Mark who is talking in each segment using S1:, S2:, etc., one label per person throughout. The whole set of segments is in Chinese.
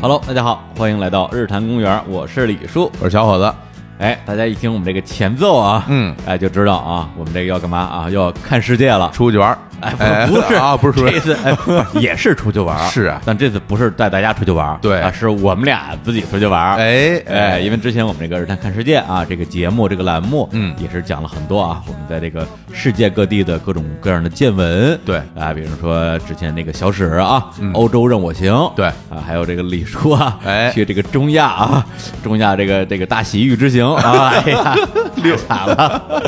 S1: Hello，大家好，欢迎来到日坛公园，我是李叔。
S2: 我是小伙子，
S1: 哎，大家一听我们这个前奏啊，
S2: 嗯，
S1: 哎，就知道啊，我们这个要干嘛啊？又要看世界 了。
S2: 出去玩儿，
S1: 哎，不是
S2: 啊，不是出
S1: 这
S2: 去，
S1: 次 哎不是也是出去玩儿，
S2: 是啊
S1: 但这次不是带大家出去玩儿，
S2: 对
S1: 啊，是我们俩自己出去玩儿，
S2: 哎
S1: 哎，因为之前我们这个《日坛看世界》啊，这个节目这个栏目，
S2: 嗯
S1: 也是讲了很多啊，我们在这个世界各地的各种各样的见闻，
S2: 对嗯
S1: 啊，比如说之前那个小史啊，欧洲任我行，
S2: 对
S1: 啊，还有这个李叔啊，
S2: 哎
S1: 去这个中亚啊，中亚这个这个大洗浴之行 啊，哎呀，太惨了，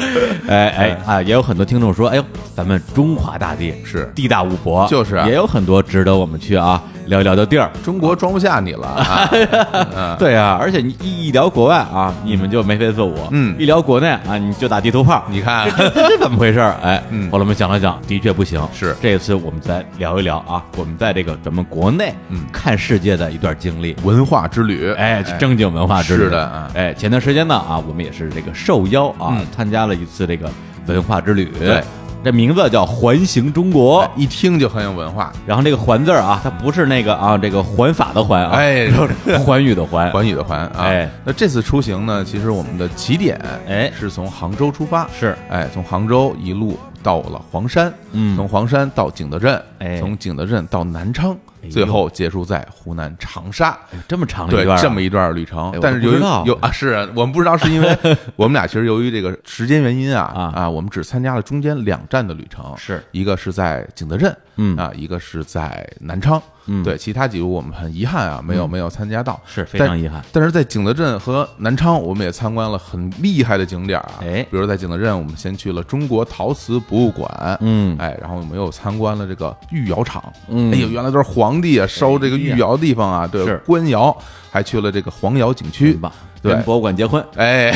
S1: 哎哎
S2: 嗯
S1: 啊，也有很多听众说，哎呦，咱们中华大地
S2: 是
S1: 地大物博，
S2: 就是啊
S1: 也有很多值得我们去啊聊一聊的地儿，
S2: 中国装不下你 了啊！
S1: 对啊，而且你一一聊国外啊，你们就眉飞色舞；
S2: 嗯
S1: 一聊国内啊，你就打地图炮。
S2: 你看，
S1: 这 这这怎么回事儿？哎，
S2: 嗯
S1: 后来我们想了想，的确不行。
S2: 是
S1: 这次我们再聊一聊啊，我们在这个咱们国内
S2: 嗯
S1: 看世界的一段经历。
S2: 文化之旅，
S1: 哎，正经文化之旅
S2: 是的啊
S1: 哎，前段时间呢啊，我们也是这个受邀啊，
S2: 嗯
S1: 参加了一次这个文化之旅。
S2: 对，
S1: 这名字叫“环形中国”
S2: 哎一听就很有文化。
S1: 然后这个“环”字儿啊，它不是那个啊，这个环法的“环”啊，
S2: 哎
S1: 是环宇的“环”。
S2: 环宇的环啊，
S1: 哎
S2: 那这次出行呢，其实我们的起点
S1: 哎
S2: 是从杭州出发，
S1: 是
S2: 哎从杭州一路到了黄山，
S1: 嗯
S2: 从黄山到景德镇，
S1: 哎
S2: 从景德镇到南昌，
S1: 哎呦
S2: 最后结束在湖南长沙，
S1: 这么长的
S2: 对
S1: 一段、啊，
S2: 这么一段旅程
S1: 哎我，都
S2: 但是
S1: 不
S2: 由
S1: 知
S2: 于
S1: 道
S2: 有啊，是我们不知道是因 为我们俩其实由于这个时间原因啊
S1: 啊
S2: 我们只参加了中间两站的旅程，
S1: 是
S2: 一个是在景德镇，
S1: 嗯
S2: 啊，一个是在南昌，
S1: 嗯
S2: 对，其他几个我们很遗憾啊，没有没有参加到，
S1: 是非
S2: 但
S1: 常遗憾。
S2: 但是在景德镇和南昌，我们也参观了很厉害的景点儿啊，
S1: 哎
S2: 比如在景德镇，我们先去了中国陶瓷博物馆，
S1: 嗯
S2: 哎，然后我们又参观了这个御窑厂，
S1: 嗯
S2: 哎呦，原来都是皇帝啊烧这个御窑的地方啊，对
S1: 是，
S2: 官窑，还去了这个黄窑景区
S1: 真，棒，
S2: 对
S1: 跟博物馆结婚，
S2: 哎，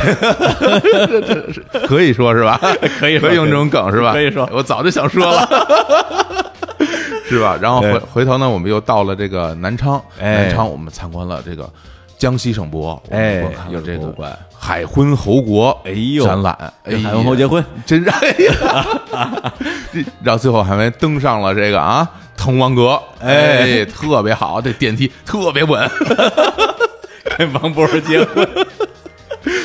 S2: 这这是可以说是 吧？
S1: 可以说
S2: 可以用这种梗是吧？
S1: 可以说
S2: 我早就想说了。 是吧？然后回回头呢，我们又到了这个南昌，
S1: 哎
S2: 南昌我们参观了这个江西省博，我
S1: 哎
S2: 们观看了
S1: 有这
S2: 这
S1: 博物
S2: 个
S1: 馆
S2: 海昏侯国，
S1: 哎呦
S2: 展览，哎
S1: 跟
S2: 呀
S1: 海文侯结婚，
S2: 真是哎呀，这然后最后还没登上了这个啊滕王阁，哎，特别好，这电梯特别稳，
S1: 跟王博士结 婚，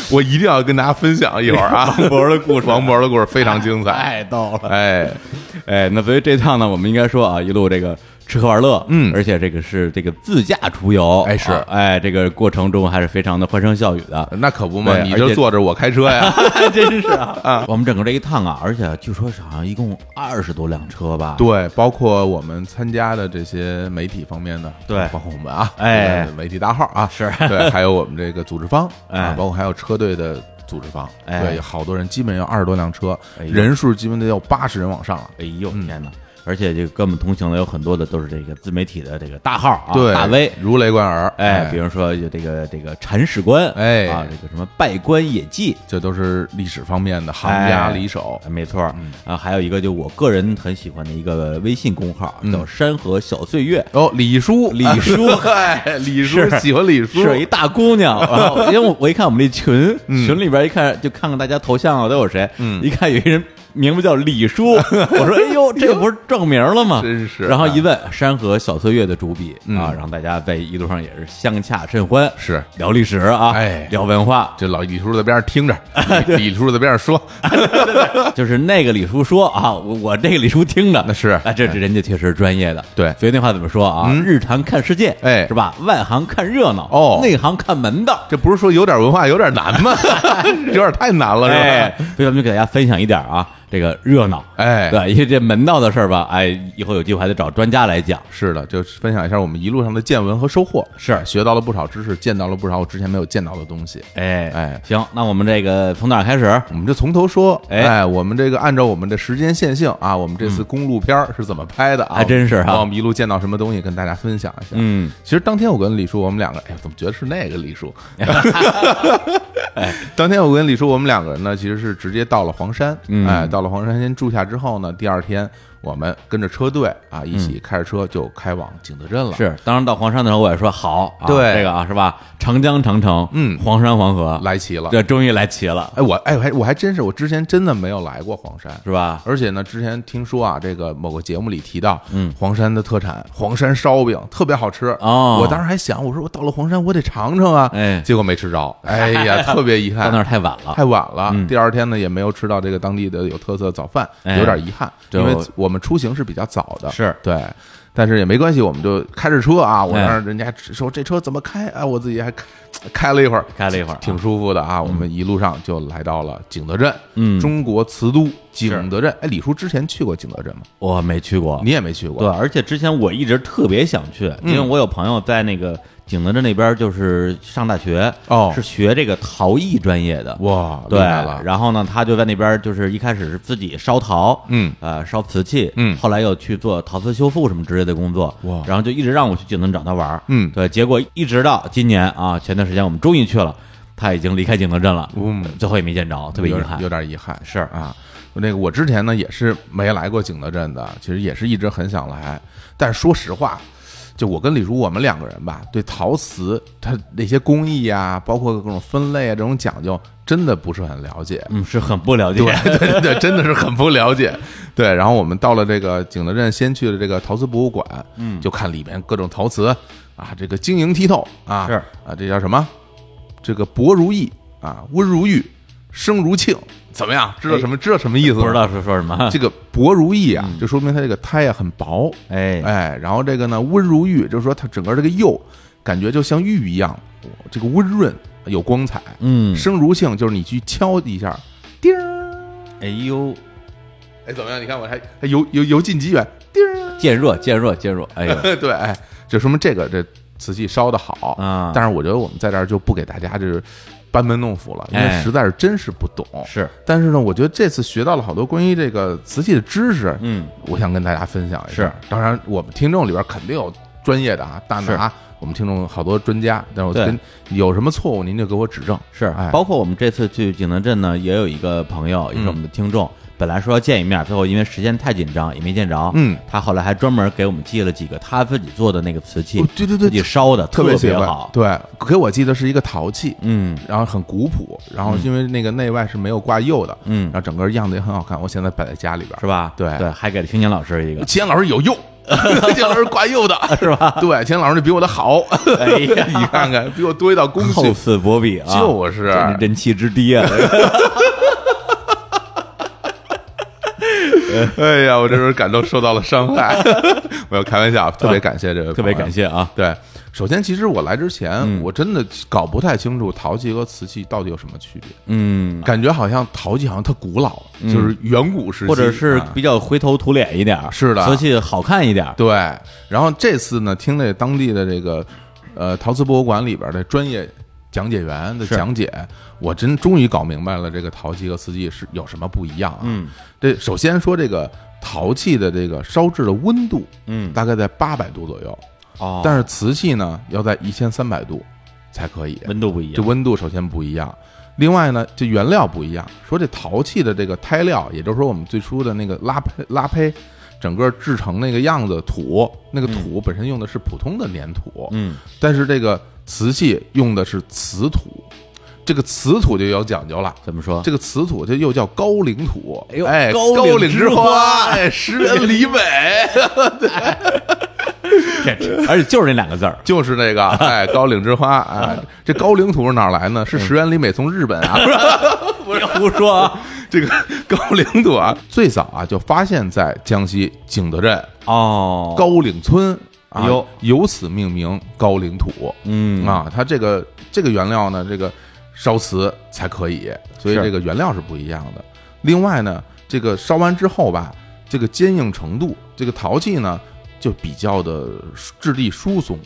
S2: 我一定要跟大家分享一会儿 啊，王博的故事，王博的故事非常精彩，
S1: 太逗了。
S2: 哎，
S1: 哎，那所以这趟呢，我们应该说啊，一路这个吃喝玩乐，
S2: 嗯
S1: 而且这个是这个自驾出游，
S2: 哎是
S1: 啊哎，这个过程中还是非常的欢声笑语 的，
S2: 哎那可不嘛，
S1: 对
S2: 你
S1: 而
S2: 就
S1: 且
S2: 坐着我开 车呀，
S1: 真是 啊。我们整个这一趟啊，而且据说是好像一共二十多辆车吧，
S2: 对，包括我们参加的这些媒体方面的，
S1: 对
S2: 包括我们啊，
S1: 哎
S2: 媒体大号啊，
S1: 是
S2: 对，还有我们这个组织 方，
S1: 哎
S2: 啊，包括还有车队的组织方，
S1: 哎
S2: 对，有好多人，基本有二十多辆车，
S1: 哎呦
S2: 人数基本得有八十人往上了。
S1: 哎呦
S2: 嗯
S1: 天哪！而且这个跟我们同行的有很多的都是这个自媒体的这个大号啊，
S2: 对，
S1: 大 V，
S2: 如雷贯耳，
S1: 哎，比如说有这个这个铲屎官，
S2: 哎
S1: 啊，这个什么拜官野祭，
S2: 这都是历史方面的行家
S1: 哎
S2: 里手，嗯
S1: 没错儿啊，还有一个就我个人很喜欢的一个微信公号
S2: 嗯
S1: 叫“山河小岁月
S2: 哦，李叔，
S1: 李叔
S2: 嗨，李叔
S1: 是
S2: 喜欢李”，叔，
S1: 是一大姑娘，然后因为我我一看我们这群
S2: 嗯
S1: 群里边一看就看看大家头像啊都有谁，一看有一人名字叫李 叔，我说哎呦，这不是正名了吗？
S2: 真是啊
S1: 然后一问“山河小岁月”的主笔
S2: 嗯
S1: 啊，让大家在一路上也是相洽甚欢，
S2: 是
S1: 聊历史啊，
S2: 哎
S1: 聊文化，
S2: 这老李叔在边上听着，李李叔在边 上说，
S1: 就是那个李叔说啊，我我这个李叔听着，
S2: 那是哎
S1: 啊，这这人家确实是专业的，
S2: 对嗯
S1: 所以那话怎么说啊？日常看世界，
S2: 哎
S1: 是吧？外行看热闹，
S2: 哦
S1: 内行看门道。
S2: 这不是说有点文化有点 难吗？有点太难了是
S1: 哎
S2: 吧？，
S1: 所以咱们就给大家分享一点啊，这个热闹，
S2: 哎
S1: 对，因为这门道的事儿吧，哎，以后有机会还得找专家来讲。
S2: 是的，就分享一下我们一路上的见闻和收获，
S1: 是
S2: 学到了不少知识，见到了不少我之前没有见到的东西。
S1: 哎
S2: 哎
S1: 行，那我们这个从哪儿开始？
S2: 我们就从头说，
S1: 哎嗯
S2: 哎，我们这个按照我们的时间线性啊，我们这次公路片儿是怎么拍的啊？
S1: 还真是啊
S2: 然后我们一路见到什么东西，跟大家分享一下。
S1: 嗯，
S2: 其实当天我跟李叔，我们两个，哎呀，怎么觉得是那个李 叔？
S1: 哎
S2: 当天我跟李叔，我们两个人呢，其实是直接到了黄山，
S1: 嗯
S2: 哎，到到了黄山先住下之后呢，第二天我们跟着车队啊，一起开着车就开往景德镇了。
S1: 嗯是，当时到黄山的时候，我也说好，啊、
S2: 对
S1: 这个啊，是吧？长江长城，
S2: 嗯
S1: 黄山黄河，
S2: 来齐了。
S1: 这终于来齐了，
S2: 哎，我哎，我还我还真是，我之前真的没有来过黄山，
S1: 是吧？
S2: 而且呢，之前听说啊，这个某个节目里提到，嗯，黄山的特产黄山烧饼特别好吃
S1: 哦
S2: 我当时还想，我说我到了黄山我得尝尝啊，
S1: 哎
S2: 结果没吃着，哎 呀，特别遗
S1: 到那儿。
S2: 憾
S1: 太晚了，嗯
S2: 太晚了，第二天呢也没有吃到这个当地的有特色早饭，
S1: 哎
S2: 有点遗憾，
S1: 就
S2: 因为我们出行是比较早的，
S1: 是
S2: 对，但是也没关系，我们就开着车啊，我
S1: 哎
S2: 让人家说这车怎么开啊，我自己还开开了一会儿，
S1: 开了一会儿啊，
S2: 挺舒服的啊。我们一路上就来到了景德镇，
S1: 嗯
S2: 中国瓷都景德镇。哎，李叔之前去过景德镇吗？
S1: 我没去过，
S2: 你也没去
S1: 哦
S2: 过，嗯
S1: 对，而且之前我一直特别想去，因为我有朋友在那个景德镇那边，就是上大学，
S2: 哦
S1: 是学这个陶艺专业的，
S2: 哇，厉
S1: 对
S2: 害了，，
S1: 然后呢，他就在那边，就是一开始是自己烧陶，
S2: 嗯
S1: 呃，烧瓷器，
S2: 嗯
S1: 后来又去做陶瓷修复什么之类的工作，
S2: 哇
S1: 然后就一直让我去景德镇找他玩儿，
S2: 嗯
S1: 对，结果一直到今年啊，前段时间我们终于去了，他已经离开景德镇了，
S2: 嗯
S1: 最后也没见着，特别遗
S2: 有
S1: 憾，
S2: 有点遗憾，
S1: 是
S2: 啊。那个我之前呢也是没来过景德镇的，其实也是一直很想来，但是说实话。就我跟李叔，我们两个人吧，对陶瓷它那些工艺啊，包括各种分类啊，这种讲究，真的不是很了解。
S1: 嗯，是很不了解，
S2: 对对对，真的是很不了解。对，然后我们到了这个景德镇，先去了这个陶瓷博物馆，嗯，就看里边各种陶瓷啊，这个晶莹剔透啊，
S1: 是
S2: 啊，这叫什么？这个薄如意啊，温如玉，声如磬，怎么样？知道什么？知道什么意思？
S1: 哎不知。道是说什么，
S2: 这个薄如意啊，就说明它这个胎啊很薄，
S1: 哎
S2: 哎，然后这个呢温如玉，就是说它整个这个釉感觉就像玉一样，这个温润有光彩。
S1: 嗯，
S2: 声如磬就是你去敲一下，叮儿。
S1: 哎呦，
S2: 哎，怎么样？你看我还还由由由近及远，叮儿，
S1: 渐弱，渐弱，渐弱，哎呦，
S2: 对，哎，就说明这个这瓷器烧的好
S1: 啊
S2: 但是我觉得我们在这儿就不给大家就是班门弄斧了，因为
S1: 哎
S2: 实在是真是不懂。
S1: 是，
S2: 但是呢，我觉得这次学到了好多关于这个瓷器的知识，
S1: 嗯，
S2: 我想跟大家分享一下。
S1: 是，
S2: 当然我们听众里边肯定有专业的啊，大拿，我们听众好多专家，但是我
S1: 对
S2: 跟有什么错误您就给我指正。
S1: 是，
S2: 哎
S1: 包括我们这次去景德镇呢，也有一个朋友，也是我
S2: 嗯
S1: 们的听众，本来说要见一面，最后因为时间太紧张也没见着。
S2: 嗯，
S1: 他后来还专门给我们寄了几个他自己做的那个瓷器
S2: 哦，对对
S1: 自
S2: 对
S1: 己烧的
S2: 特
S1: 别
S2: 喜欢
S1: 好。
S2: 对，给我记得是一个陶器，
S1: 嗯，
S2: 然后很古朴，然后因为那个内外是没有挂釉的，
S1: 嗯
S2: 然后整个样子也很好看。我现在摆在家里边，
S1: 是？吧？
S2: 对，
S1: 对，还给了青年老师一个
S2: 秦岩老师有釉，秦岩老师挂釉的， 是吧？对，秦岩老师就比我的好，
S1: 哎
S2: 你
S1: 呀，
S2: 看看，比我多一道工
S1: 厚
S2: 序，
S1: 此薄彼啊，
S2: 就是
S1: 这人气之低 啊！
S2: 哎呀，我这时候感到受到了伤害， 没有开玩笑，啊特别感谢嗯这位，
S1: 特别感。谢啊。
S2: 对，首先，其实我来之前，我真的搞不太清楚陶器和瓷器到底有什么区别，
S1: 嗯，
S2: 感觉好像陶器好像特古老，就是远古时期，
S1: 或者是
S2: 啊
S1: 比较灰头土脸一点儿，
S2: 是的
S1: 瓷器好看一点儿。
S2: 对，然后这次呢，听那当地的这个呃陶瓷博物馆里边的专业讲解员的
S1: 是
S2: 讲解，我真终于搞明白了这个陶器和瓷器是有什么不一样啊。
S1: 嗯，
S2: 这首先说这个陶器的这个烧制的温度，
S1: 嗯
S2: 大概在八百度左右，
S1: 哦，
S2: 但是瓷器呢要在一千三百度才可以，
S1: 温度不一
S2: 这
S1: 样。
S2: 温度首先不一样。另外呢，这原料不一样。说这陶器的这个胎料，也就是说我们最初的那个拉胚拉胚，整个制成那个样子，土那个土本身用的是普通的粘土，
S1: 嗯，
S2: 但是这个瓷器用的是瓷土，这个瓷土就有讲究了。
S1: 怎么说？
S2: 这个瓷土它又叫高岭土，
S1: 哎呦
S2: 哎，
S1: 高
S2: 高
S1: 岭
S2: 之
S1: 之
S2: 花，
S1: 花
S2: 哎，石原里美，
S1: 这而且就是那两个字 儿，
S2: 就是那个，哎，高岭之花， 哎，这高岭土是哪儿来呢？是石原里美从日本啊，
S1: 别胡说啊！
S2: 这个高岭土啊，最早啊就发现在江西景德镇
S1: 哦，
S2: 高岭村啊
S1: 哎呦，
S2: 由此命名高岭土。
S1: 嗯
S2: 啊，它这个这个原料呢，这个烧瓷才可以，所以
S1: 是
S2: 这个原料是不一样的。另外呢，这个烧完之后吧，这个坚硬程度，这个陶器呢就比较的质地疏松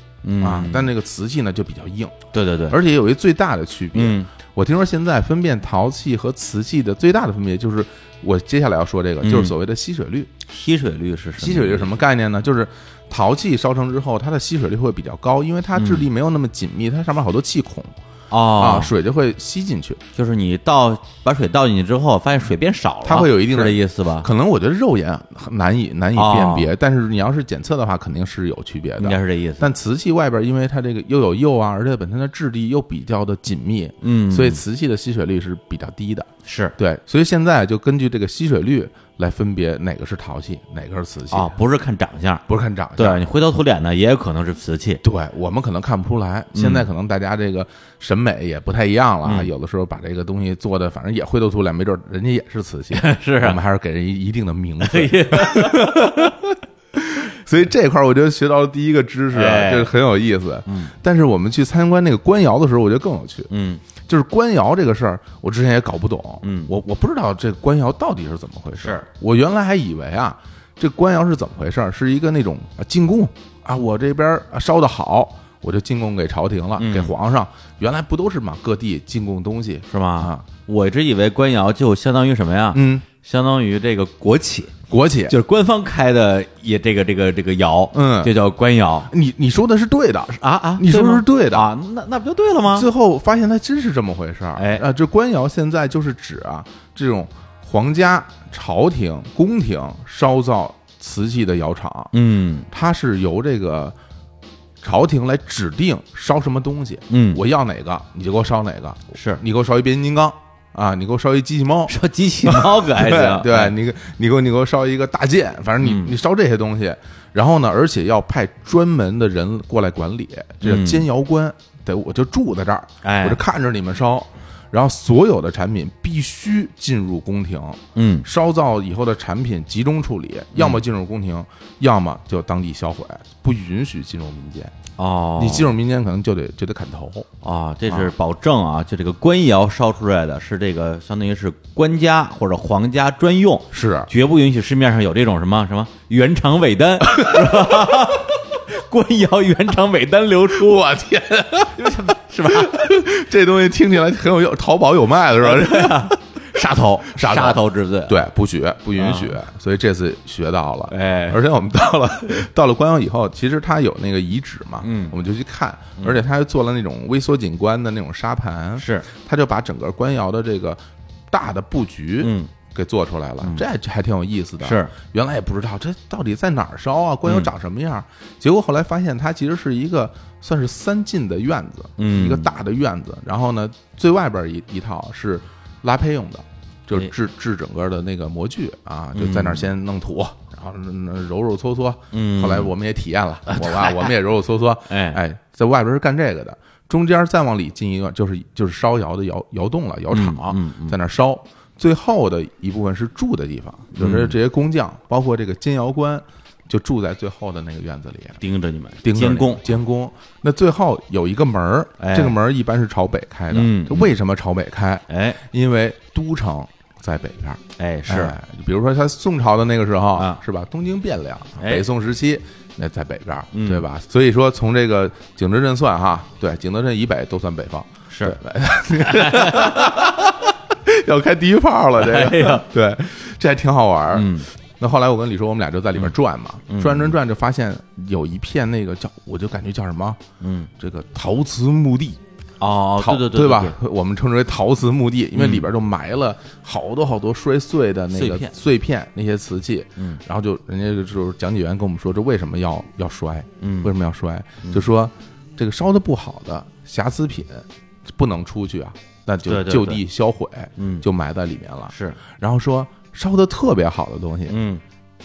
S2: 啊，
S1: 嗯
S2: 但那个瓷器呢就比较硬，
S1: 对对对，
S2: 而且有一最大的区别，
S1: 嗯
S2: 我听说现在分辨陶器和瓷器的最大的分别就是，我接下来要说这个，
S1: 嗯
S2: 就是所谓的吸水率。
S1: 吸水率是什么？
S2: 吸水率是什么概念呢？就是嗯陶器烧成之后，它的吸水率会比较高，因为它质地没有那么紧密，它上面好多气孔，
S1: 哦
S2: 啊，水就会吸进去。
S1: 就是你倒把水倒进去之后，发现水变少了，
S2: 它会有一定
S1: 是
S2: 的
S1: 这意思吧？
S2: 可能我觉得肉眼很难以难以辨别，但是你要是检测的话，肯定哦是有区别
S1: 应该
S2: 的。
S1: 是这意思。
S2: 但瓷器外边，因为它这个又有釉啊，而且本身的质地又比较的紧密，
S1: 嗯，
S2: 所以瓷器的吸水率是比较低的。
S1: 是
S2: 对，所以现在就根据这个吸水率来分别哪个是陶器，哪个是瓷器，
S1: 啊，不是看长相，
S2: 不是看长相。
S1: 对你灰头土脸的也有可能是瓷器，
S2: 对我们可能看不出来，现
S1: 嗯
S2: 在可能大家这个审美也不太一样了啊，有的时候把这个东西做的反正也灰头土脸，没准人家也是瓷器，
S1: 是啊哎
S2: 我们还是给人一一定 的名分。 所以这块儿我觉得学到了第一个知识啊，
S1: 哎
S2: 就是很有意思。嗯，但是我们去参观那个官窑的时候，我觉得更有趣。
S1: 嗯，
S2: 就是官窑这个事儿，我之前也搞不懂。
S1: 嗯
S2: 我我不知道这官窑到底是怎么回事。
S1: 是
S2: 我原来还以为啊，这官窑是怎么回事儿？是一个那种啊进贡啊，我这边儿啊烧的好，我就进贡给朝廷
S1: 嗯
S2: 了，给皇上。原来不都是嘛，各地进贡东西
S1: 是吗？
S2: 啊？
S1: 我一直以为官窑就相当于什么呀？
S2: 嗯，
S1: 相当于这个国企，
S2: 国企
S1: 就。是官方开的也这个这个这个窑，
S2: 嗯
S1: 就叫官窑
S2: 你你说的是对的，
S1: 啊啊！
S2: 你说
S1: 吗
S2: 是对的
S1: 啊，那那不就对了吗？
S2: 最后发现它真是这么回事儿。
S1: 哎
S2: 啊，这官窑现在就是指啊这种皇家、朝廷、宫廷烧造瓷器的窑厂，
S1: 嗯
S2: 它是由这个朝廷来指定烧什么东西。
S1: 嗯，
S2: 我要哪个你就给我烧哪个，
S1: 是
S2: 你给我烧一变形金刚啊，你给我烧一机 器猫。
S1: 说机器猫可还哎行
S2: 对，，对你给你给我你给我烧一个大件，反正你、
S1: 嗯
S2: 你烧这些东西，然后呢，而且要派专门的人过来管理，这叫
S1: 嗯
S2: 监窑官，得我就住在这儿，
S1: 哎
S2: 我就看着你们烧，然后所有的产品必须进入宫廷，
S1: 嗯
S2: 烧造以后的产品集中处理，要么进入宫廷，要么就当地销毁，不允许进入民间，
S1: 哦，
S2: 你进入民间可能就得就得砍头，
S1: 啊，这是保证啊，就这个官窑烧出来的是这个，相当于是官家或者皇家专用，
S2: 是
S1: 绝不允许市面上有这种什么什么原厂尾单，是吧官窑原厂尾单流出，
S2: 我天，
S1: 是吧？
S2: 这东西听起来很有用，淘宝有卖的是吧？
S1: 杀头，
S2: 杀头
S1: 杀头之罪，
S2: 对，不许，不允许，所以这次学到了。
S1: 哎
S2: 而且我们到了 到了官窑以后，其实它有那个遗址嘛，
S1: 嗯
S2: 我们就去看，而且它还做了那种微缩景观的那种沙盘，
S1: 是，
S2: 它就把整个官窑的这个大的布局，
S1: 嗯。
S2: 给做出来了，这这还挺有意思的。
S1: 是，嗯
S2: 原来也不知道这到底在哪儿烧啊，官窑长什么样儿。结果后来发现它其实是一个算是三进的院子，
S1: 嗯
S2: 一个大的院子。然后呢，最外边一一套是拉坯用的，就是
S1: 哎
S2: 制制整个的那个模具啊，就在那儿先弄土，然后揉揉搓搓。
S1: 嗯
S2: 后来我们也体 验了，我吧，我们也揉揉搓搓。
S1: 哎
S2: 哎，在外边是干这个的。中间再往里进一个，就是就是烧窑的窑窑洞了，窑厂、
S1: 嗯
S2: 在那儿烧。最后的一部分是住的地方，
S1: 嗯
S2: 就是这些工匠，包括这个监窑官，就住在最后的那个院子里，
S1: 盯着你们，
S2: 盯着
S1: 监
S2: 你
S1: 工，
S2: 监工。那最后有一个门儿，
S1: 哎
S2: 这个门儿一般是朝北开的。
S1: 嗯
S2: 这为什么朝北开？
S1: 哎
S2: 因为都城在北边儿。
S1: 哎是，
S2: 哎比如说他宋朝的那个时候
S1: 啊
S2: 是吧？东京汴梁，
S1: 哎
S2: 北宋时期。那在北边儿，
S1: 嗯
S2: 对吧？所以说从这个景德镇算哈，对，景德镇以北都算北 方，
S1: 是
S2: 对，要开第一炮了，这个，
S1: 哎 呀
S2: 对，这还挺好玩儿。
S1: 嗯
S2: 那后来我跟李叔，我们俩就在里边转嘛，转转转就发现有一片那个叫，我就感觉叫什么，
S1: 嗯
S2: 这个陶瓷墓地，
S1: 哦，
S2: 陶
S1: 对对
S2: 对
S1: 对
S2: 吧？？我们称之为陶瓷墓地，因为里边就埋了好多好多摔碎的那个
S1: 碎片
S2: 碎片那些瓷器。
S1: 嗯，
S2: 然后就人家就是讲解员跟我们说，这为什么要要摔？
S1: 嗯
S2: 为什么要摔？就说这个烧的不好的瑕疵品不能出去啊，那就
S1: 对对
S2: 就地销毁，
S1: 嗯
S2: 就埋在里面了。
S1: 是，
S2: 然后说烧的特别好的东西，
S1: 嗯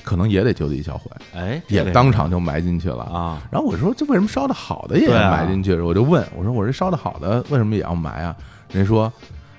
S2: 可能也得就地销毁，
S1: 哎
S2: 也
S1: 这个
S2: 当场就埋进去了
S1: 啊。
S2: 然后我说这为什么烧的好的也要
S1: 对啊
S2: 埋进去？我就问我说我这烧的好的为什么也要埋啊？人家说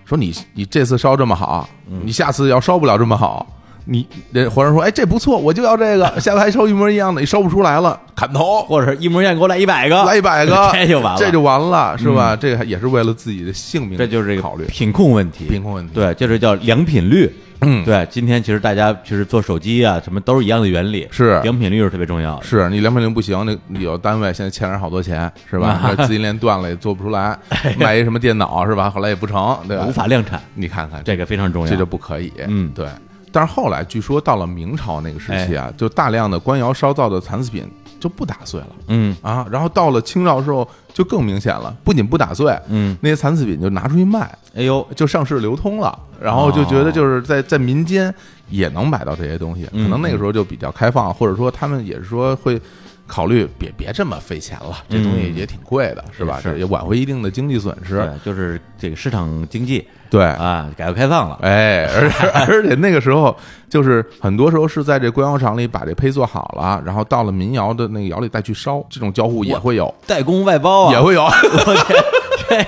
S2: 说你你这次烧这么好，
S1: 嗯
S2: 你下次要烧不了这么好。你人皇上说，哎，这不错，我就要这个。 下次还烧一模一样的，你烧不出来了，砍头，
S1: 或者是一模一样给我来一百个，
S2: 来一百个
S1: ，这就完了，嗯
S2: 这就完了，是吧？这个也是为了自己的性命，
S1: 这就是这个
S2: 考虑
S1: 品控问题，
S2: 品控问题
S1: 对，这就是叫良品率。
S2: 嗯
S1: 对，今天其实大家其实做手机啊，什么都是一样的原理，
S2: 是
S1: 良品率是特别重要的。
S2: 是你两百零不行，那有单位现在欠人好多钱，是吧？ 那资金链断了也做不出来，卖一什么电脑是吧？后来也不成，对吧？
S1: 哎无，法量产，
S2: 你看看
S1: 这个非常重要。
S2: 这就不可以，
S1: 嗯哎
S2: 对。但是后来据说到了明朝那个时期啊，就大量的官窑烧造的残次品就不打碎了
S1: 嗯
S2: 啊。然后到了清朝时候就更明显了，不仅不打碎，
S1: 嗯，
S2: 那些残次品就拿出去卖，
S1: 哎呦，
S2: 就上市流通了，然后就觉得就是在在民间也能买到这些东西，可
S1: 嗯
S2: 能那个时候就比较开放，或者说他们也是说会考虑别别这么费钱了，这东西也挺贵的，是吧？
S1: 嗯是
S2: 也挽回一定的经济损失，
S1: 对，就是这个市场经济
S2: 对。
S1: 啊，改革开放了，
S2: 哎，而且 而且那个时候，就是很多时候是在这官窑厂里把这胚做好了，然后到了民窑的那个窑里再去烧，这种交互也会有，
S1: 代工外包啊，
S2: 也会有。
S1: 我天，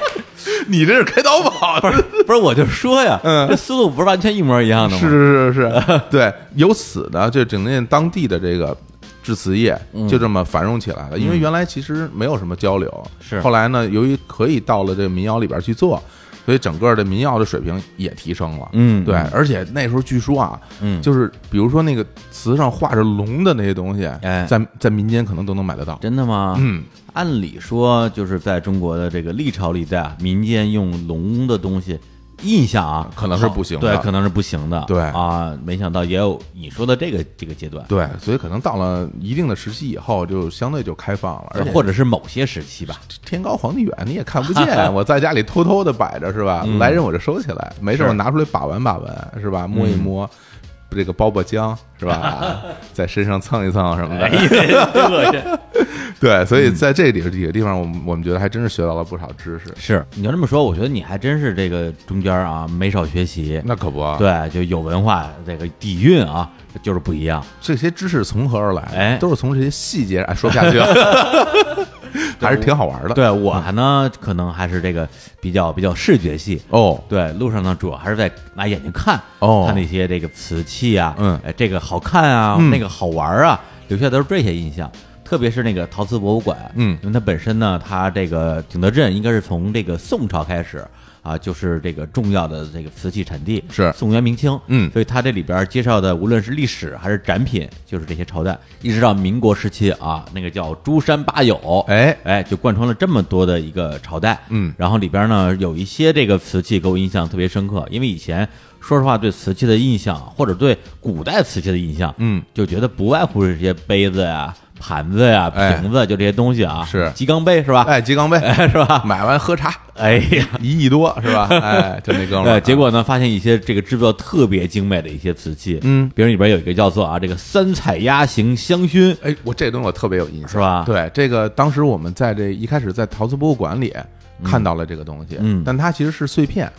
S2: 你这是开刀吧？不是，
S1: 这不是我就说呀，
S2: 嗯
S1: 这思路不是完全一模一样的吗？
S2: 是是是 是，对，由此呢，就整个当地的这个制瓷业
S1: 嗯
S2: 就这么繁荣起来了。因为原来其实没有什么交流，
S1: 是
S2: 后来呢，由于可以到了这个民窑里边去做，所以整个的民窑的水平也提升了。
S1: 嗯
S2: 对，而且那时候据说啊，
S1: 嗯
S2: 就是比如说那个瓷上画着龙的那些东西，
S1: 哎
S2: 在在民间可能都能买得到。
S1: 真的吗？
S2: 嗯，
S1: 按理说，就是在中国的这个历朝历代啊，民间用龙的东西，印象啊，
S2: 可能是不行的
S1: 对，可能是不行的，
S2: 对
S1: 啊，没想到也有你说的这个这个阶段，
S2: 对，所以可能到了一定的时期以后，就相对就开放了，而且
S1: 或者是某些时期 吧，
S2: 天高皇帝远，你也看不 见。我在家里偷偷的摆着是吧？来人我就收起来，没事
S1: 嗯是嗯
S2: 我拿出来把玩把玩是吧？摸一摸，这个包包浆是吧？ 在身上蹭一蹭什么的。
S1: 哎呀，嗯真恶心。
S2: 哎对，所以在这里几个地方，我们我们觉得还真是学到了不少知识。
S1: 是，你要这么说，我觉得你还真是这个中间啊没少学习，
S2: 那可不啊，
S1: 对，就有文化，这个底蕴啊就是不一样。
S2: 这些知识从何而来？
S1: 哎
S2: 都是从这些细节哎说不下去了， 还是挺好玩的。
S1: 对我呢，可能还是这个比较比较视觉系，
S2: 哦，
S1: 对，路上呢主要还是在拿眼睛看，
S2: 哦
S1: 看那些这个瓷器啊，
S2: 嗯
S1: 哎，这个好看啊，
S2: 嗯
S1: 那个好玩啊，留下都是这些印象。特别是那个陶瓷博物馆，
S2: 嗯
S1: 因为它本身呢，它这个景德镇应该是从这个宋朝开始啊，就是这个重要的这个瓷器产地，
S2: 是
S1: 宋元明清，
S2: 嗯
S1: 所以它这里边介绍的无论是历史还是展品，就是这些朝代，一直到民国时期啊，那个叫珠山八友，
S2: 哎，
S1: 哎，就贯穿了这么多的一个朝代，
S2: 嗯
S1: 然后里边呢有一些这个瓷器给我印象特别深刻，因为以前说实话对瓷器的印象，或者对古代瓷器的印象，
S2: 嗯，
S1: 就觉得不外乎是这些杯子呀、盘子呀、
S2: 哎
S1: 瓶子，就这些东西啊，
S2: 是
S1: 鸡缸杯是吧？
S2: 哎，鸡缸杯
S1: 是吧？
S2: 买完喝茶，
S1: 哎呀。
S2: 一亿多 是吧？哎，就那哥们儿
S1: 对，
S2: 啊，
S1: 结果呢，发现一些这个制作特别精美的一些瓷器，
S2: 嗯，
S1: 比如里边有一个叫做啊这个三彩鸭形香薰，
S2: 哎，我这东西我特别有印象，
S1: 是吧
S2: 对，这个当时我们在这一开始在陶瓷博物馆里看到了这个东西，
S1: 嗯
S2: 但它其实是碎片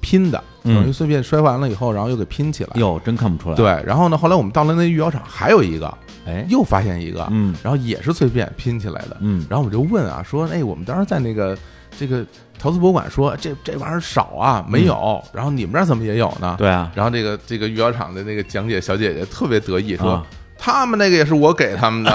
S2: 拼的，
S1: 嗯
S2: 等于碎片摔完了以后，然后又给拼起来。
S1: 哟，真看不出来，
S2: 对，，然后呢，后来我们到了那御窑厂，还有一个，
S1: 哎，
S2: 又发现一个，
S1: 嗯
S2: 然后也是碎片拼起来的，
S1: 嗯
S2: 然后我们就问啊，说，哎，我们当时在那个这个陶瓷博物馆说，这这玩意儿少啊，
S1: 嗯
S2: 没有，然后你们这儿怎么也有呢？
S1: 对 啊，
S2: 然后这个这个育窑厂的那个讲解小姐姐特别得意说，
S1: 啊
S2: 他们那个也是我给他 们的。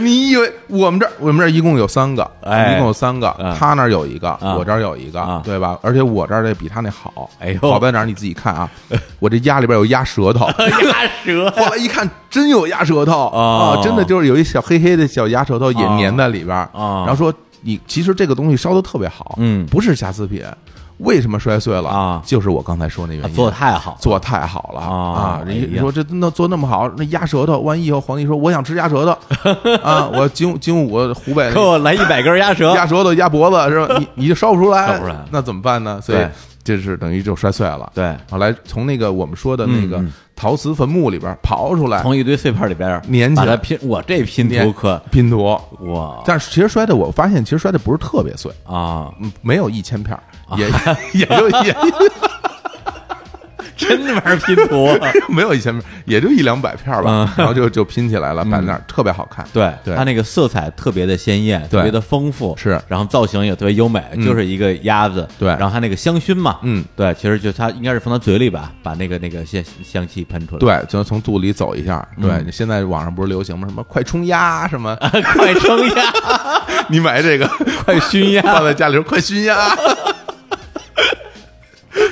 S2: 你以为我们这儿我们这儿一共有三个，
S1: 哎
S2: 一共有三个，
S1: 嗯
S2: 他那儿有一个，
S1: 啊
S2: 我这儿有一个，
S1: 啊
S2: 对吧？而且我这儿这比他那好，
S1: 哎呦
S2: 好在哪儿？你自己看啊，我这鸭里边有鸭 舌头，
S1: 鸭舌
S2: 后来一看，真有鸭舌头
S1: 哦
S2: 啊，真的就是有一小黑黑的小鸭舌头也粘在里边儿
S1: 哦
S2: 然后说你其实这个东西烧的特别好，
S1: 嗯
S2: 不是瑕疵品，为什么摔碎了
S1: 啊
S2: 就是我刚才说那原因，
S1: 做的太好了，
S2: 做太好了
S1: 哦
S2: 啊！
S1: 哎呀
S2: 人家说这那做那么好，那鸭舌头，万一以后皇帝说我想吃鸭舌头 啊，我金金武湖北那
S1: 给我来一百根鸭舌，
S2: 鸭舌头、鸭脖子是吧？ 你你就烧不出来，
S1: 烧不出来
S2: 那怎么办呢？所以
S1: 对
S2: 这是等于就摔碎了。
S1: 对，
S2: 后来从那个我们说的那个
S1: 嗯嗯
S2: 陶瓷坟墓里边刨出来，
S1: 从一堆碎片里边儿
S2: 粘起
S1: 把它
S2: 来
S1: 拼，我这拼图啊可
S2: 拼图。
S1: 哇
S2: 但是其实摔的，我发现其实摔的不是特别碎，
S1: 啊，
S2: 嗯没有一千片儿，也也就 也
S1: 真玩拼图，啊
S2: 没有一千片儿，也就一两百片儿吧。然后就就拼起来了，摆那儿特别好看。
S1: 嗯对，
S2: 对
S1: 它那个色彩特别的鲜艳，
S2: 对
S1: 特别的丰富，
S2: 是嗯
S1: 然后造型也特别优美，就是一个鸭子，
S2: 对
S1: 然后它那个香薰嘛，
S2: 嗯，
S1: 对，其实就它应该是放到嘴里吧，把那个那个香香气喷出来，
S2: 对，就从肚里走一下。对，
S1: 嗯
S2: 你现在网上不是流行吗？什么快冲鸭什么？
S1: 快生 鸭，
S2: 你买这个
S1: 快熏鸭
S2: 放，在家里说快熏鸭，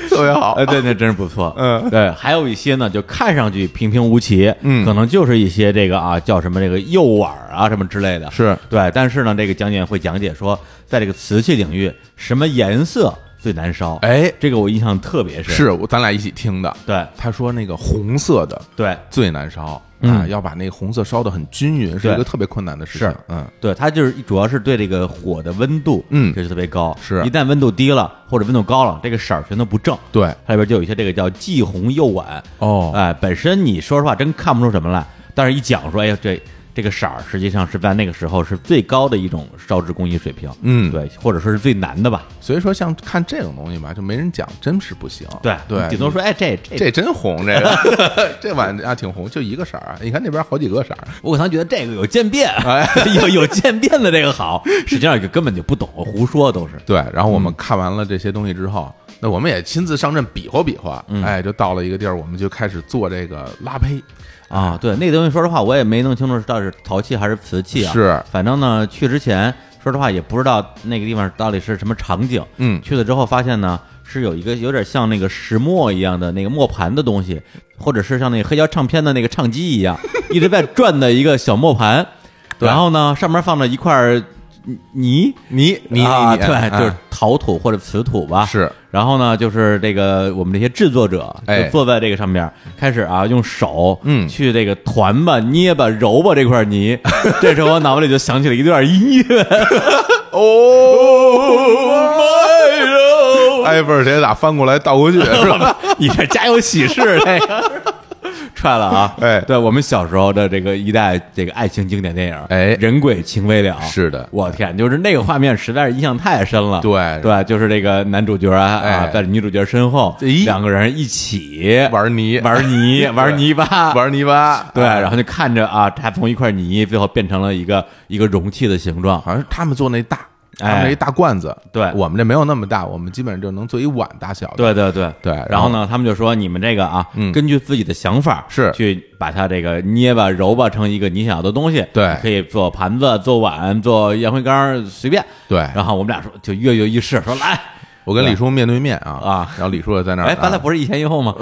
S2: 特别好
S1: 哎，。对，那真是不错。
S2: 嗯
S1: 对，还有一些呢，就看上去平平无奇，
S2: 嗯
S1: 可能就是一些这个啊，叫什么这个釉碗啊，什么之类的。
S2: 是
S1: 对，但是呢，这个讲解会讲解说，在这个瓷器领域，什么颜色。最难烧。
S2: 哎，
S1: 这个我印象特别深，
S2: 是我咱俩一起听的。
S1: 对
S2: 他说那个红色的
S1: 对
S2: 最难烧、啊，
S1: 嗯
S2: 要把那个红色烧的很均匀，是一
S1: 对
S2: 个特别困难的事情
S1: 是。
S2: 嗯，
S1: 对，它就是主要是对这个火的温度，
S2: 嗯
S1: 这是特别高，
S2: 是
S1: 一旦温度低了或者温度高了，这个色儿全都不正。
S2: 对，
S1: 它里边就有一些这个叫既红又晚，
S2: 哦
S1: 哎，本身你说实话真看不出什么来，但是一讲说，哎呀，这这个色儿实际上是在那个时候是最高的一种烧制工艺水平，
S2: 嗯
S1: 对，或者说是最难的吧，
S2: 所以说像看这种东西吧，就没人讲，真是不行。
S1: 对
S2: 对，
S1: 顶多说，哎，这这
S2: 这真红，这个 这碗啊挺红，就一个色儿啊。你看那边好几个色儿，
S1: 我可能觉得这个有渐变，
S2: 哎
S1: 有有渐变的这个好， 实际上就根本就不懂，胡说都是。
S2: 对，然后我们
S1: 嗯
S2: 看完了这些东西之后，那我们也亲自上阵比划比划，
S1: 嗯
S2: 哎，就到了一个地儿，我们就开始做这个拉胚，
S1: 啊，对，那个东西说实话我也没弄清楚到底是陶器还是瓷器啊。
S2: 是
S1: 反正呢去之前说实话也不知道那个地方到底是什么场景。
S2: 嗯
S1: 去了之后发现呢是有一个有点像那个石磨一样的那个磨盘的东西，或者是像那个黑胶唱片的那个唱机一样，一直在转的一个小磨盘。
S2: 对
S1: 然后呢上面放着一块儿泥
S2: 泥泥
S1: 啊，
S2: 泥，
S1: 对，就是
S2: 啊
S1: 陶土或者瓷土吧。
S2: 是。
S1: 然后呢，就是这个我们这些制作者
S2: 哎
S1: 就坐在这个上面，开始啊用手
S2: 嗯
S1: 去这个团吧、捏吧、揉吧这块泥。 这时候我脑子里就响起了一段音 乐，
S2: 哦，哎，不是，得咋翻过来倒 过去是吧？
S1: 你这家有喜事这个。 踹了啊！
S2: 哎
S1: 对我们小时候的这个一代这个爱情经典电影，
S2: 哎
S1: 人鬼情未了，
S2: 是的
S1: 我天，就是那个画面实在是印象太深了。
S2: 对
S1: 对，就是这个男主角啊，
S2: 哎
S1: 啊在女主角身后，
S2: 咦
S1: 两个人一起
S2: 玩泥，
S1: 玩泥，玩泥巴，
S2: 玩哎泥巴，
S1: 对，然后就看着啊，它从一块泥最后变成了一个一个容器的形状，
S2: 好像是他们做那大，他们
S1: 哎
S2: 那一大罐子，
S1: 对
S2: 我们这没有那么大，我们基本上就能做一碗大小的。
S1: 对对对
S2: 对然
S1: 然
S2: 后
S1: 后呢，他们就说你们这个啊，
S2: 嗯
S1: 根据自己的想法
S2: 是
S1: 去把它这个捏吧、揉吧成一个你想要的东西，
S2: 对
S1: 你可以做盘子、做碗、做烟灰缸，随便。
S2: 对
S1: 然后我们俩说就跃跃欲试，说来，
S2: 我跟李叔面对面啊
S1: 啊
S2: 然后李叔也在那儿，
S1: 哎，咱俩
S2: 啊
S1: 不是一前一 后吗？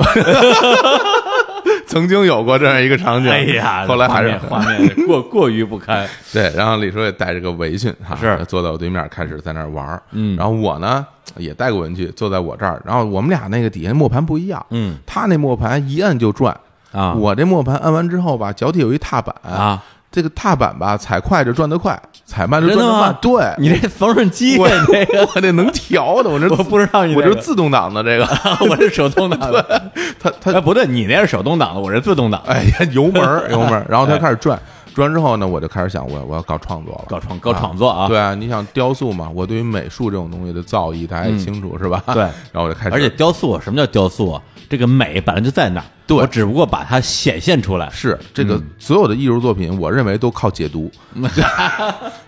S2: 曾经有过这样一个场景，
S1: 哎呀，
S2: 后来还是
S1: 画面画面过 过于不堪，
S2: 对，然后李叔也带着个围裙，哈
S1: 是
S2: 坐在我对面开始在那儿玩儿，
S1: 嗯
S2: 然后我呢也带个文具坐在我这儿，然后我们俩那个底下磨盘不一样，
S1: 嗯
S2: 他那磨盘一摁就转。
S1: 啊
S2: 我这磨盘按完之后吧，脚底有一踏板，
S1: 啊，
S2: 这个踏板吧，踩快就转得快，踩慢就
S1: 真
S2: 转
S1: 的
S2: 得慢
S1: 吗？。
S2: 对，
S1: 你这缝纫机，
S2: 我
S1: 你这个
S2: 我这能调的，我这
S1: 我不知道你
S2: 我
S1: 这
S2: 这
S1: 个
S2: 是自动挡的这 个，
S1: 我是手 动挡的，
S2: 它它
S1: 哎，不对，你那是手动挡的，我是自动挡的。
S2: 哎呀油门儿油门 儿，然后它开始转，转完之后呢，我就开始想我我要搞创作了，
S1: 哎搞创搞创作啊
S2: 对啊，你想雕塑嘛，我对于美术这种东西的造诣大家也清楚是吧？
S1: 嗯对
S2: 然后我就开始，
S1: 而且雕塑，什么叫雕塑啊？这个美本来就在那儿，
S2: 对
S1: 我只不过把它显现出来。
S2: 是这
S1: 嗯
S2: 个所有的艺术作品，我认为都靠解读，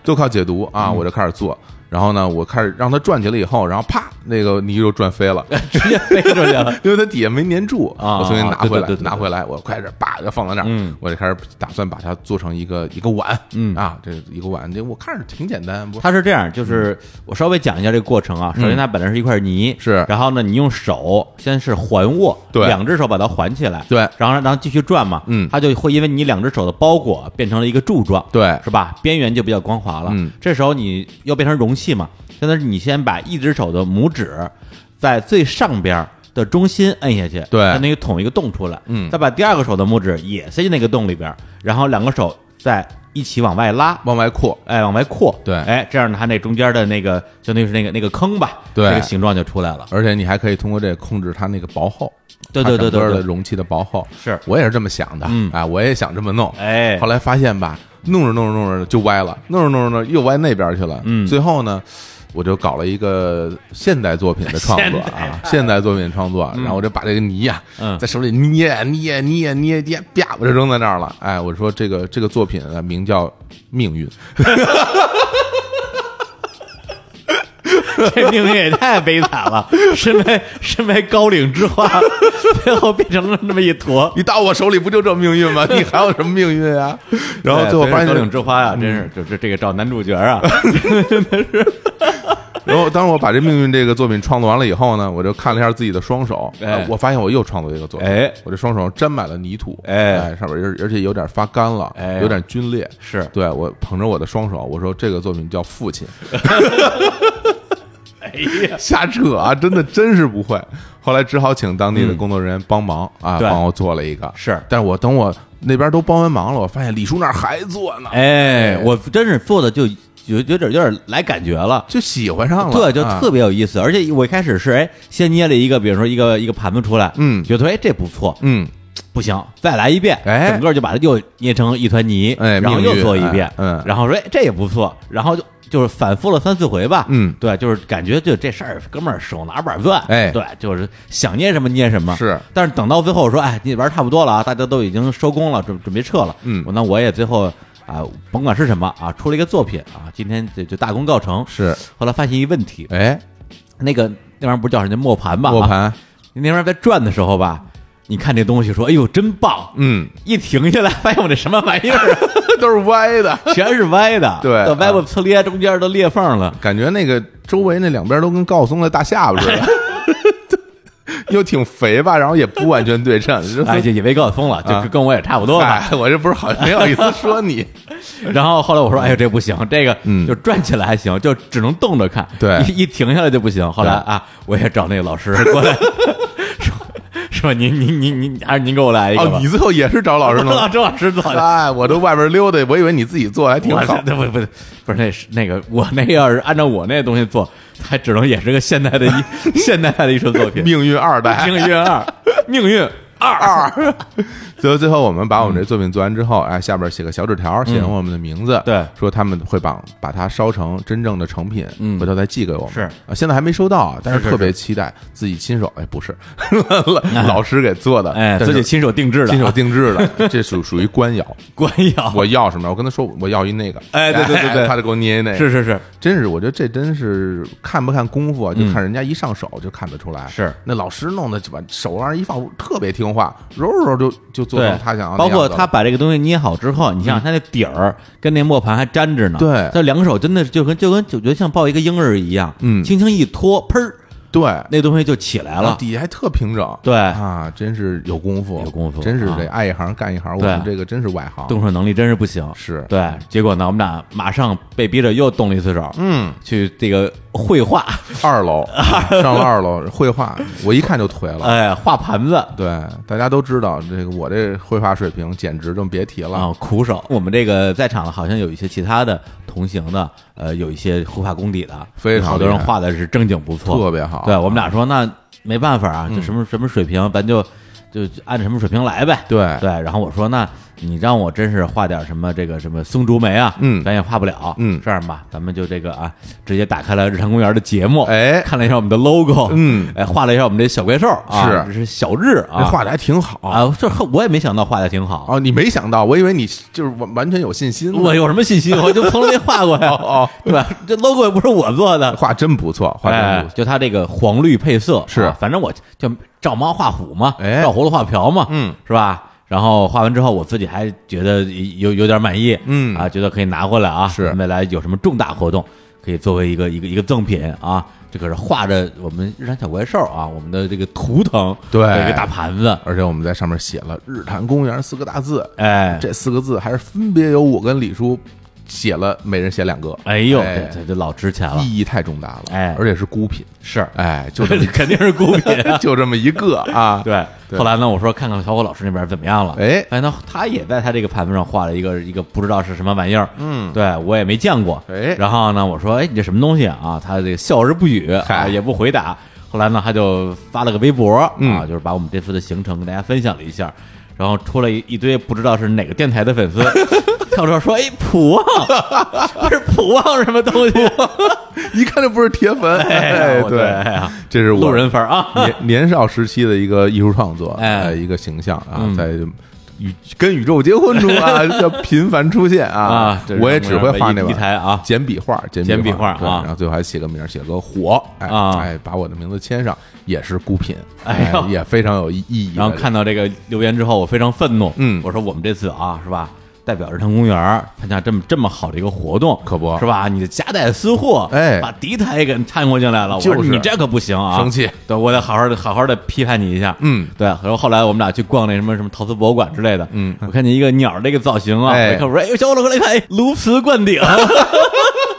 S2: 都靠解读啊，
S1: 嗯
S2: 我就开始做。然后呢，我开始让它转起来以后，然后啪，那个泥就转 飞了，
S1: 直接飞出去了。
S2: 因为它底下没粘住
S1: 啊
S2: 我重新拿回来
S1: 对对对，对
S2: 拿回来，我开始叭就放在那儿
S1: 嗯，
S2: 我就开始打算把它做成一个一个碗，
S1: 嗯
S2: 啊，这一个碗，这我看着挺简单，不
S1: 它是这样，就是我稍微讲一下这个过程啊。首先，它本来是一块泥，
S2: 嗯是
S1: 然后呢，你用手先是环握，
S2: 对
S1: 两只手把它环起来，
S2: 对
S1: 然后然后继续转嘛，
S2: 嗯
S1: 它就会因为你两只手的包裹变成了一个柱状，
S2: 对
S1: 是吧？边缘就比较光滑了，
S2: 嗯，
S1: 这时候你要变成容器嘛，相当于你先把一只手的拇指在最上边儿的中心摁下去，
S2: 对
S1: 让那个捅一个洞出来，
S2: 嗯
S1: 再把第二个手的拇指也塞进那个洞里边儿，然后两个手再一起往外拉，
S2: 往外扩，
S1: 哎，往外扩，
S2: 对
S1: 哎，这样呢，它那中间的那个相当于是那个那个坑吧，
S2: 对
S1: 这个形状就出来了。
S2: 而且你还可以通过这个控制它那个薄厚，
S1: 对
S2: 它
S1: 对对
S2: 整个
S1: 对
S2: 的
S1: 对
S2: 容器的薄厚，
S1: 是
S2: 我也是这么想的，
S1: 嗯
S2: 啊，我也想这么弄，
S1: 哎
S2: 后来发现吧，弄着弄着弄着就歪了，弄着弄着弄着又歪那边去了，
S1: 嗯
S2: 最后呢。我就搞了一个现代作品的创作啊， 现代作品创作，然后我就把这个泥呀、
S1: 嗯
S2: 在手里捏啊捏啊捏啊捏啊捏啊，啪，我就扔在那儿了。哎，我说这个这个作品呢，名叫《命
S1: 哦
S2: 运》，
S1: 这命运也太悲惨了，身为身为高岭之花， 最后变成了那么一坨。
S2: 你到我手里不就这命运吗？你还有什么命运 啊？然后最后
S1: 哎
S2: 发
S1: 真是高岭
S2: 现，嗯
S1: 之花呀、真是就这这个找男主角 啊，
S2: 然后当时我把这命运这个作品创作完了以后呢，我就看了一下自己的双手，
S1: 哎
S2: 呃我发现我又创作一个作品，
S1: 哎
S2: 我这双手沾满了泥土，
S1: 哎
S2: 上面而而且有点发干了，
S1: 哎
S2: 有点皲裂。
S1: 是，
S2: 对我捧着我的双手，我说这个作品叫《父亲》，
S1: 哎呀，
S2: 瞎扯啊，真的真是不会。后来只好请当地的工作人员帮忙啊，
S1: 嗯对
S2: 帮我做了一个。
S1: 是
S2: 但是我等我那边都帮完忙了，我发现李叔那儿还做呢，
S1: 哎，我真是做的就有有点有点来感觉了。
S2: 就喜欢上了，啊
S1: 对，就特
S2: 别
S1: 别有意思，而且我一开始是哎，先捏了一个，比如说一个一个盘子出来，
S2: 嗯
S1: 觉得哎这不错，
S2: 嗯，
S1: 不行，再来一遍，
S2: 哎
S1: 整个就把它又捏成一团泥，
S2: 哎
S1: 然后
S2: 命
S1: 又
S2: 运
S1: 做一遍
S2: 哎，嗯
S1: 然后说哎这也不错，然后就就是反复了三四回吧，
S2: 嗯
S1: 对，就是感觉就这事儿，哥们儿手拿板钻，
S2: 哎
S1: 对，就是想捏什么捏什么，
S2: 是，
S1: 但是等到最后我说哎你玩差不多了啊，大家都已经收工了，准准备撤了，
S2: 嗯
S1: 我那我也最后。啊，甭管是什么啊，出了一个作品啊，今天就就大功告成。
S2: 是，
S1: 后来发现一问题，
S2: 哎，
S1: 那个那玩意儿不叫什么磨盘吧？
S2: 磨
S1: 啊，
S2: 盘，
S1: 那玩意儿在转的时候吧，你看这东西说，哎呦，真棒！
S2: 嗯，
S1: 一停下来，发现我这什么玩意儿 啊，
S2: 都是歪的，
S1: 全是歪的，
S2: 对啊
S1: 都歪不呲咧，中间都裂缝 了。
S2: 感觉那个周围那两边都跟告松的大下巴似的， 又挺肥吧，然后也不完全对称，就
S1: 哎，
S2: 是
S1: 也也别告疯了，就
S2: 啊
S1: 跟跟我也差不多吧。
S2: 哎，我这不是好没好意思说你，
S1: 然后后来我说，哎呦，这不行，这个
S2: 嗯
S1: 就转起来还行，就只能动着看，
S2: 对
S1: 一一停下来就不行。后来
S2: 对
S1: 啊，我也找那个老师过来 说说您您您您还是您给我来一个吧
S2: 哦，你。最后也是找老师弄
S1: 老。师老师做的，
S2: 哎，我都外边溜达，我以为你自己做还挺
S1: 我
S2: 好
S1: 是。不不不是那是那个我那要是按照我那东西做，它只能也是个现代的 一现代的艺术作品。
S2: 命运二代
S1: 命，运二，命运
S2: 二二。最后最后，我们把我
S1: 嗯
S2: 们这作品做完之后，哎，下边写个小纸条，写上我们的名字，
S1: 对
S2: 说他们会把把它烧成真正的成品，
S1: 嗯
S2: 回头再寄给我们。
S1: 是
S2: 啊，现在还没收到啊，但
S1: 是是
S2: 特别期待自己亲手，哎，不是老师给做的，
S1: 哎，自
S2: 但是
S1: 己亲手定制的，啊
S2: 亲手定制的，这属属于官窑。
S1: 官窑，
S2: 我要什么？我跟他说我要一那个，
S1: 哎对对对对
S2: 他就给我捏一那个，
S1: 是是是，
S2: 真是，我觉得这真是看不看功夫啊，就
S1: 嗯
S2: 看人家一上手就看得出来。
S1: 是
S2: 那老师弄的，把手往那一放，特别听话，揉揉揉就就做
S1: 对
S2: 成他想要的
S1: 包
S2: 样子了。嗯
S1: 括他把这个东西捏好之后，你想想他那底儿跟那磨盘还粘着呢，
S2: 对
S1: 他两手真的就跟就跟就觉得像抱一个婴儿一样，
S2: 嗯啊
S1: 轻轻一拖，喷儿，
S2: 对
S1: 那东西就起来
S2: 然后
S1: 了，
S2: 底下还特平整。
S1: 对
S2: 啊，真是有功夫，
S1: 有功夫
S2: 真是
S1: 啊
S2: 这爱一行干一行，我
S1: 对
S2: 们这个真是外行。
S1: 动手能力真是不行，
S2: 是
S1: 对。结果呢，我们俩马上被逼着又动了一次手，
S2: 嗯，
S1: 去这个绘画，
S2: 二楼上了二楼绘画，我一看就颓了。
S1: 哎，画盘子啊、
S2: 对，大家都知道这个我这绘画水平简直就别提了。
S1: 苦手。我们这个在场的好像有一些其他的同行的，呃，有一些绘画功底的，
S2: 非常
S1: 好多人
S2: 厉害
S1: 画的是正经不错，
S2: 特别好啊嗯
S1: 对我们俩说，那没办法啊，就什么什么水平，咱就就就按什么水平来呗。
S2: 对
S1: 对，然后我说，那你让我真是画点什么这个什么松竹梅啊，
S2: 嗯
S1: 咱也画不了。
S2: 嗯
S1: 这样吧，咱们就这个啊，直接打开了日常公园的节目，
S2: 哎
S1: 看了一下我们的 logo，
S2: 嗯
S1: 哎，画了一下我们这小怪兽啊，
S2: 是
S1: 这是小日
S2: 这
S1: 啊，
S2: 画的还挺好
S1: 啊，这我也没想到画的挺好。
S2: 哦，你没想到，我以为你就是完完全有信心呢。
S1: 我有什么信心？我就从来没画过呀，
S2: 哦哦
S1: 对吧？这 logo 也不是我做的，
S2: 画真不错，画真
S1: 哎
S2: 不错。，
S1: 就它这个黄绿配色
S2: 是
S1: 啊反正我就照猫画虎嘛，
S2: 哎
S1: 照葫芦画瓢嘛，
S2: 嗯，
S1: 是吧？然后画完之后，我自己还觉得有有点满意，
S2: 嗯
S1: 啊，觉得可以拿回来啊，
S2: 是
S1: 未来有什么重大活动可以作为一个一个一个赠品啊。这可是画着我们日产小怪兽啊，我们的这个图腾，
S2: 对
S1: 有一个大盘子，
S2: 而且我们在上面写了“日坛公园”四个大字，
S1: 哎，
S2: 这四个字还是分别由我跟李叔写了，每人写两个。
S1: 哎呦，
S2: 哎
S1: 这这这老值钱了，
S2: 意义太重大了，
S1: 哎
S2: 而且是孤品，
S1: 是，
S2: 哎，就这么
S1: 这 肯定是孤品啊，
S2: 就这么一个 啊，
S1: 对，
S2: 对
S1: 后来呢，我说看看小伙老师那边怎么样了。
S2: 哎
S1: 发现他他也在他这个盘子上画了一个一个不知道是什么玩意儿，嗯，对我也没见过。
S2: 哎
S1: 然后呢，我说哎，你这什么东西啊？他这个笑而不语，啊，
S2: 嗨
S1: 也不回答。后来呢，他就发了个微博，啊，
S2: 嗯
S1: 就是把我们这次的行程跟大家分享了一下，然后出了一一堆不知道是哪个电台的 粉丝。跳出来说：“哎，普旺， 不是普旺什么东西？
S2: 一看就不是铁粉，
S1: 哎
S2: 哎，
S1: 我对哎呀
S2: 这是我
S1: 路人粉儿啊！
S2: 年年少时期的一个艺术创作，
S1: 哎
S2: 呃一个形象啊
S1: 嗯，
S2: 在宇跟宇宙结婚中 啊，要频繁出现啊
S1: 啊这是。
S2: 我也只会画那
S1: 一
S2: 玩意
S1: 台
S2: 儿
S1: 啊
S2: 简笔画，简
S1: 简笔画
S2: 画对
S1: 啊
S2: 然后最后还写个名儿，写个火，哎
S1: 啊
S2: 哎，把我的名字签上，也是孤品，
S1: 哎
S2: 哎
S1: 呦，
S2: 也非常有意意义的。
S1: 然后看到这个留言之后，我非常愤怒。
S2: 嗯
S1: 我说我们这次啊，是吧？代表日坛公园儿参加这么这么好的一个活动，
S2: 可不
S1: 是吧？你夹带私货，
S2: 哎
S1: 把敌台给掺和进来了，我
S2: 就
S1: 说
S2: 是
S1: 你这可不行啊！
S2: 生气，
S1: 对我得好好的好好的批判你一下。
S2: 嗯，
S1: 对。然后后来我们俩去逛那什么什么陶瓷博物馆之类的，
S2: 嗯
S1: 我看见一个鸟儿这个造型啊，
S2: 哎
S1: 我一看我说，哎，小伙子过来看，哎，鸬鹚灌顶。啊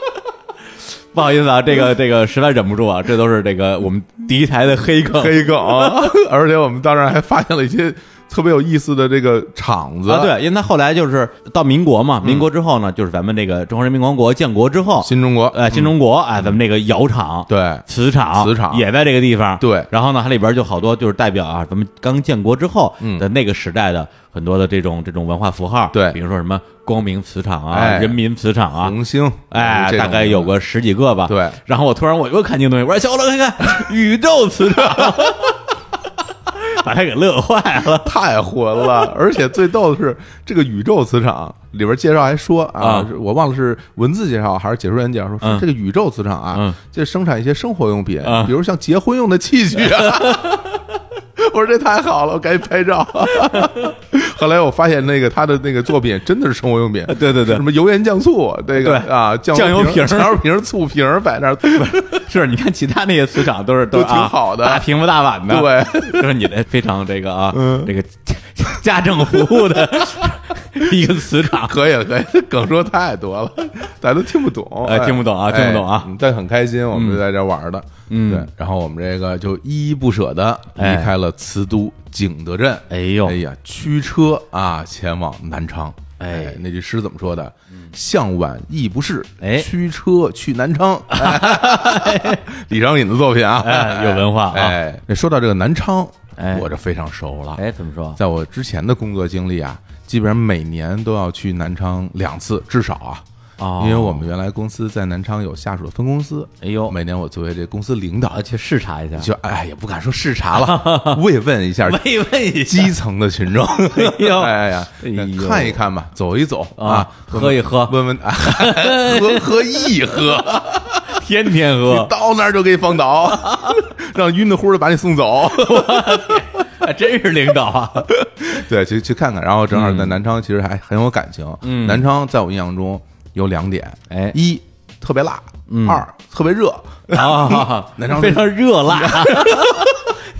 S1: 不好意思啊，这个这个实在忍不住啊，这都是这个我们第一台的黑梗
S2: 黑梗， 而且我们当然还发现了一些特别有意思的这个场子
S1: 啊。，对，因为他后来就是到民国嘛，民国之后呢，就是咱们这个中华人民共和国建国之后，
S2: 嗯新中国，
S1: 呃，新中国哎，咱们这个窑厂、
S2: 对
S1: 瓷厂、
S2: 瓷厂
S1: 也在这个地方。
S2: 对
S1: 然后呢，它里边就好多就是代表啊，咱们刚建国之后的那个时代的很多的这种这种文化符号，
S2: 嗯对
S1: 比如说什么光明瓷厂啊、
S2: 哎
S1: 人民瓷厂啊。
S2: 红星，
S1: 哎，
S2: 这种
S1: 大概有个十几个吧。
S2: 对
S1: 然后我突然我又看见东西，我说：“哎小伙子，看看 宇宙磁场， 把他给乐坏了。
S2: 太混 了，而且最逗的是，这个宇宙磁场里边介绍还说啊
S1: 啊，
S2: 是我忘了是文字介绍还是解说员介绍，说
S1: 嗯
S2: 这个宇宙磁场
S1: 嗯
S2: 啊，就生产一些生活用品
S1: 啊，
S2: 比如像结婚用的器具啊。 我说这太好了，我赶紧拍照。 后来我发现那个他的那个作品真的是生活用品，
S1: 对对对
S2: 什么油盐酱醋，这
S1: 对
S2: 个啊酱
S1: 酱油瓶
S2: 酱油瓶、醋瓶摆那儿，
S1: 是，你看其他那些磁场都是都是
S2: 都挺好的
S1: 啊大屏幕大碗的，
S2: 对，嗯
S1: 就是你这非常这个啊，这个家家政服务的一个磁场，
S2: 可以可以，这梗说太多了，咱都听不懂，
S1: 哎听不懂啊
S2: 哎
S1: 听不懂啊
S2: 嗯但很开心，我们就在这玩的，嗯，对，然后我们这个就依依不舍的离
S1: 哎
S2: 开了瓷都景德镇，
S1: 哎呦
S2: 哎呀，驱车啊，前往南昌，
S1: 哎嗯
S2: 哎，那句诗怎么说的？向晚意不适，
S1: 哎
S2: 驱车去南昌， 李商隐的作品啊，
S1: 哎有文化啊
S2: 哎，那说到这个南昌
S1: 哎，
S2: 我这非常熟了，
S1: 哎，怎么说？
S2: 在我之前的工作经历啊，基本上每年都要去南昌两次，至少啊。
S1: 哦
S2: 因为我们原来公司在南昌有下属的分公司，
S1: 哎呦
S2: 每年我作为这公司领导
S1: 啊，，去视察一下，
S2: 就哎也不敢说视察了，慰问一下
S1: 慰问一下，
S2: 基层的群众，哎
S1: 呦
S2: 哎呀
S1: 哎呦，
S2: 看一看吧，走一走
S1: 啊喝一喝
S2: 问问 啊喝喝一喝，
S1: 天天
S2: 你
S1: 喝，
S2: 到那儿就给你放倒， 让晕的乎的把你送走。
S1: 啊真是领导 啊！
S2: 对，去去看看。然后正好在南昌，其实还很有感情。
S1: 嗯
S2: 南昌在我印象中有两点，
S1: 哎
S2: 一特别辣，
S1: 嗯
S2: 二特别热。
S1: 啊，
S2: 南昌
S1: 非常热辣，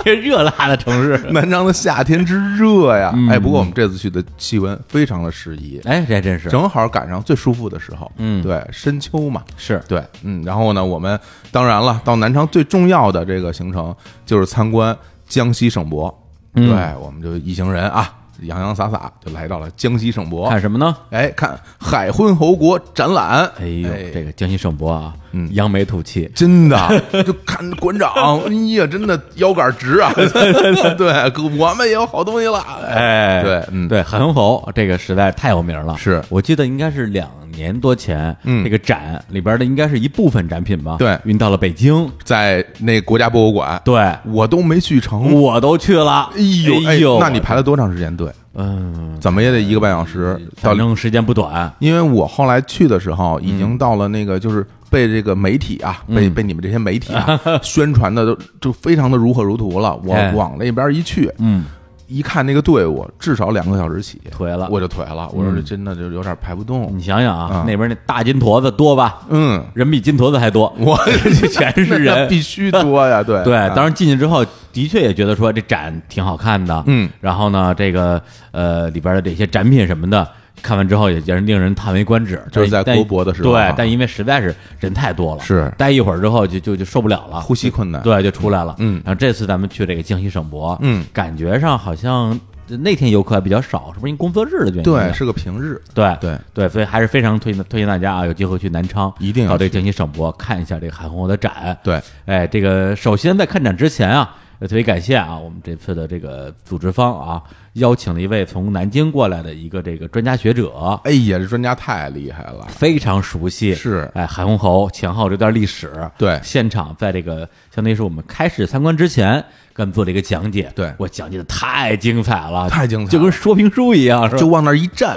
S1: 这热辣的城市，
S2: 南昌的夏天之热呀，哎，不过我们这次去的气温非常的适宜，
S1: 哎，这还真嗯是
S2: 正好赶上最舒服的时候。
S1: 嗯
S2: 对，深秋嘛。
S1: 是
S2: 对，嗯，然后呢，我们当然了，到南昌最重要的这个行程就是参观江西省博。
S1: 嗯
S2: 对，我们就一行人啊，洋洋洒洒就来到了江西省博，
S1: 看什么呢？
S2: 哎，看海昏侯国展览，
S1: 哎呦，这个江西省博啊，
S2: 嗯
S1: 扬眉吐气，
S2: 真的啊 就看馆长，哎呀，真的腰杆直啊， 对，哥我们也有好东西了，
S1: 哎，
S2: 对，嗯，，
S1: 对，海昏侯这个实在太有名了。
S2: 是
S1: 我记得应该是两年多前，
S2: 嗯
S1: 这个展里边的应该是一部分展品吧？
S2: 对
S1: 运到了北京。
S2: 在那国家博物馆，
S1: 对，
S2: 我都没去成，
S1: 我都去了。
S2: 嗯哎呦，
S1: 嗯哎呦，
S2: 那你排了多长时间队？
S1: 嗯，
S2: 怎么也得一个半小时到
S1: 反，正时间不短。
S2: 因为我后来去的时候，已
S1: 嗯
S2: 经到了那个就是。被这个媒体啊，被被你们这些媒 体啊宣传的都就非常的如火如荼了。我
S1: 哎
S2: 往那边一去，
S1: 嗯，
S2: 一看那个队伍，至少两个小时起，
S1: 颓了嗯
S2: 我就颓了。我说这真的就有点排不动
S1: 你。想想啊
S2: 啊，
S1: 那边那大金坨子多吧？
S2: 嗯，
S1: 人比金坨子还多，
S2: 我
S1: 全是
S2: 那那
S1: 人。
S2: 必须多呀，对
S1: 对，
S2: 啊
S1: 当然进去之后，的确也觉得说这展挺好看的，
S2: 嗯，
S1: 然后呢，这个呃里边的这些展品什么的，看完之后也也是令人叹为观止。
S2: 就是
S1: 但
S2: 在国博的时候啊
S1: 对，但因为实在是人太多了，
S2: 是
S1: 待一会儿之后就就就受不了了，
S2: 呼吸困难。，
S1: 对，就出来了。
S2: 嗯
S1: 然后这次咱们去这个江西省博，
S2: 嗯，
S1: 感觉上好像那天游客还比较少，是不是因为工作日的原因？
S2: 对，是个平日。
S1: 对
S2: 对
S1: 对，所以还是非常推荐推荐大家啊，有机会去南昌，
S2: 一定要
S1: 到这个
S2: 去
S1: 江西省博看一下这个海昏侯的展。
S2: 对，
S1: 哎，这个首先在看展之前啊，呃特别感谢啊，我们这次的这个组织方啊，邀请了一位从南京过来的一个这个专家学者。
S2: 哎呀，这专家太厉害了。
S1: 非常熟悉，
S2: 是
S1: 哎，海昏侯前后这段历史，
S2: 对
S1: 现场在这个相当于是我们开始参观之前，给我们做了一个讲解，
S2: 对
S1: 我讲解的太精彩了，
S2: 太精彩了
S1: 就跟说评书一样，是吧？
S2: 就往那儿一 站，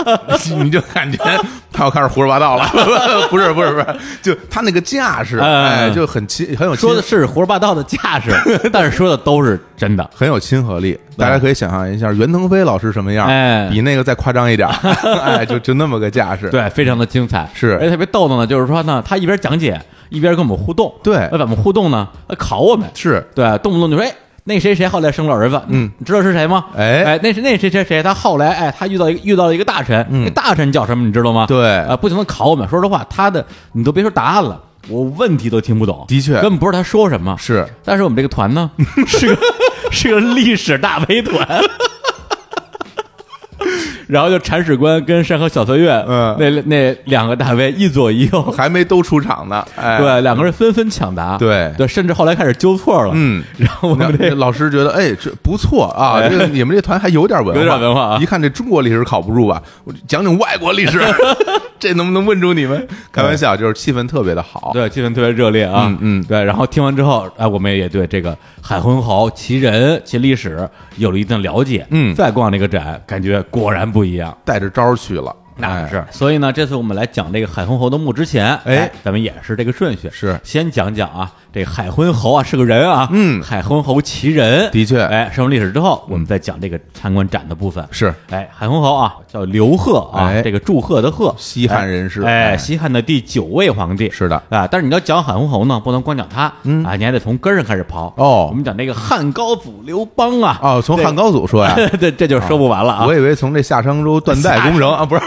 S2: 你就感觉他要开始胡说八道了。不是不是不是，就他那个架势，
S1: 哎
S2: 哎，就很亲，很有亲
S1: 说的是胡说八道的架势，但是说的都是真的。
S2: 很有亲和力。大家可以想象一下袁腾飞老师什么样，
S1: 哎
S2: 比那个再夸张一点， 哎，就就那么个架势。
S1: 对，非常的精彩，
S2: 是
S1: 而且特别逗的呢，就是说呢，他一边讲解，一边跟我们互动，
S2: 对
S1: 那怎么互动呢？呃考我们，
S2: 是
S1: 对，动不动就说，哎，那谁谁后来生了儿子，
S2: 嗯，
S1: 你知道是谁吗？
S2: 哎
S1: 哎，那是那谁谁谁，他后来哎，他遇到一个遇到了一个大臣，那大臣叫什么你知道吗？呃
S2: 嗯对
S1: 啊，不停的考我们，说实话，他的你都别说答案了，我问题都听不懂，
S2: 的确
S1: 根本不是他说什么。
S2: 是
S1: 但是我们这个团 呢，是个是个历史大悲团。 然后就铲屎官跟山河小策月，
S2: 嗯
S1: 那那两个大 V 一左一右，
S2: 还没都出场呢，哎，
S1: 对，两个人纷纷抢答，
S2: 对
S1: 对，甚至后来开始纠错了，
S2: 嗯
S1: 然后我
S2: 那
S1: 们这
S2: 那老师觉得，哎，这不错啊，这个你们这团还有点文化，
S1: 有点文化啊
S2: 一看这中国历史考不住吧，我讲讲外国历史， 这能不能问住你们？开
S1: 哎
S2: 玩笑，就是气氛特别的好。
S1: 对气氛特别热烈啊，
S2: 嗯嗯
S1: 对，然后听完之后，哎，我们也对这个海昏侯其人其历史有了一定了解，
S2: 嗯
S1: 再逛这个展，感觉果然不一样。
S2: 带着招儿去了，
S1: 那
S2: 哎
S1: 是，所以呢，这次我们来讲这个海昏侯的墓之前，
S2: 哎
S1: 哎，咱们也是这个顺序，
S2: 是
S1: 先讲讲啊，这海昏侯啊是个人啊，
S2: 嗯
S1: 海昏侯其人，
S2: 的确嗯
S1: 哎，上完历史之后，我们再讲这个参观展的部分。
S2: 是
S1: 哎，海昏侯啊，叫刘贺啊，
S2: 哎
S1: 这个祝贺的贺，
S2: 西汉人士
S1: 哎，
S2: 哎
S1: 西汉的第九位皇帝，
S2: 是的
S1: 啊。但是你要讲海昏侯呢，不能光讲他，嗯啊，你还得从根儿上开始刨
S2: 哦
S1: 我们讲这个汉高祖刘邦啊，
S2: 哦，从汉高祖说呀，
S1: 对，这这就说不完了啊。
S2: 我以为从这夏商周断代工 程啊，不是，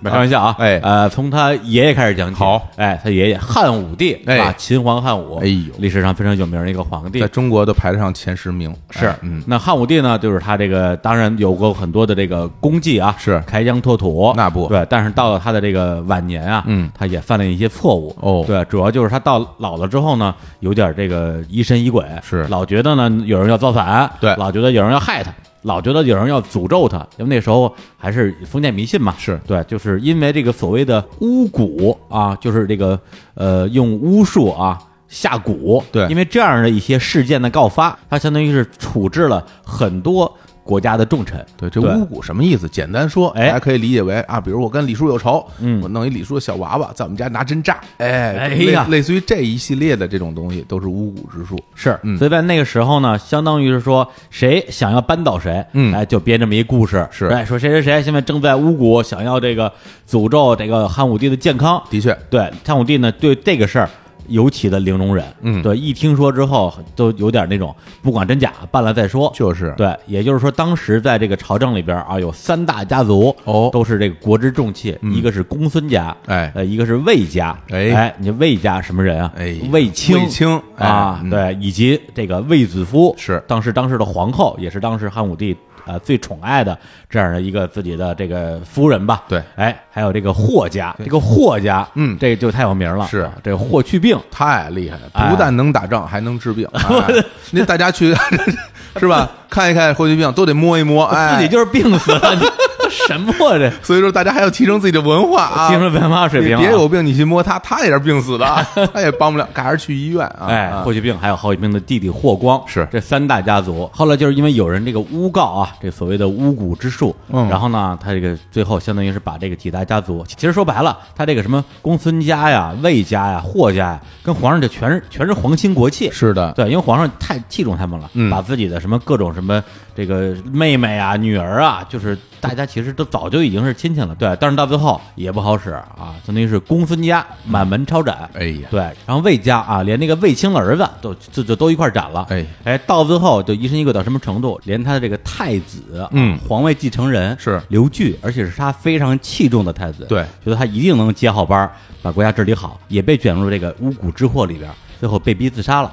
S1: 没开玩笑啊，
S2: 哎
S1: 呃，从他爷爷开始讲起。
S2: 好，
S1: 哎，他爷爷汉武帝，
S2: 哎
S1: 啊，秦皇汉武，
S2: 哎呦
S1: 历史上非常有名的一个皇帝
S2: 在。中国都排得上前十名，
S1: 是
S2: 哎，嗯，
S1: 那汉武帝呢，就是他这个当然有过很多的这个功绩啊，
S2: 是
S1: 开疆拓土，
S2: 那不
S1: 对，但是到了他的这个晚年啊，
S2: 嗯，
S1: 他也犯了一些错误，
S2: 哦
S1: 对，主要就是他到老了之后呢，有点这个疑神疑鬼，
S2: 是
S1: 老觉得呢有人要造反，
S2: 对
S1: 老觉得有人要害他。老觉得有人要诅咒他，因为那时候还是封建迷信嘛，
S2: 是
S1: 对，就是因为这个所谓的巫蛊啊，就是这个呃用巫术啊下蛊，
S2: 对
S1: 因为这样的一些事件的告发，他相当于是处置了很多国家的重臣。
S2: 对，这巫蛊什么意思？简单说，
S1: 哎嗯
S2: 大家可以理解为啊，比如我跟李叔有仇，我弄一李叔的小娃娃，在我们家拿针扎，哎，
S1: 哎
S2: 类
S1: 呀
S2: 类似于这一系列的这种东西，都是巫蛊之术。
S1: 是，所以在那个时候呢，相当于是说谁想要扳倒谁，
S2: 嗯
S1: 哎，就编这么一故事，
S2: 是
S1: 哎，说谁谁谁现在正在巫蛊，想要这个诅咒这个汉武帝的健康，
S2: 的确，
S1: 对，汉武帝呢对这个事儿尤其的零容忍，
S2: 嗯
S1: 对，一听说之后都有点那种不管真假，办了再说，
S2: 就是
S1: 对，也就是说，当时在这个朝政里边啊，有三大家族
S2: 哦嗯
S1: 都是这个国之重器，一个是公孙家，
S2: 哎
S1: 呃，一个是魏家，
S2: 哎
S1: 你魏家什么人啊？
S2: 哎
S1: 卫青，
S2: 卫青哎
S1: 啊，
S2: 嗯
S1: 对，以及这个卫子夫
S2: 是
S1: 当时当时的皇后，也是当时汉武帝。呃，最宠爱的这样的一个自己的这个夫人吧，
S2: 对
S1: 哎，还有这个霍家，这个霍家，
S2: 嗯
S1: 这就太有名了，
S2: 是
S1: 这个霍去病，
S2: 太厉害了，
S1: 哎
S2: 不但能打仗，还能治病。哎 那大家去 是吧？看一看霍去病，都得摸一摸，哎，
S1: 自己就是病死了，你 什么啊这？
S2: 所以说大家还要提升自己的文化啊，
S1: 精神文化水平啊
S2: 你别有病你去摸他，他也是病死 的啊，他也帮不了，还是去医院啊。
S1: 哎，
S2: 啊
S1: 霍去病还有霍去病的弟弟霍光，
S2: 是
S1: 这三大家族。后来就是因为有人这个诬告啊，这所谓的巫蛊之术，
S2: 嗯
S1: 然后呢，他这个最后相当于是把这个几大家族，其实说白了，他这个什么公孙家呀、魏家呀、霍家呀，跟皇上这全是全是皇亲国戚，
S2: 是的，
S1: 对，因为皇上太器重他们了，
S2: 嗯
S1: 把自己的什么各种什么这个妹妹啊、女儿啊，就是大家其实都早就已经是亲戚了，对，但是到最后也不好使啊，相当于是公孙家满门抄斩，
S2: 哎呀
S1: 对，然后魏家啊，连那个卫青的儿子都就就都一块儿斩了，
S2: 哎
S1: 哎，到最后就疑神疑鬼到什么程度，连他的这个太子，啊
S2: 嗯
S1: 皇位继承人
S2: 是
S1: 刘据，而且是他非常器重的太子，
S2: 对
S1: 觉得他一定能接好班儿，把国家治理好，也被卷入这个巫蛊之祸里边儿，最后被逼自杀了，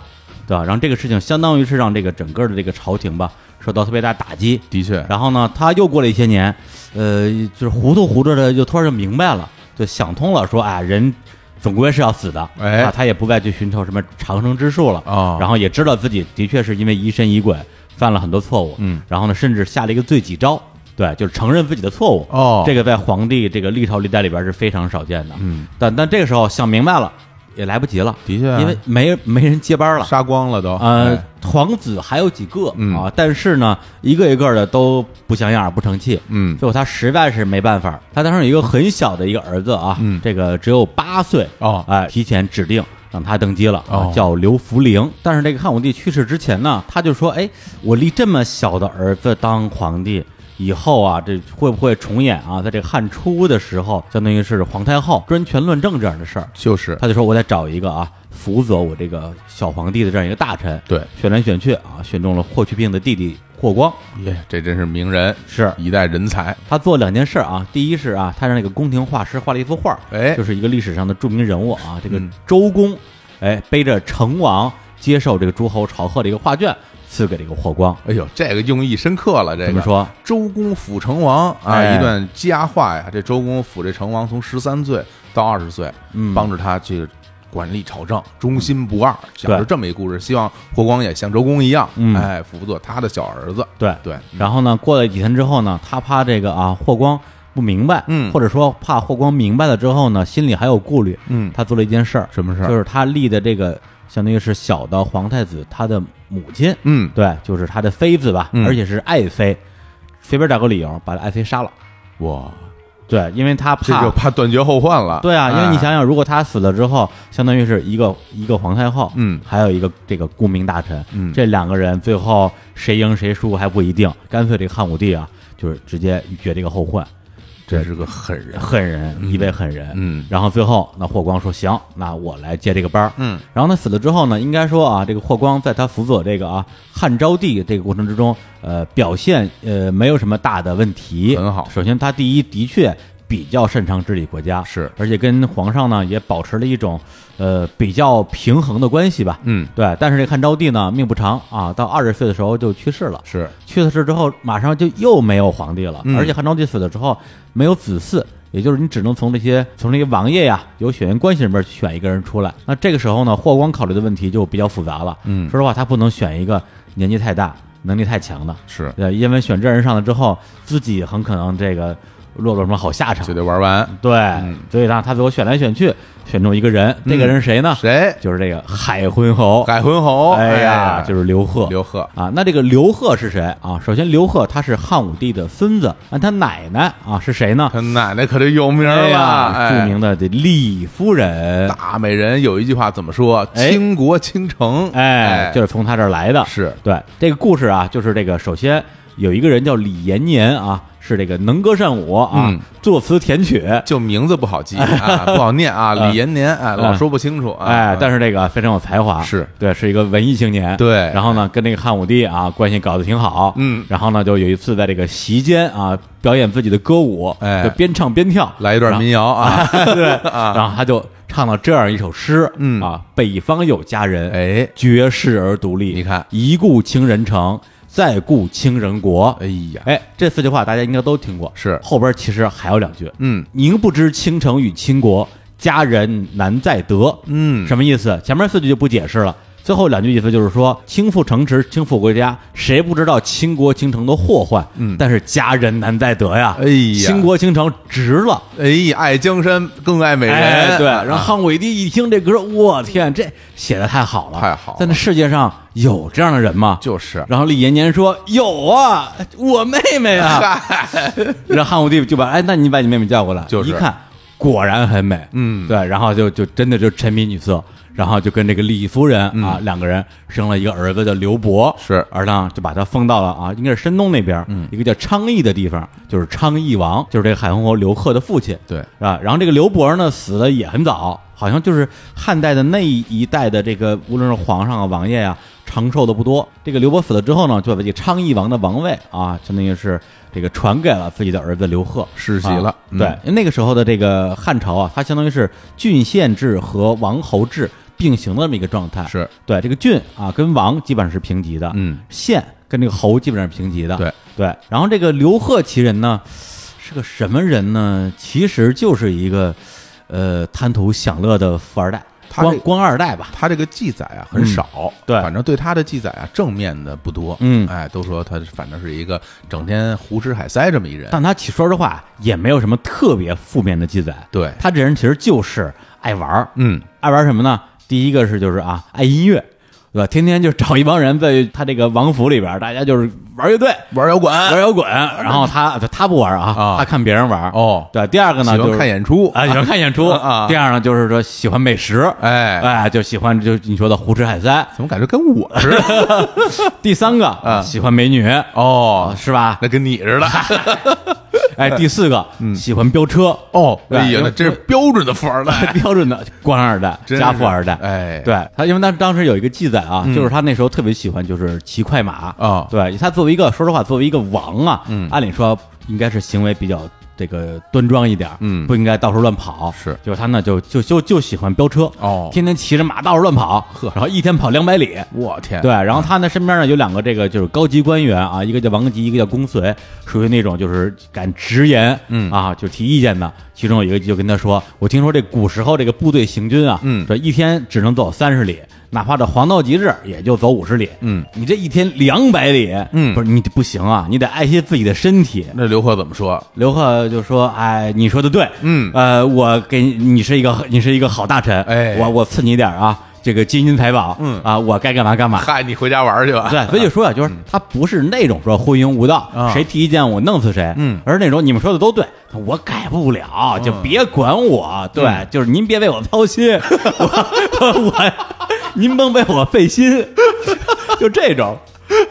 S1: 对吧？然后这个事情相当于是让这个整个的这个朝廷吧受到特别大打击。
S2: 的确，
S1: 然后呢，他又过了一些年，呃，就是糊涂糊涂的，就突然就明白了，就想通了，说啊，人总归是要死的，
S2: 哎
S1: 啊，他也不再去寻求什么长生之术了
S2: 哦
S1: 然后也知道自己的确是因为疑神疑鬼犯了很多错误，
S2: 嗯，
S1: 然后呢，甚至下了一个罪己诏。对，就是承认自己的错误。
S2: 哦
S1: 这个在皇帝这个历朝历代里边是非常少见的。嗯，但但这个时候想明白了，也来不及了，
S2: 的确啊
S1: 因为没没人接班了，
S2: 杀光了都。
S1: 呃
S2: 哎，
S1: 皇子还有几个、
S2: 嗯
S1: 啊，但是呢，一个一个的都不像样，不成器。
S2: 嗯
S1: 最后他实在是没办法，他当时有一个很小的一个儿子啊，
S2: 嗯
S1: 这个只有八岁
S2: 哦
S1: 哎、提前指定。让他登基了啊
S2: 哦，
S1: 叫刘福陵。但是这个汉武帝去世之前呢，他就说：“哎，我立这么小的儿子当皇帝，以后啊，这会不会重演啊？在这个汉初的时候，相当于是皇太后专权论政这样的事儿。”
S2: 就是
S1: 他就说我得找一个啊辅佐我这个小皇帝的这样一个大臣。
S2: 对
S1: 选来选去啊，选中了霍去病的弟弟霍光，
S2: 耶，哎这真是名人，
S1: 是
S2: 一代人才。
S1: 他做两件事儿啊，第一是啊，他让那个宫廷画师画了一幅画儿，
S2: 哎
S1: 就，是一个历史上的著名人物啊，这个
S2: 嗯
S1: 周公，哎，背着成王接受这个诸侯朝贺的一个画卷，赐给了一个霍光。
S2: 哎呦，这个用意深刻了。这
S1: 怎么
S2: 个
S1: 说？
S2: 周公辅成王啊，
S1: 哎
S2: 一段佳话呀。这周公辅这成王从十三岁到二十岁，
S1: 嗯
S2: 帮助他去管理朝政，忠心不二，讲了
S1: 对
S2: 这么一故事。希望霍光也像周公一样，
S1: 嗯
S2: 哎，辅佐他的小儿子。
S1: 对。
S2: 对，
S1: 然后呢，过了几天之后呢，他怕这个啊霍光不明白，
S2: 嗯
S1: 或者说怕霍光明白了之后呢，心里还有顾虑，
S2: 嗯，
S1: 他做了一件事儿，
S2: 什么事儿
S1: 就是他立的这个相当于是小的皇太子他的母亲，
S2: 嗯，
S1: 对，就是他的妃子吧，
S2: 嗯
S1: 而且是爱妃，随便找个理由把爱妃杀了。
S2: 哇，
S1: 对，因为他
S2: 这
S1: 怕
S2: 就怕断绝后患了。
S1: 对啊，因为你
S2: 哎
S1: 想想，如果他死了之后，相当于是一个一个皇太后，
S2: 嗯
S1: 还有一个这个顾命大臣，
S2: 嗯
S1: 这两个人最后谁赢谁输还不一定，干脆这个汉武帝啊，就是直接绝这个后患，
S2: 这是个狠人。
S1: 狠人，一位狠人，
S2: 嗯
S1: 然后最后那霍光说行，那我来接这个班儿，
S2: 嗯，
S1: 然后他死了之后呢，应该说啊，这个霍光在他辅佐这个啊汉昭帝这个过程之中，呃，表现呃没有什么大的问题，
S2: 很好
S1: 首先，他第一的确比较擅长治理国家，
S2: 是
S1: 而且跟皇上呢也保持了一种呃比较平衡的关系吧。
S2: 嗯，
S1: 对。但是这个汉昭帝呢命不长啊，到二十岁的时候就去世了。
S2: 是
S1: 去了世之后，马上就又没有皇帝了，
S2: 嗯
S1: 而且汉昭帝死了之后没有子嗣，也就是你只能从这些从这些王爷呀有血缘关系里面选一个人出来。那这个时候呢，霍光考虑的问题就比较复杂了。
S2: 嗯
S1: 说实话，他不能选一个年纪太大、能力太强的，
S2: 是，
S1: 对，因为选这人上了之后，自己很可能这个落不了什么好下场
S2: 就。嗯得玩完。
S1: 对，所以呢，他最后选来选去，选中一个人，这个人谁呢？
S2: 嗯谁？
S1: 就是这个海昏侯。
S2: 改浑侯。
S1: 哎
S2: 呀，
S1: 就是刘贺。
S2: 刘贺。
S1: 啊，那这个刘贺是谁啊？首先，刘贺他是汉武帝的孙子，那他奶奶啊是谁呢？
S2: 他奶奶可就有名
S1: 哎
S2: 了，
S1: 呀，
S2: 哎
S1: 著名的这李夫人。
S2: 大美人有一句话怎么说？
S1: 哎
S2: 倾国倾城，
S1: 哎，就是从他这儿来的。
S2: 是
S1: 对这个故事啊，就是这个，首先有一个人叫李延年啊，是这个能歌善舞啊，
S2: 嗯
S1: 作词填曲，
S2: 就名字不好 记啊，不好念啊，李延年，哎，老说不清楚啊，
S1: 嗯哎，但
S2: 是
S1: 是这个非常有才华，
S2: 是
S1: 对，是一个文艺青年。
S2: 对
S1: 然后呢，跟那个汉武帝啊关系搞得挺好。
S2: 嗯
S1: 然后呢，就有一次在这个席间啊表演自己的歌舞，
S2: 哎
S1: 就边唱边跳，
S2: 来一段民谣 啊，
S1: 然后。 对，然后他就唱了这样一首诗，
S2: 嗯
S1: 啊，北方有佳人，
S2: 哎，
S1: 绝世而独立。
S2: 你看
S1: 一顾倾人城，再顾倾人国。
S2: 哎呀，
S1: 哎，这四句话大家应该都听过，
S2: 是
S1: 后边其实还有两句，
S2: 嗯
S1: 宁不知倾城与倾国，佳人难再得。
S2: 嗯，
S1: 什么意思？前面四句就不解释了，最后两句意思就是说，倾覆城池，倾覆国家，谁不知道倾国倾城的祸患？
S2: 嗯
S1: 但是佳人难再得呀，
S2: 哎呀
S1: 倾国倾城值了。
S2: 哎呀，爱江山更爱美
S1: 哎，
S2: 人，
S1: 对，
S2: 啊
S1: 然后汉武帝一听这歌，我天，这写的太好了，
S2: 太好了
S1: 在那世界上有这样的人吗？
S2: 就是
S1: 然后李延年说有啊，我妹妹啊。然后汉武帝就把哎，那你把你妹妹叫过来，
S2: 就是
S1: 一看果然很美，
S2: 嗯
S1: 对，然后就就真的就沉迷女色，然后就跟这个李夫人啊、两个人生了一个儿子叫刘伯，
S2: 嗯是
S1: 而呢就把他封到了啊，应该是山东那边、
S2: 嗯
S1: 一个叫昌邑的地方，就是昌邑王，就是这个海昏侯刘贺的父亲，
S2: 对
S1: 啊，然后这个刘伯呢死的也很早，好像就是汉代的那一代的这个无论是皇上啊、王爷啊，长寿的不多。这个刘伯死了之后呢，就把这个昌邑王的王位啊，相当于是这个传给了自己的儿子刘贺，
S2: 世袭了
S1: 啊
S2: 嗯
S1: 对，因为那个时候的这个汉朝啊，它相当于是郡县制和王侯制并行的这么一个状态。
S2: 是
S1: 对这个郡啊，跟王基本上是平级的，
S2: 嗯，
S1: 县跟这个侯基本上是平级的。
S2: 对
S1: 对，然后这个刘贺其人呢，是个什么人呢？其实就是一个呃贪图享乐的富二代，
S2: 他
S1: 官
S2: 这
S1: 官二代吧。
S2: 他这个记载啊很少，
S1: 嗯对
S2: 反正对他的记载啊正面的不多，
S1: 嗯
S2: 哎，都说他反正是一个整天胡吃海塞这么一人，
S1: 但他其实说实话也没有什么特别负面的记载。
S2: 对
S1: 他这人其实就是爱玩儿，
S2: 嗯，
S1: 爱玩什么呢？第一个是就是啊，爱音乐，对吧？天天就找一帮人在他这个王府里边儿，大家就是玩乐队、
S2: 玩摇滚，
S1: 玩摇滚，然后他他不玩啊，
S2: 啊
S1: 他看别人玩。
S2: 哦
S1: 对，第二个呢
S2: 喜
S1: 就
S2: 欢
S1: 是
S2: 看演出
S1: 啊，喜欢看演出
S2: 啊
S1: 第二呢就是说喜欢美食，
S2: 哎
S1: 哎，就喜欢就你说的胡吃海 塞。
S2: 怎么感觉跟我似的？
S1: 第三个喜欢美女，
S2: 嗯 哦，
S1: 是吧？
S2: 那跟你似的，
S1: 哎，第四个，
S2: 嗯
S1: 喜欢飙车，
S2: 哦，
S1: 对
S2: 哎呀，
S1: 因
S2: 那
S1: 为
S2: 这是标准的富二代，
S1: 标准的官二代
S2: 真
S1: 加
S2: 是
S1: 富二代。
S2: 哎，，嗯
S1: 对他，因为他当时有一个记载啊，就是他那时候特别喜欢就是骑快马
S2: 啊
S1: 对他作为一个说实话，作为一个王啊，
S2: 嗯
S1: 按理说应该是行为比较这个端庄一点，
S2: 嗯
S1: 不应该到处乱跑。
S2: 是
S1: 就是他呢就就就就喜欢飙车，
S2: 哦
S1: 天天骑着马到处乱跑，
S2: 呵
S1: 然后一天跑两百里。
S2: 我天，
S1: 对，，然后他呢身边呢有两个这个就是高级官员啊，一个叫王吉，一个叫公随，属于那种就是敢直言，
S2: 嗯
S1: 啊，就提意见的。其中有一个就跟他说：“我听说这古时候这个部队行军啊，
S2: 嗯
S1: 这一天只能走三十里，哪怕这黄道吉日也就走五十里，
S2: 嗯，
S1: 你这一天两百里，
S2: 嗯
S1: 不是你不行啊，你得爱惜自己的身体。”
S2: 那刘贺怎么说？
S1: 刘贺就说：“哎，你说的对，
S2: 嗯
S1: 呃，我给你，你是一个，你是一个好大臣，
S2: 哎
S1: 我我赐你点儿啊，这个金银财宝，
S2: 嗯
S1: 啊，我该干嘛干嘛，
S2: 嗨，你回家玩儿去吧。
S1: 对，所以就说啊，就是他不是那种说昏庸无道，
S2: 啊
S1: 谁提意见我弄死谁，
S2: 嗯
S1: 而是那种你们说的都对，我改不了，就别管我，对，
S2: 嗯
S1: 就是您别为我操心，我我您甭为我费心，就这种。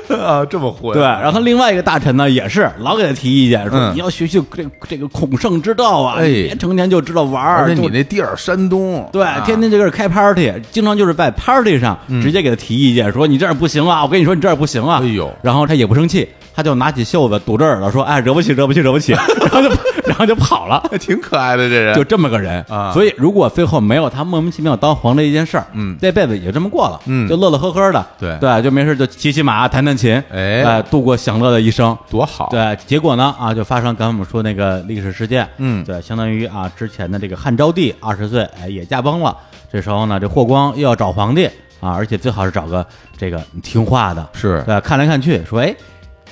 S2: 啊，这么混，
S1: 对，然后另外一个大臣呢，也是老给他提意见，说
S2: 嗯
S1: 你要学习这个这个孔圣之道啊，
S2: 哎
S1: 你别成天就知道玩儿，
S2: 而且
S1: 就
S2: 你那地儿山东，
S1: 对，
S2: 啊嗯
S1: 天天就搁这开 party，经常就是在 party 上直接给他提意见，说你这样不行啊，我跟你说你这样不行啊。
S2: 哎呦
S1: 然后他也不生气，他就拿起袖子堵着耳朵说：“哎，惹不起，惹不起，惹 不起。”然后就然后就跑了。
S2: 挺可爱的这人，
S1: 就这么个人
S2: 啊
S1: 所以如果最后没有他莫名其妙当皇的一件事儿，
S2: 嗯
S1: 这辈子也就这么过了，
S2: 嗯
S1: 就乐乐呵呵的，
S2: 对
S1: 对，就没事就骑骑马、弹弹琴，
S2: 哎
S1: 呃度过享乐的一生。
S2: 多好，
S1: 对，结果呢啊，就发生刚才我们说那个历史事件，
S2: 嗯
S1: 对，相当于啊之前的这个汉昭帝二十岁，哎也驾崩了，这时候呢，这霍光又要找皇帝啊，而且最好是找个这个听话的，
S2: 是
S1: 对，看来看去说，哎，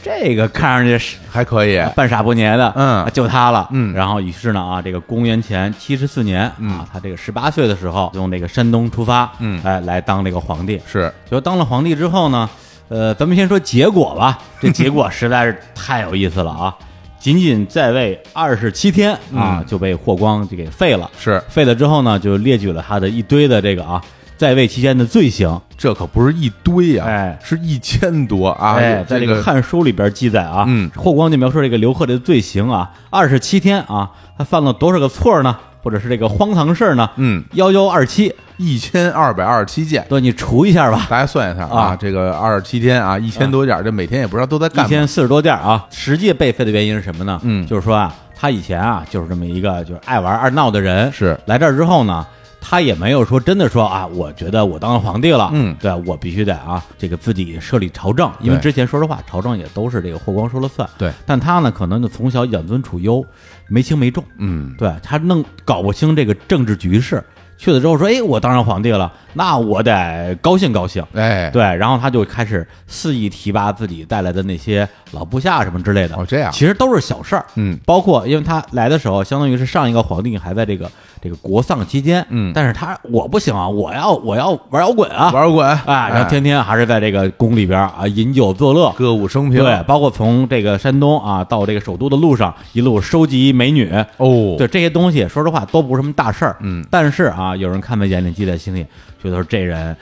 S1: 这个看上去是
S2: 还可以，
S1: 半傻不捏的，啊
S2: 嗯
S1: 就他了，
S2: 嗯
S1: 然后于是呢啊，这个公元前七十四年啊，他这个十八岁的时候从那个山东出发，
S2: 嗯
S1: 哎来当这个皇帝，
S2: 是
S1: 就当了皇帝之后呢，呃，咱们先说结果吧。这结果实在是太有意思了啊！仅仅在位二十七天啊，就被霍光就给废了。
S2: 是，
S1: 废了之后呢，就列举了他的一堆的这个啊，在位期间的罪行。
S2: 这可不是一堆呀、
S1: 哎
S2: 是一千多啊，
S1: 哎，在
S2: 这
S1: 这个《汉书》里边记载啊，
S2: 嗯
S1: 霍光就描述这个刘贺的罪行啊，二十七天啊，他犯了多少个错儿呢？或者是这个荒唐事儿呢？
S2: 嗯，
S1: 幺幺二七，
S2: 一千二百二十七件，
S1: 对，你除一下吧，
S2: 大家算一下
S1: 啊
S2: 这个二十七天啊，一千多件，这每天也不知道都在
S1: 一
S2: 干嘛，
S1: 天四十多件儿啊。实际被废的原因是什么呢？
S2: 嗯
S1: 就是说啊，他以前啊就是这么一个就是爱玩爱闹的人，
S2: 是
S1: 来这儿之后呢。他也没有说真的说啊，我觉得我当了皇帝了，
S2: 嗯
S1: 对我必须得啊，这个自己设立朝政，因为
S2: 对
S1: 之前说实话，朝政也都是这个霍光说了算，
S2: 对，
S1: 但他呢，可能就从小养尊处优，没轻没重，
S2: 嗯，
S1: 对他弄搞不清这个政治局势，去了之后说，哎，我当上皇帝了，那我得高兴高兴，
S2: 哎，，
S1: 对，然后他就开始肆意提拔自己带来的那些老部下什么之类的。
S2: 哦这样
S1: 其实都是小事儿。
S2: 嗯，
S1: 包括因为他来的时候，相当于是上一个皇帝还在这个这个国丧期间，
S2: 嗯
S1: 但是他我不行啊，我要我要玩摇滚啊，
S2: 玩滚
S1: 啊，然后天天还是在这个宫里边儿啊饮酒作乐。
S2: 哎歌舞升平，
S1: 对，包括从这个山东啊到这个首都的路上，一路收集美女，
S2: 哦，
S1: 对这些东西，说实话都不是什么大事儿。
S2: 嗯，
S1: 但是啊，有人看在眼里，记在心里，觉得说这人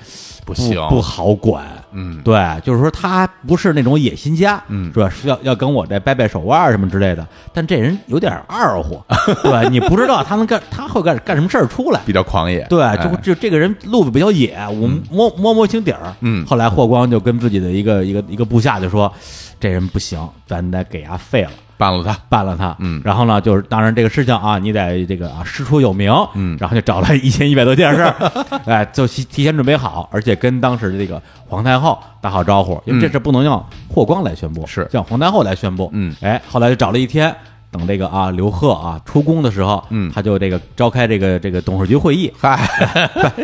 S2: 不
S1: 不
S2: 行
S1: 不好管。
S2: 嗯，
S1: 对，就是说他不是那种野心家，
S2: 嗯
S1: 主要是要要跟我这掰掰手腕儿什么之类的。但这人有点二 货，对你不知道他能干，他会干干什么事儿出来。
S2: 比较狂野，
S1: 对，
S2: 哎
S1: 就就这个人路子比较野，我摸摸摸清底儿。
S2: 嗯
S1: 后来霍光就跟自己的一个一个一个部下就说，这人不行，咱得给他废了。
S2: 办了他，
S1: 办了他，
S2: 嗯
S1: 然后呢，就是当然这个事情啊，你得这个啊师出有名，
S2: 嗯
S1: 然后就找了一千一百多件事儿， 哎，就提提前准备好，而且跟当时的这个皇太后打好招呼，因为这事不能让霍光来宣布，
S2: 嗯是
S1: 让皇太后来宣布，
S2: 嗯，
S1: 哎，后来就找了一天。等这个啊，刘贺啊出宫的时候，
S2: 嗯
S1: 他就这个召开这个这个董事局会议。
S2: 嗨，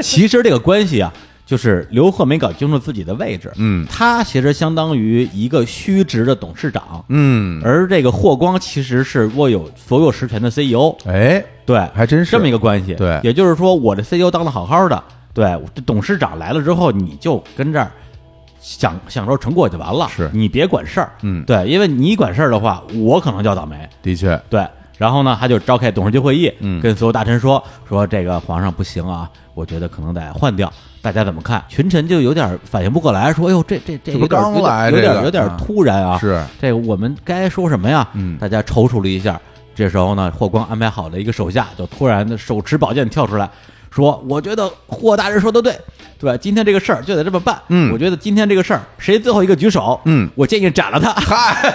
S1: 其实这个关系啊，就是刘贺没搞清楚自己的位置，
S2: 嗯
S1: 他其实相当于一个虚职的董事长，
S2: 嗯，
S1: 而这个霍光其实是握有所有实权的 CEO，
S2: 哎，
S1: 对，
S2: 还真是
S1: 这么一个关系。
S2: 对
S1: 也就是说，我的 CEO 当的好好的，对，我这董事长来了之后，你就跟这儿享享受成果就完了，
S2: 是
S1: 你别管事儿，
S2: 嗯
S1: 对，因为你管事儿的话，我可能就要倒霉，
S2: 的确，
S1: 对。然后呢，他就召开董事局会议，
S2: 嗯
S1: 跟所有大臣说说这个皇上不行啊，我觉得可能得换掉。大家怎么看？群臣就有点反应不过来，说：“哎呦，这这这
S2: 这不
S1: 有点
S2: 刚来
S1: 有点
S2: 这个
S1: 有点有点
S2: 啊
S1: 突然啊！
S2: 是
S1: 这个我们该说什么呀？
S2: 嗯
S1: 大家踌躇了一下，这时候呢，霍光安排好的一个手下就突然的手持宝剑跳出来，说：“我觉得霍大人说的对，对吧？今天这个事儿就得这么办。
S2: 嗯
S1: 我觉得今天这个事儿谁最后一个举手，
S2: 嗯
S1: 我建议斩了他。
S2: 嗨，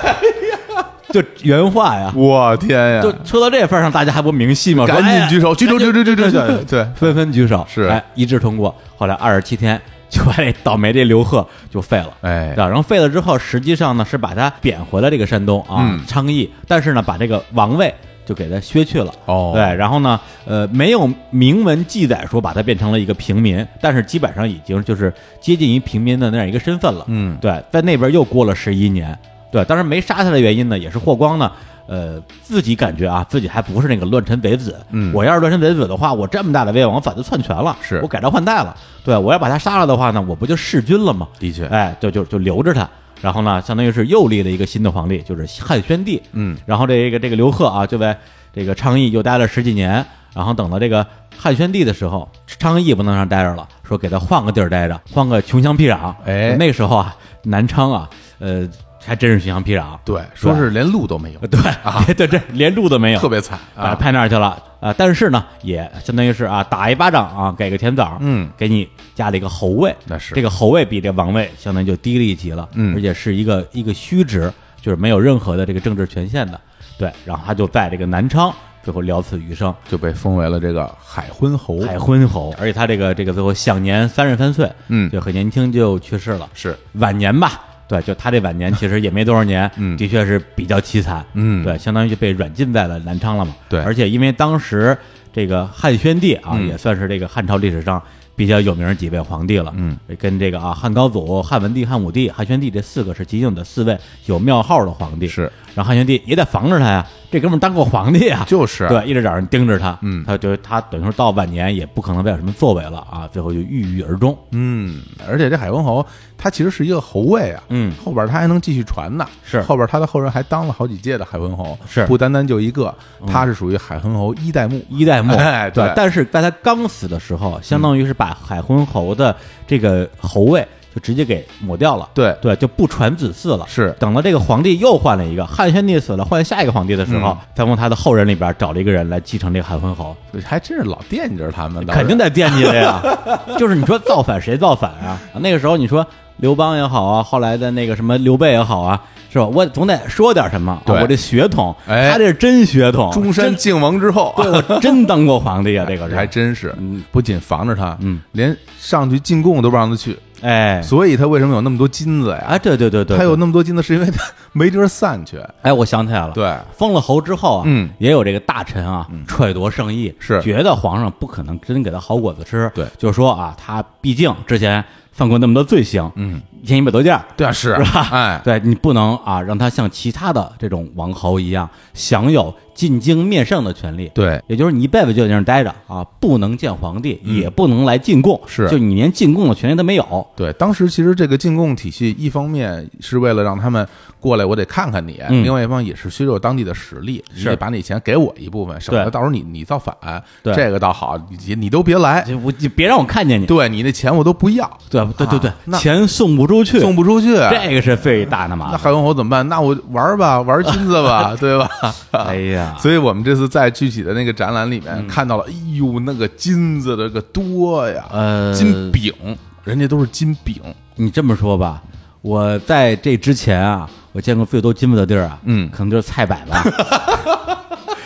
S1: 就原话呀，
S2: 我天呀！
S1: 就说到这份儿上，大家还不明细吗？说
S2: 嗯赶紧
S1: 哎
S2: 举手，举手，举手，举手，举手！对，
S1: 纷纷举手，
S2: 是
S1: 哎，一致通过。后来二十七天 就把这倒霉这刘贺就废了，
S2: 哎
S1: 啊然后废了之后，实际上呢是把他贬回了这个山东啊，
S2: 嗯
S1: 昌邑，但是呢把这个王位就给他削去了。
S2: 哦
S1: 对，然后呢，呃，没有明文记载说把他变成了一个平民，但是基本上已经就是接近于平民的那样一个身份了。
S2: 嗯
S1: 对，在那边又过了十一年，对，当然没杀他的原因呢，也是霍光呢，呃，自己感觉啊，自己还不是那个乱臣贼子，
S2: 嗯
S1: 我要是乱臣贼子的话，我这么大的威望，我早就篡权了，
S2: 是
S1: 我改朝换代了，对，我要把他杀了的话呢，我不就弑君了吗？
S2: 的确
S1: 哎，就就就留着他。然后呢，相当于是又立了一个新的皇帝，就是汉宣帝。
S2: 嗯，
S1: 然后这个这个刘贺啊，就在这个昌邑又待了十几年。然后等到这个汉宣帝的时候，昌邑不能让待着了，说给他换个地儿待着，换个穷乡僻壤。
S2: 哎
S1: 那时候啊，南昌啊，呃，还真是穷乡僻壤。
S2: 对，说是连路都没有，
S1: 对啊，对这连路都没有，
S2: 特别惨
S1: 啊，
S2: 啊！
S1: 派那儿去了啊。但是呢，也相当于是啊，打一巴掌啊，给个甜枣，
S2: 嗯，
S1: 给你加了一个侯位，
S2: 那是
S1: 这个侯位比这王位相当于就低了一级了，
S2: 嗯
S1: 而且是一个一个虚职，就是没有任何的这个政治权限的，对。然后他就在这个南昌最后了此余生，
S2: 就被封为了这个海昏侯，
S1: 海昏侯，而且他这个这个最后享年三十三岁，
S2: 嗯
S1: 就很年轻就去世了，
S2: 是
S1: 晚年吧。对，就他这晚年其实也没多少年，
S2: 嗯
S1: 的确是比较凄惨，
S2: 嗯
S1: 对，相当于就被软禁在了南昌了嘛。
S2: 对嗯
S1: 而且因为当时这个汉宣帝啊，也算是这个汉朝历史上比较有名的几位皇帝了，嗯，跟这个啊汉高祖、汉文帝、汉武帝、汉宣帝这四个是齐应的四位有庙号的皇帝，
S2: 是。
S1: 然后汉宣帝也得防着他呀，这哥们儿当过皇帝啊，
S2: 就是
S1: 对，一直找人盯着他，嗯，他就他等于说到晚年也不可能再有什么作为了啊，最后就郁郁而终，
S2: 嗯，而且这海昏侯他其实是一个侯位啊，
S1: 嗯
S2: 后边他还能继续传呢，
S1: 是
S2: 后边他的后人还当了好几届的海昏侯，
S1: 是嗯
S2: 不单单就一个，他是属于海昏侯一代目，
S1: 一代目，
S2: 哎对嗯
S1: 但是在他刚死的时候，相当于是把海昏侯的这个侯位就直接给抹掉了，
S2: 对
S1: 对，就不传子嗣了。
S2: 是
S1: 等到这个皇帝又换了一个汉宣帝死了，换下一个皇帝的时
S2: 嗯
S1: 候，才从他的后人里边找了一个人来继承这个海昏侯，
S2: 还真是老惦记着他们，
S1: 肯定得惦记着 呀。就是你说造反谁造反啊？那个时候你说刘邦也好啊，后来的那个什么刘备也好啊，是吧？我总得说点什么，啊
S2: 对
S1: 我这血统，
S2: 哎
S1: 他这是真血统，
S2: 中山
S1: 真
S2: 靖王之后，
S1: 对 我真当过皇帝啊，这个人
S2: 还真是
S1: 啊嗯，
S2: 不仅防着他，
S1: 嗯，
S2: 连上去进贡都不让他去，
S1: 哎，
S2: 所以他为什么有那么多金子呀？
S1: 哎，对对对对，
S2: 他有
S1: 对
S2: 那么多金子是因为他没地儿散去，
S1: 哎，我想起来了，，
S2: 对，
S1: 封了侯之后啊，
S2: 嗯
S1: 也有这个大臣啊，揣度圣意，
S2: 是
S1: 觉得皇上不可能真给他好果子吃，
S2: 对
S1: 就说啊，他毕竟之前犯过那么多罪行，
S2: 嗯，
S1: 一千一百多件儿。
S2: 对啊，是，
S1: 吧
S2: 哎，
S1: 对你不能啊，让他像其他的这种王侯一样享有进京面圣的权利。
S2: 对，
S1: 也就是你一辈子就在那儿待着啊，不能见皇帝，也不能来进贡，
S2: 嗯是
S1: 就你连进贡的权利都没有。
S2: 对，当时其实这个进贡体系，一方面是为了让他们过来，我得看看你；，
S1: 嗯
S2: 另外一方面也是削弱当地的实力，你
S1: 是
S2: 得把你钱给我一部分，省得
S1: 对
S2: 到时候你你造反。
S1: 对
S2: 这个倒好，你你都别来，
S1: 就我就别让我看见你。
S2: 对你那钱我都不要，
S1: 对对对对
S2: 啊，那
S1: 钱送不出去，
S2: 送不出去。
S1: 这个是最大的麻
S2: 啊那
S1: 烦。
S2: 海昏侯怎么办？那我玩儿吧，玩金子吧， 对吧？
S1: 哎呀，
S2: 啊
S1: 嗯
S2: 所以我们这次在具体的那个展览里面看到了，哎呦，那个金子的个多呀，
S1: 呃
S2: 金饼，人家都是金饼，
S1: 你这么说吧，我在这之前啊，我见过最多金子的地儿啊，
S2: 嗯
S1: 可能就是菜百 吧。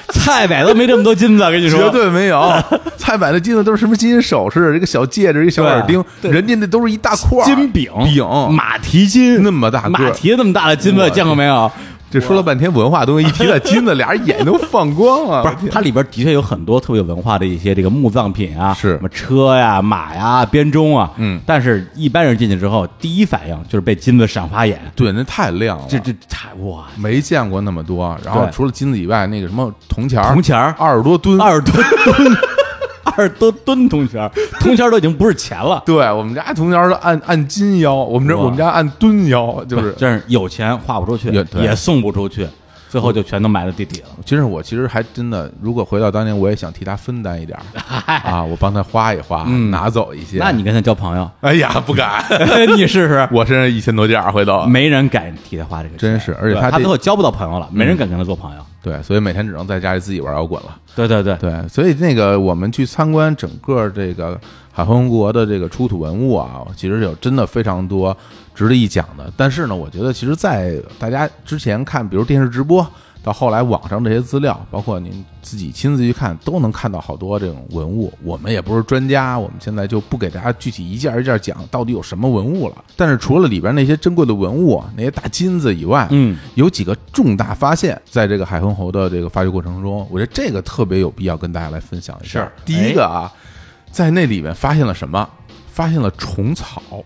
S1: 菜百都没这么多金子，跟你说，
S2: 绝对没 有。菜买的金子都是什么金银首饰，一个小戒指，一个小
S1: 对
S2: 耳钉，
S1: 对
S2: 人家那都是一大块儿
S1: 金饼、
S2: 饼，
S1: 马蹄金
S2: 那么大个儿
S1: 马蹄那么大的金
S2: 我
S1: 子，见过没有？
S2: 这说了半天文化东西，一提到金子，俩人眼睛都放光 啊！
S1: 不
S2: 我天
S1: 是，它里边的确有很多特别有文化的一些这个墓葬品啊，
S2: 是
S1: 什么车呀、马呀、编钟啊，
S2: 嗯
S1: 但是一般人进去之后，第一反应就是被金子闪花眼，
S2: 对，那太亮了，
S1: 这这太哇，
S2: 没见过那么多。然后
S1: 对
S2: 除了金子以外，那个什么铜钱儿，
S1: 铜钱儿
S2: 二十多 吨。
S1: 二十多吨，二十多吨铜钱儿，铜钱儿都已经不是钱了，
S2: 对我们家铜钱儿是按按斤腰，我们这
S1: 哇
S2: 我们家按吨腰，就是
S1: 真是有钱花不出去
S2: 也，对
S1: 也送不出去，最后就全都埋在地底了。
S2: 其实我其实还真的，如果回到当年，我也想替他分担一点儿 啊，我帮他花一花，拿走一些。
S1: 那你跟他交朋友，
S2: 哎呀，不敢，
S1: 你试试，
S2: 我身上一千多件儿，回头
S1: 没人敢替他花这个钱，
S2: 真是而且
S1: 对
S2: 他
S1: 他
S2: 这嗯
S1: 最后交不到朋友了，没人敢跟他做朋友。
S2: 对，所以每天只能在家里自己玩摇滚了。
S1: 对对对，
S2: 对，所以那个我们去参观整个这个海昏国的这个出土文物啊，其实有真的非常多值得一讲的。但是呢，我觉得其实，在大家之前看，比如电视直播，到后来网上这些资料，包括您自己亲自去看，都能看到好多这种文物。我们也不是专家，我们现在就不给大家具体一件一件讲到底有什么文物了。但是除了里边那些珍贵的文物，那些大金子以外，
S1: 嗯，
S2: 有几个重大发现，在这个海昏侯的这个发掘过程中，我觉得这个特别有必要跟大家来分享一下。
S1: 是
S2: 第一个啊，在那里面发现了什么？发现了虫草，
S1: 啊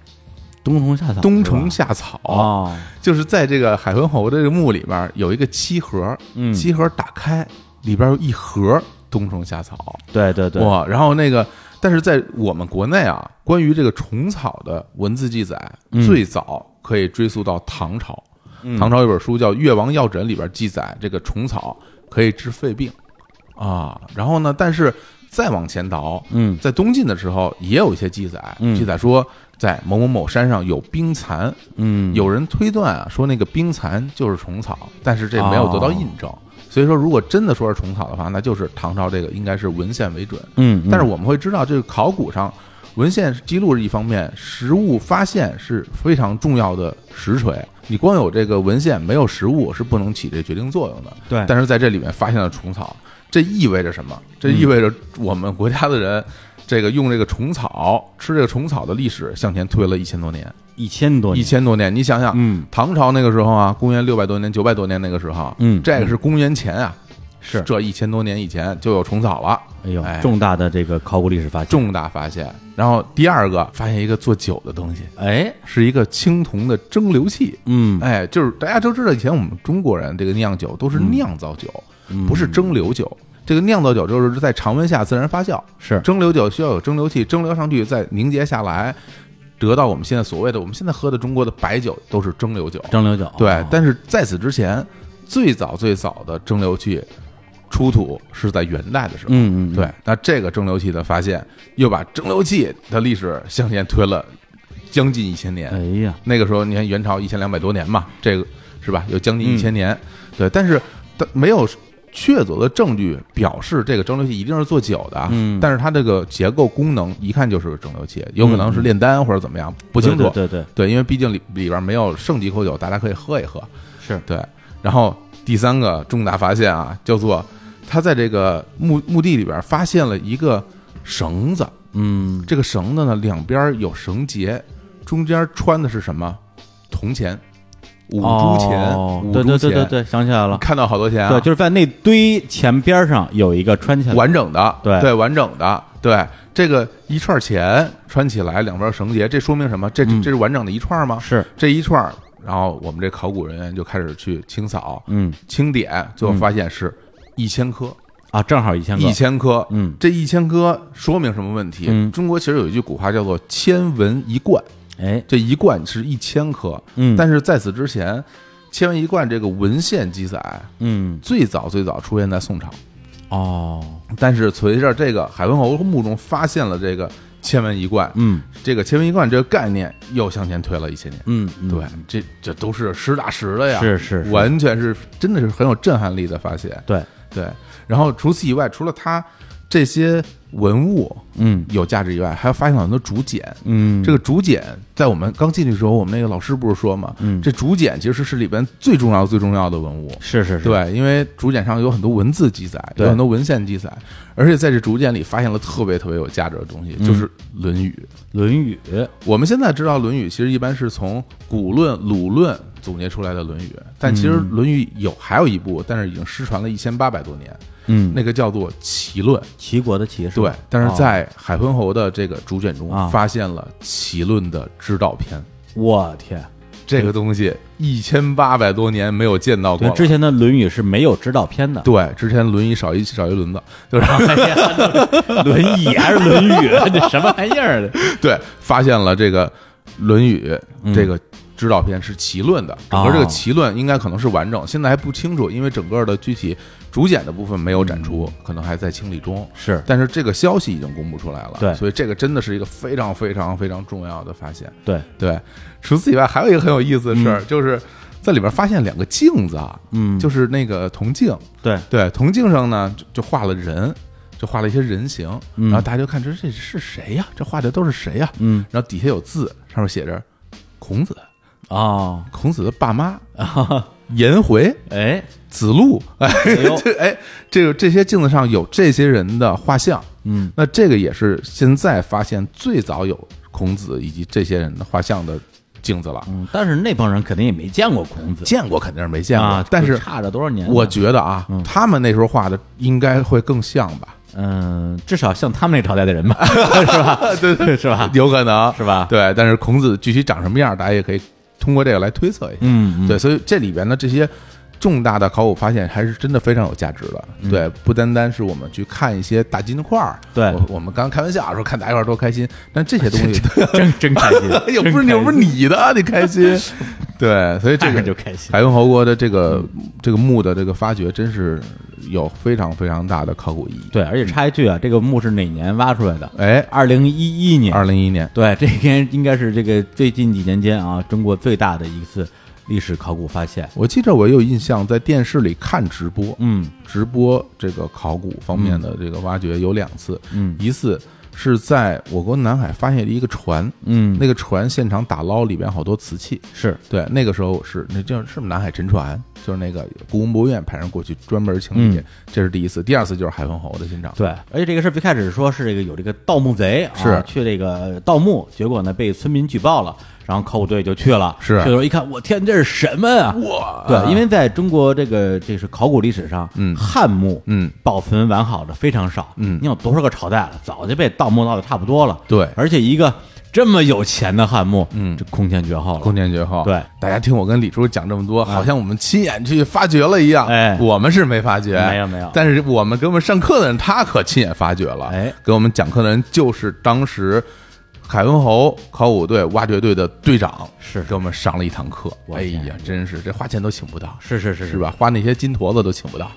S1: 冬虫夏草，
S2: 冬虫
S1: 夏
S2: 夏草，
S1: 哦，
S2: 就是在这个海昏侯的这个墓里面有一个漆盒，
S1: 嗯
S2: 漆盒打开里边有一盒冬虫夏草，
S1: 对对对，
S2: 哇！然后那个，但是在我们国内啊，关于这个虫草的文字记载，
S1: 嗯
S2: 最早可以追溯到唐朝。
S1: 嗯
S2: 唐朝有本书叫《越王药诊》，里边记载这个虫草可以治肺病啊。然后呢，但是再往前倒，
S1: 嗯
S2: 在东晋的时候也有一些记载，
S1: 嗯
S2: 记载说在某某某山上有冰蚕，
S1: 嗯，
S2: 有人推断啊，说那个冰蚕就是虫草，但是这没有得
S1: 哦
S2: 到印证。所以说，如果真的说是虫草的话，那就是唐朝这个应该是文献为准。
S1: 嗯，嗯，
S2: 但是我们会知道，这个考古上文献记录是一方面，实物发现是非常重要的实锤。你光有这个文献没有实物是不能起这决定作用的。
S1: 对，
S2: 但是在这里面发现了虫草，这意味着什么？这意味着我们国家的人。这个用这个虫草吃这个虫草的历史向前推了一千多年，
S1: 一千多
S2: 一
S1: 年，
S2: 千多年，你想想，
S1: 嗯
S2: 唐朝那个时候啊，公元六百多年、九百多年那个时候，啊
S1: 嗯
S2: 这个是公元前啊，
S1: 是，
S2: 这一千多年以前就有虫草了，
S1: 哎呦
S2: 哎，
S1: 重大的这个考古历史发现，
S2: 重大发现。然后第二个发现一个做酒的东西，
S1: 哎，
S2: 是一个青铜的蒸馏器。
S1: 嗯，
S2: 哎，就是大家都知道，以前我们中国人这个酿酒都是酿造酒，
S1: 嗯
S2: 不是蒸馏酒。这个酿造酒就是在常温下自然发酵，
S1: 是，
S2: 蒸馏酒需要有蒸馏器，蒸馏上去再凝结下来，得到我们现在所谓的我们现在喝的中国的白酒都是蒸馏酒。
S1: 蒸馏酒，
S2: 对
S1: 哦，
S2: 但是在此之前，最早最早的蒸馏器出土是在元代的时候。
S1: 嗯嗯，嗯
S2: 对，，那这个蒸馏器的发现，又把蒸馏器的历史向前推了将近一千年。
S1: 哎呀，
S2: 那个时候，你看元朝一千两百多年嘛，这个是吧？有将近一
S1: 嗯
S2: 千年。对，但是它没有确凿的证据表示这个蒸馏器一定是做酒的啊。
S1: 嗯
S2: 但是它这个结构功能一看就是蒸馏器，有可能是
S1: 嗯
S2: 炼丹或者怎么样，
S1: 不
S2: 不清楚。
S1: 对对，对
S2: 对，因为毕竟里里边没有剩几口酒，大家可以喝一喝。
S1: 是，
S2: 对，然后第三个重大发现啊，叫做他在这个墓墓地里边发现了一个绳子，
S1: 嗯，
S2: 这个绳子呢两边有绳结，中间穿的是什么？铜钱，五铢钱，
S1: 哦
S2: 五
S1: 对
S2: 铢
S1: 对
S2: 钱，
S1: 对对对，想起来
S2: 你
S1: 了，
S2: 看到好多钱啊，
S1: 对，就是在那堆钱边上有一个穿起来，
S2: 完整的，
S1: 对
S2: 完整的，对这个一串钱穿起来两边绳结，这说明什么？这这
S1: 嗯
S2: 这是完整的一串吗？
S1: 是，
S2: 这一串儿，然后我们这考古人员就开始去清扫、
S1: 嗯
S2: 清点，最后发现是一千颗，
S1: 啊，正好一嗯千个
S2: 一，千颗。
S1: 嗯，
S2: 这一千颗说明什么问题？
S1: 嗯
S2: 中国其实有一句古话叫做“千文一贯”，
S1: 哎，
S2: 这一贯是一千颗，
S1: 嗯，
S2: 但是在此之前，“千文一贯”这个文献记载
S1: 嗯，
S2: 最早最早出现在宋朝，
S1: 哦，
S2: 但是随着这个海昏侯墓中发现了这个“千文一贯”，
S1: 嗯
S2: 这个“千文一贯”这个概念又向前推了一千年。
S1: 嗯，嗯
S2: 对，，这这都是实打实的呀，
S1: 是是是
S2: 完全是真的是很有震撼力的发现。
S1: 对，
S2: 对，然后除此以外，除了它这些文物
S1: 嗯
S2: 有价值以外，还有发现了很多竹简。
S1: 嗯，
S2: 这个竹简在我们刚进去的时候，我们那个老师不是说嘛，
S1: 嗯
S2: 这竹简其实是里边最重要最重要的文物。
S1: 是是是，
S2: 对，因为竹简上有很多文字记载，有
S1: 对
S2: 很多文献记载，而且在这竹简里发现了特别特别有价值的东
S1: 嗯
S2: 西，就是《论语》
S1: 《论语》
S2: 我们现在知道《论语》，其实一般是从古论、鲁论总结出来的《论语》，但其实《论语有》还有一部，但是已经失传了一千八百多年，
S1: 嗯，
S2: 那个叫做《齐论》。
S1: 齐国的齐是吧
S2: 对，但是在海昏侯的这个竹简中
S1: 啊
S2: 发现了《齐论》的指导篇，
S1: 我天，
S2: 这个东西一千八百多年没有见到过
S1: 对，
S2: 了。
S1: 之前的《论语》是没有指导篇的，
S2: 对，之前《论语》少一少一轮子，就是
S1: 哎呀，《 论语》还是《论语》， 这什么玩意儿的？
S2: 对，发现了这个《论语》
S1: 嗯
S2: 这个指导篇是齐论的，整
S1: 哦
S2: 个这个齐论应该可能是完整，现在还不清楚，因为整个的具体竹简的部分没有展出，可能还在清理中。
S1: 嗯是
S2: 但是这个消息已经公布出来了，
S1: 对
S2: 所以这个真的是一个非常非常非常重要的发现。
S1: 对，
S2: 对，除此以外还有一个很有意思的事儿，就是在里边发现两个镜子啊，
S1: 嗯，
S2: 就是那个铜镜，
S1: 对，
S2: 对，铜镜上呢就就画了人，就画了一些人形，
S1: 嗯
S2: 然后大家就看这这是谁呀、这画的都是谁呀、
S1: 嗯
S2: 然后底下有字，上面写着孔子、
S1: 哦，
S2: 孔子的爸妈、 颜回、
S1: 哎，
S2: 子 路，哎，
S1: 啊呦
S2: 这哎，这个这些镜子上有这些人的画像，
S1: 嗯，
S2: 那这个也是现在发现最早有孔子以及这些人的画像的镜子了。
S1: 嗯，但是那帮人肯定也没见过孔子
S2: 见过肯定是没见过，
S1: 啊，
S2: 但是
S1: 差着多少年呢？
S2: 我觉得啊，
S1: 嗯
S2: 他们那时候画的应该会更像吧，
S1: 嗯，至少像他们那朝代的人吧，是 吧？对对 是吧？
S2: 啊有可能
S1: 是吧
S2: 对，但是孔子具体长什么样，大家也可以通过这个来推测一下。
S1: 嗯，嗯
S2: 对，所以这里边的这些重大的考古发现，还是真的非常有价值的。
S1: 嗯
S2: 对，不单单是我们去看一些大金块儿，
S1: 对
S2: 我我们刚开玩笑说看大金块儿多开心，但这些东西，
S1: 真真开心
S2: 又不
S1: 真
S2: 是
S1: 开心
S2: 又不是你的，啊你开 心。对，所以这
S1: 看
S2: 个
S1: 着就开心。
S2: 海昏侯国的这个这个墓的这个发掘，真是有非常非常大的考古意义。
S1: 对，而且插一句啊，这个墓是哪年挖出来的？
S2: 哎，
S1: 二零一一年。
S2: 二零一年，
S1: 对，这天应该是这个最近几年间啊，中国最大的一次历史考古发现。
S2: 我记着我有印象，在电视里看直播，
S1: 嗯
S2: 直播这个考古方面的这个挖掘有两次，
S1: 嗯
S2: 一次是在我国南海发现了一个船，
S1: 嗯，
S2: 那个船现场打捞，里边好多瓷器。
S1: 是
S2: 对，那个时候是那叫是不是南海沉船，就是那个故宫博物院派人过去专门清理，
S1: 嗯
S2: 这是第一次。第二次就是海昏侯的现场，
S1: 对，而且这个事儿最开始说是这个有这个盗墓贼啊，
S2: 是
S1: 去这个盗墓，结果呢被村民举报了，然后考古队就去了，
S2: 是
S1: 去的时候一看，我天，这是什么啊？
S2: 哇
S1: 对，因为在中国这个这是考古历史上，
S2: 嗯
S1: 汉墓，
S2: 嗯，
S1: 保存完好的非常少，
S2: 嗯
S1: 你有多少个朝代了，早就被盗墓盗的差不多了，
S2: 对
S1: 而且一个这么有钱的汉墓，
S2: 嗯
S1: 这空前绝后了
S2: 空，前绝后。
S1: 对，啊
S2: 大家听我跟李叔讲这么多，好像我们亲眼去发掘了一样。
S1: 哎
S2: 我们是没发掘，
S1: 没有没有
S2: 但是我们给我们上课的人，他可亲眼发掘了。
S1: 哎，
S2: 给我们讲课的人就是当时海昏侯考古队挖掘队的队长，
S1: 是
S2: 给我们上了一堂课。
S1: 我
S2: 哎
S1: 的天
S2: 呀，真是这花钱都请不到。
S1: 是是是
S2: 是？吧？花那些金坨子都请 不到，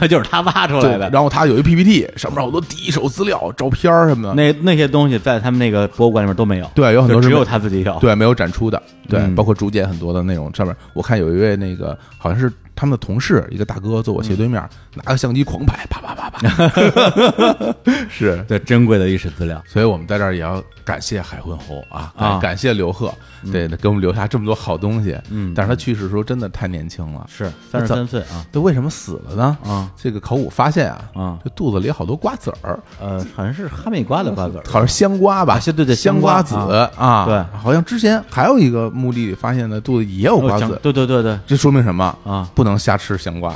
S1: 这 就是他挖出来
S2: 对。
S1: 的。
S2: 然后他有一 PPT，上面好多第一手资料、照片儿什么的，
S1: 那那些东西在他们那个博物馆里面都没有，
S2: 对有很多
S1: 就是只
S2: 没
S1: 有他自己有。
S2: 对，没有展出的，对，
S1: 哦嗯
S2: 包括竹简很多的内容。上面我看有一位那个好像是他们的同事，一个大哥坐我斜
S1: 嗯
S2: 对面，拿个相机狂拍，啪啪啪啪， 是。
S1: 对珍贵的历史资料。
S2: 所以我们在这儿也要感谢海昏侯啊，
S1: 啊
S2: 感谢刘贺，对，给我们留下这么多好东西。
S1: 嗯
S2: 但是他去世的时候真的太年轻了，
S1: 是三
S2: 那
S1: 十
S2: 怎
S1: 三岁啊，
S2: 他为什么死了呢？
S1: 啊，
S2: 这个考古发现啊，
S1: 啊
S2: 这肚子里好多瓜子儿，
S1: 呃，好像是哈密瓜的瓜子儿，
S2: 好像香瓜吧？
S1: 啊是对对
S2: 香
S1: 香瓜
S2: 子
S1: 啊
S2: 啊，
S1: 对
S2: 好像之前还有一个墓地里发现的肚子也有瓜
S1: 我
S2: 子
S1: 讲，对对对对。
S2: 这说明什么
S1: 哦啊？
S2: 不能瞎吃香瓜。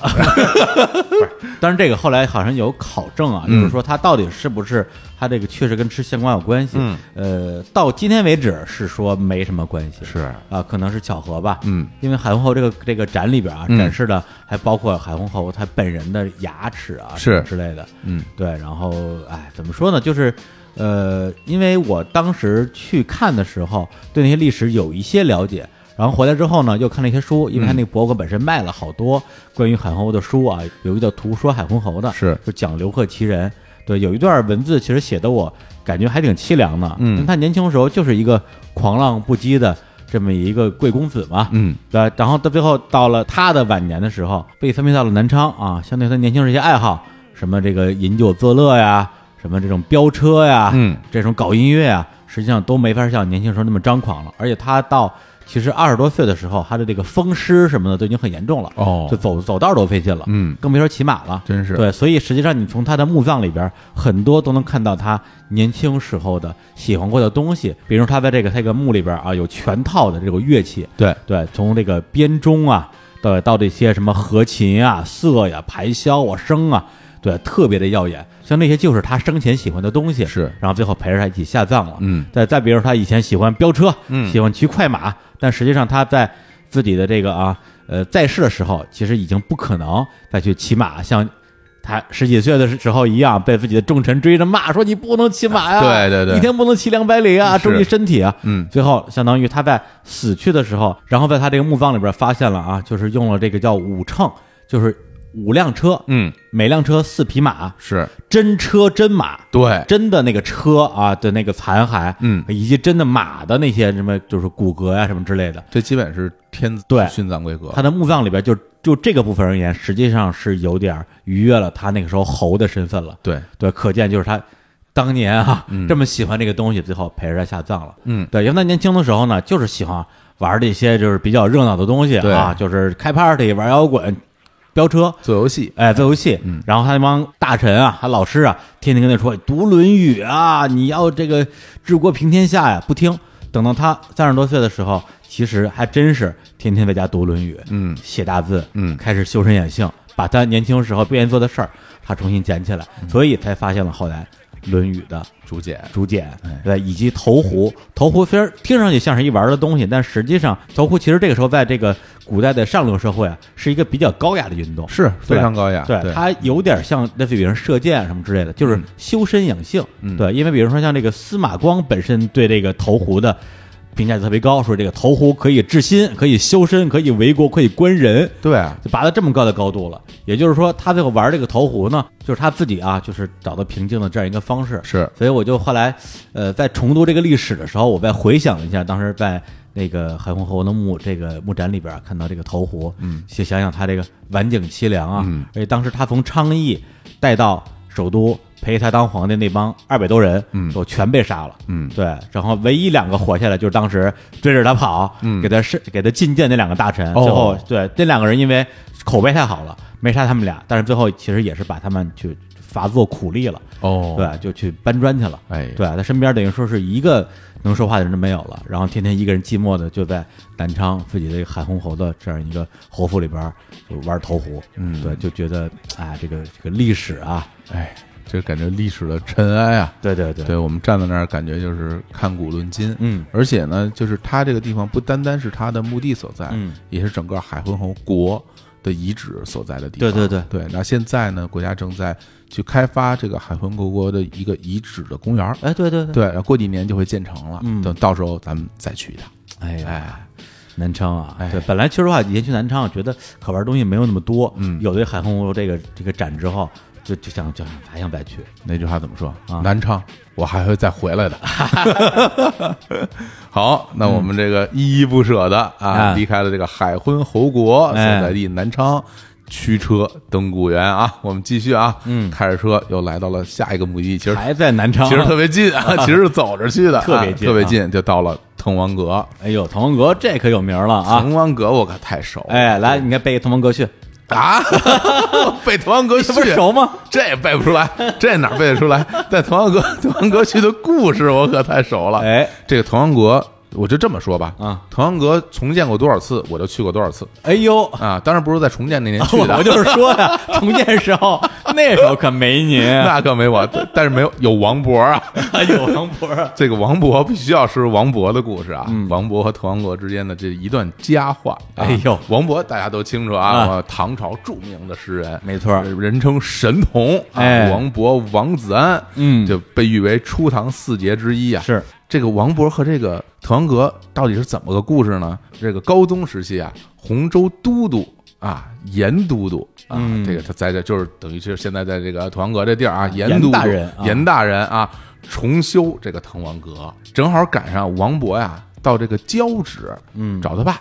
S1: 但是这个后来好像有考证啊，
S2: 嗯
S1: 就是说它到底是不是它这个确实跟吃香瓜有关系？
S2: 嗯，
S1: 呃，到今天为止是说没什么关系，
S2: 是
S1: 啊，可 能是巧合吧。
S2: 嗯，
S1: 因为海昏侯这个这个展里边啊，
S2: 嗯
S1: 展示的还包括海昏侯他本人的牙齿啊，
S2: 是
S1: 什么之类的。
S2: 嗯，
S1: 对，然后哎，怎么说呢？就是呃，因为我当时去看的时候，对那些历史有一些了解。然后回来之后呢，又看了一些书，因为
S2: 嗯
S1: 他那个博物馆本身卖了好多关于海昏侯的书啊，有一个叫《图说海昏侯》的，
S2: 是
S1: 就讲刘贺其人。对，有一段文字其实写的我感觉还挺凄凉的，
S2: 嗯
S1: 因为他年轻时候就是一个狂浪不羁的这么一个贵公子嘛，
S2: 嗯，
S1: 对，然后到最后到了他的晚年的时候，被分配到了南昌啊，相对于他年轻时一些爱好，什么这个饮酒作乐呀，什么这种飙车呀，
S2: 嗯，
S1: 这种搞音乐啊，实际上都没法像年轻时候那么张狂了。而且他到其实二十多岁的时候，他的这个风湿什么的都已经很严重了，
S2: 哦
S1: 就走走道都费劲了，
S2: 嗯
S1: 更别说骑马了，
S2: 真是
S1: 对。所以实际上你从他的墓葬里边很多都能看到他年轻时候的喜欢过的东西，比如他在这个他这个墓里边啊有全套的这种乐器，
S2: 对，
S1: 对，从这个编钟啊，到到这些什么和琴啊、瑟呀、排箫啊、笙啊，对，特别的耀眼。像那些就是他生前喜欢的东西，
S2: 是
S1: 然后最后陪着他一起下葬了。
S2: 嗯，
S1: 再再比如他以前喜欢飙车，
S2: 嗯
S1: 喜欢骑快马，但实际上他在自己的这个啊，呃，在世的时候，其实已经不可能再去骑马，像。他十几岁的时候一样，被自己的重臣追着骂，说你不能骑马呀、
S2: 对对对
S1: 一天不能骑两百里啊，
S2: 是
S1: 注意身体啊。
S2: 嗯
S1: 最后相当于他在死去的时候，然后在他这个墓葬里边发现了啊，就是用了这个叫五秤，就是五辆车，
S2: 嗯，
S1: 每辆车四匹马，
S2: 是
S1: 真车真马，
S2: 对，
S1: 真的那个车啊的那个残骸，
S2: 嗯
S1: 以及真的马的那些什么就是骨骼呀、什么之类的，
S2: 这基本是天
S1: 对
S2: 殉葬规格，
S1: 他的墓葬里边就就这个部分而言，实际上是有点逾越了他那个时候侯的身份了。
S2: 对，
S1: 对，可见就是他当年啊、这么喜欢这个东西，最后陪着他下葬了。
S2: 嗯，
S1: 对，因为他年轻的时候呢，就是喜欢玩这些就是比较热闹的东西
S2: 对
S1: 啊，就是开 party、玩摇滚、飙车。
S2: 做游戏，
S1: 哎，做游戏，
S2: 嗯
S1: 然后他那帮大臣啊，他老师啊，天天跟他说读《论语》啊，你要这个治国平天下呀、不听。等到他三十多岁的时候，其实还真是天天在家读《论语》，
S2: 嗯
S1: 写大字，
S2: 嗯
S1: 开始修身养性，把他年轻时候不愿意做的事儿，他重新捡起来，
S2: 嗯
S1: 所以才发现了后来《论语》的
S2: 竹简，
S1: 竹简，
S2: 哎
S1: 对，以及投壶。投壶虽然听上去像是一玩的东西，但实际上投壶其实这个时候在这个古代的上流社会啊，是一个比较高雅的运动，
S2: 是非常高雅，
S1: 对，
S2: 对，
S1: 它有点像类似于比如射箭什么之类的，就是修身养性。
S2: 嗯
S1: 对，因为比如说像这个司马光本身对这个投壶的评价就特别高，说这个投壶可以治心，可以修身，可以为国，可以观人。
S2: 对啊，
S1: 就拔到这么高的高度了，也就是说，他最后玩这个投壶呢，就是他自己啊，就是找到平静的这样一个方式。
S2: 是
S1: 所以我就后来，呃，在重读这个历史的时候，我再回想了一下当时在那个韩红侯的墓这个墓展里边看到这个投壶，嗯，就想想他这个晚景凄凉啊，嗯，而且当时他从昌邑带到首都陪他当皇帝那帮二百多人，嗯，就全被杀了，
S2: 嗯
S1: 对，然后唯一两个活下来就是当时追着他跑，嗯，给他是给他觐见那两个大臣，
S2: 哦
S1: 最后对那两个人因为口碑太好了，没杀他们俩，但是最后其实也是把他们去罚做苦力了。
S2: 哦，
S1: 对，就去搬砖去了。
S2: 哎呀
S1: 对，他身边等于说是一个能说话的人都没有了，然后天天一个人寂寞的就在南昌自己的海红侯的这样一个侯府里边儿就玩投壶。嗯，对，就觉得哎，这个这个历史啊，
S2: 哎，这感觉历史的尘埃啊，
S1: 对对对
S2: 对我们站在那儿，感觉就是看古论今，
S1: 嗯，
S2: 而且呢，就是它这个地方不单单是它的墓地所在，
S1: 嗯，
S2: 也是整个海昏侯国的遗址所在的地方，
S1: 对对对
S2: 对。那现在呢，国家正在去开发这个海昏侯国的一个遗址的公园儿，
S1: 哎，对对对，
S2: 对，然后过几年就会建成了，
S1: 嗯
S2: 等到时候咱们再去一趟，
S1: 哎呀。
S2: 哎，
S1: 南昌啊，对，本来说实话，以前去南昌，我觉得可玩东西没有那么多。嗯，有了海红楼这个这个展之后，就就想就想还想再 去。
S2: 那句话怎么说？
S1: 啊
S2: 南昌，我还会再回 来的。好，那我们这个依依不舍的啊，
S1: 嗯啊
S2: 离开了这个海昏侯国所
S1: 哎
S2: 在地南昌，驱车登古原啊。我们继续啊，
S1: 嗯
S2: 开着车又来到了下一个目的地，其实
S1: 还在南昌，
S2: 其实特别近啊，其实是走着去的啊，
S1: 特别近
S2: 特别
S1: 啊
S2: 近，就到了滕王阁。
S1: 哎呦，滕王阁这可有名了啊！
S2: 滕王阁我可太熟了
S1: 哎，来，你看背个滕王阁序，
S2: 啊， 被滕王阁
S1: 这 不是
S2: 去
S1: 熟吗？
S2: 这也背不出来，这哪儿背得出来？但滕 王阁滕王阁序的故事我可太熟了。
S1: 哎，
S2: 这个滕王阁，我就这么说吧，
S1: 啊，
S2: 滕王阁重建过多少次，我就去过多少次
S1: 哎呦，
S2: 啊。当然不是在重建那年去
S1: 我
S2: 的，
S1: 我就是说呀， 重建时候那时候可没 您，
S2: 那可没我，但是没有有王勃啊。
S1: 有王勃，
S2: 这个王勃必须要是王勃的故事啊，王勃和滕王阁之间的这一段佳话。啊
S1: 嗯哎呦
S2: 王勃大家都清楚
S1: 啊
S2: 啊，我唐朝著名的诗人，
S1: 没错
S2: 人称神童啊，
S1: 哎
S2: 王勃、王子安，
S1: 嗯
S2: 就被誉为初唐四杰之一啊。
S1: 是
S2: 这个王勃和这个滕王阁到底是怎么个故事呢？这个高宗时期啊，洪州都督啊，严都督啊，
S1: 嗯
S2: 这个他在这就是等于就是现在在这个滕王阁这地儿啊，严
S1: 严
S2: 都督
S1: 大人啊
S2: 严大人啊，重修这个滕王阁，正好赶上王勃呀到这个交趾，
S1: 嗯
S2: 找他爸，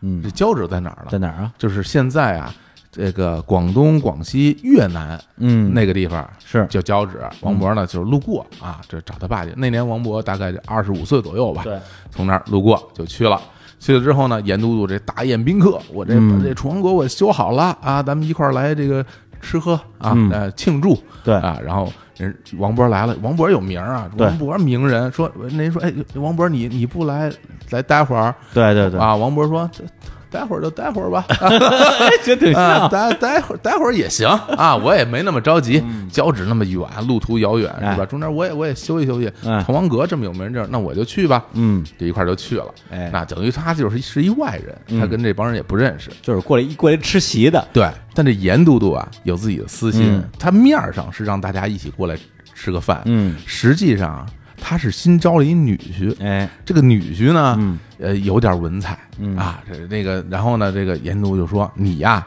S1: 嗯
S2: 这，交趾在哪儿
S1: 在
S2: 呢？
S1: 哪儿啊？
S2: 就是现在啊，这个广东、广西、越南
S1: 嗯，
S2: 那个地方
S1: 是
S2: 叫交趾，王勃呢就是路过啊，这找他爸去。那年王勃大概就二十五岁左右吧，
S1: 对，
S2: 从那儿路过就去了。去了之后呢，严都督这大宴宾客，我这把
S1: 嗯
S2: 这楚王国我修好了啊，咱们一块儿来这个吃喝啊，
S1: 嗯
S2: 呃庆祝
S1: 对
S2: 啊。然后人王勃来了，王勃有名儿啊，
S1: 对
S2: 王勃名人，说那人说哎，王勃你你不来来待会儿
S1: 对对对，
S2: 啊？王勃说这待会儿就待会儿吧，
S1: 哎，觉得 挺
S2: 啊，
S1: 像，
S2: 待待会儿待会儿也行啊，我也没那么着急，交趾那么远，路途遥远是吧？
S1: 嗯哎
S2: 中间我也我也休息休息，
S1: 哎
S2: 滕王阁这么有名儿地儿，那我就去吧，
S1: 嗯，
S2: 这一块儿就去了。
S1: 哎，嗯
S2: 那等于他就是是一外人，他跟这帮人也不认识。
S1: 就是过来一过来吃席的，
S2: 对，但这严都督啊有自己的私心
S1: 嗯，
S2: 他面儿上是让大家一起过来吃个饭，
S1: 嗯，
S2: 实际上啊他是新招了一女婿。
S1: 哎，
S2: 这个女婿呢，
S1: 嗯
S2: 呃，有点文采、啊，这那个，然后呢，这个严都就说你呀、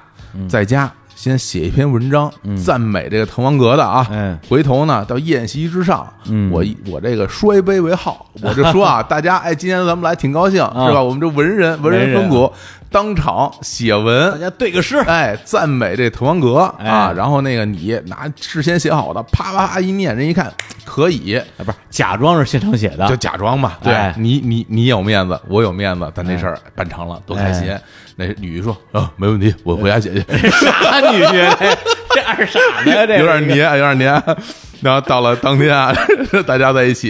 S2: 在家先写一篇文章
S1: 嗯
S2: 赞美这个滕王阁的啊。
S1: 哎
S2: 回头呢，到宴席之上，
S1: 嗯
S2: 我我这个摔杯为号，我就 说啊，大家哎，今天咱们来挺高兴，
S1: 啊
S2: 是吧？我们这文人文人风骨，当场写
S1: 大
S2: 文。
S1: 家对个诗，
S2: 哎，赞美这滕王阁啊
S1: 哎，
S2: 然后那个你拿事先写好的，啪啪啪一念，人一看可以，
S1: 啊，不是假装是现场写的
S2: 就，假装嘛。对、
S1: 哎
S2: 你，你你有面子，我有面子，咱这事儿办成了，多开心！
S1: 哎
S2: 那女的说啊，没问题，我回家写去。
S1: 傻女 婿，这这二傻子呀，这
S2: 有点黏，有点黏。然后到了当天啊， 大家在一起，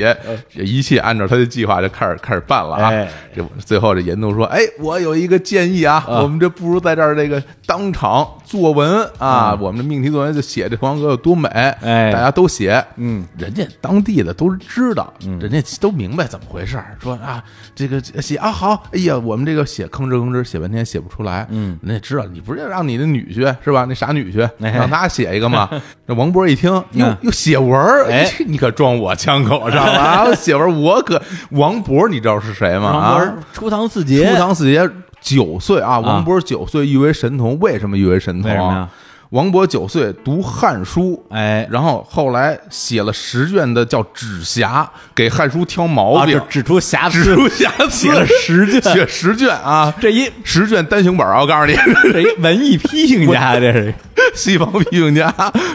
S2: 这一切按照他的计划就开始开始办了啊
S1: 嗯哎。
S2: 这最后这严冬说：“哎，我有一个建议啊，我们这不如在这儿这个当场作文啊，我们的命题作文就写这滕王阁有多美，
S1: 嗯哎
S2: 大家都写，
S1: 嗯，
S2: 人家当地的都知道，人家都明白怎么回事儿，说啊，这个写啊好，哎呀，我们这个写吭哧吭哧写半天写不出来，
S1: 嗯，
S2: 人家知道你不是要让你的女婿是吧？那傻女婿
S1: 哎
S2: 让他写一 个嘛。那王波一听，
S1: 嗯
S2: 哟，又写文儿，
S1: 哎
S2: 你你可撞我枪口上 了啊！写文儿，我可王勃，你知道是谁吗？
S1: 王
S2: 啊，
S1: 勃初唐四杰，
S2: 初唐四杰九岁啊，王勃九岁誉为神童，为什么誉为神童
S1: 为什么
S2: 啊
S1: 呀？
S2: 王勃九岁读《汉书》，
S1: 哎，
S2: 然后后来写了十卷的叫《指瑕》，给《汉书》挑毛
S1: 啊，
S2: 病
S1: 就，指出瑕
S2: 指
S1: 疵，
S2: 出瑕疵
S1: 写，了十句，
S2: 写十卷啊，
S1: 这一
S2: 十卷单行本儿啊，我告诉你。
S1: 这一文艺批评 家，这是
S2: 西方批评家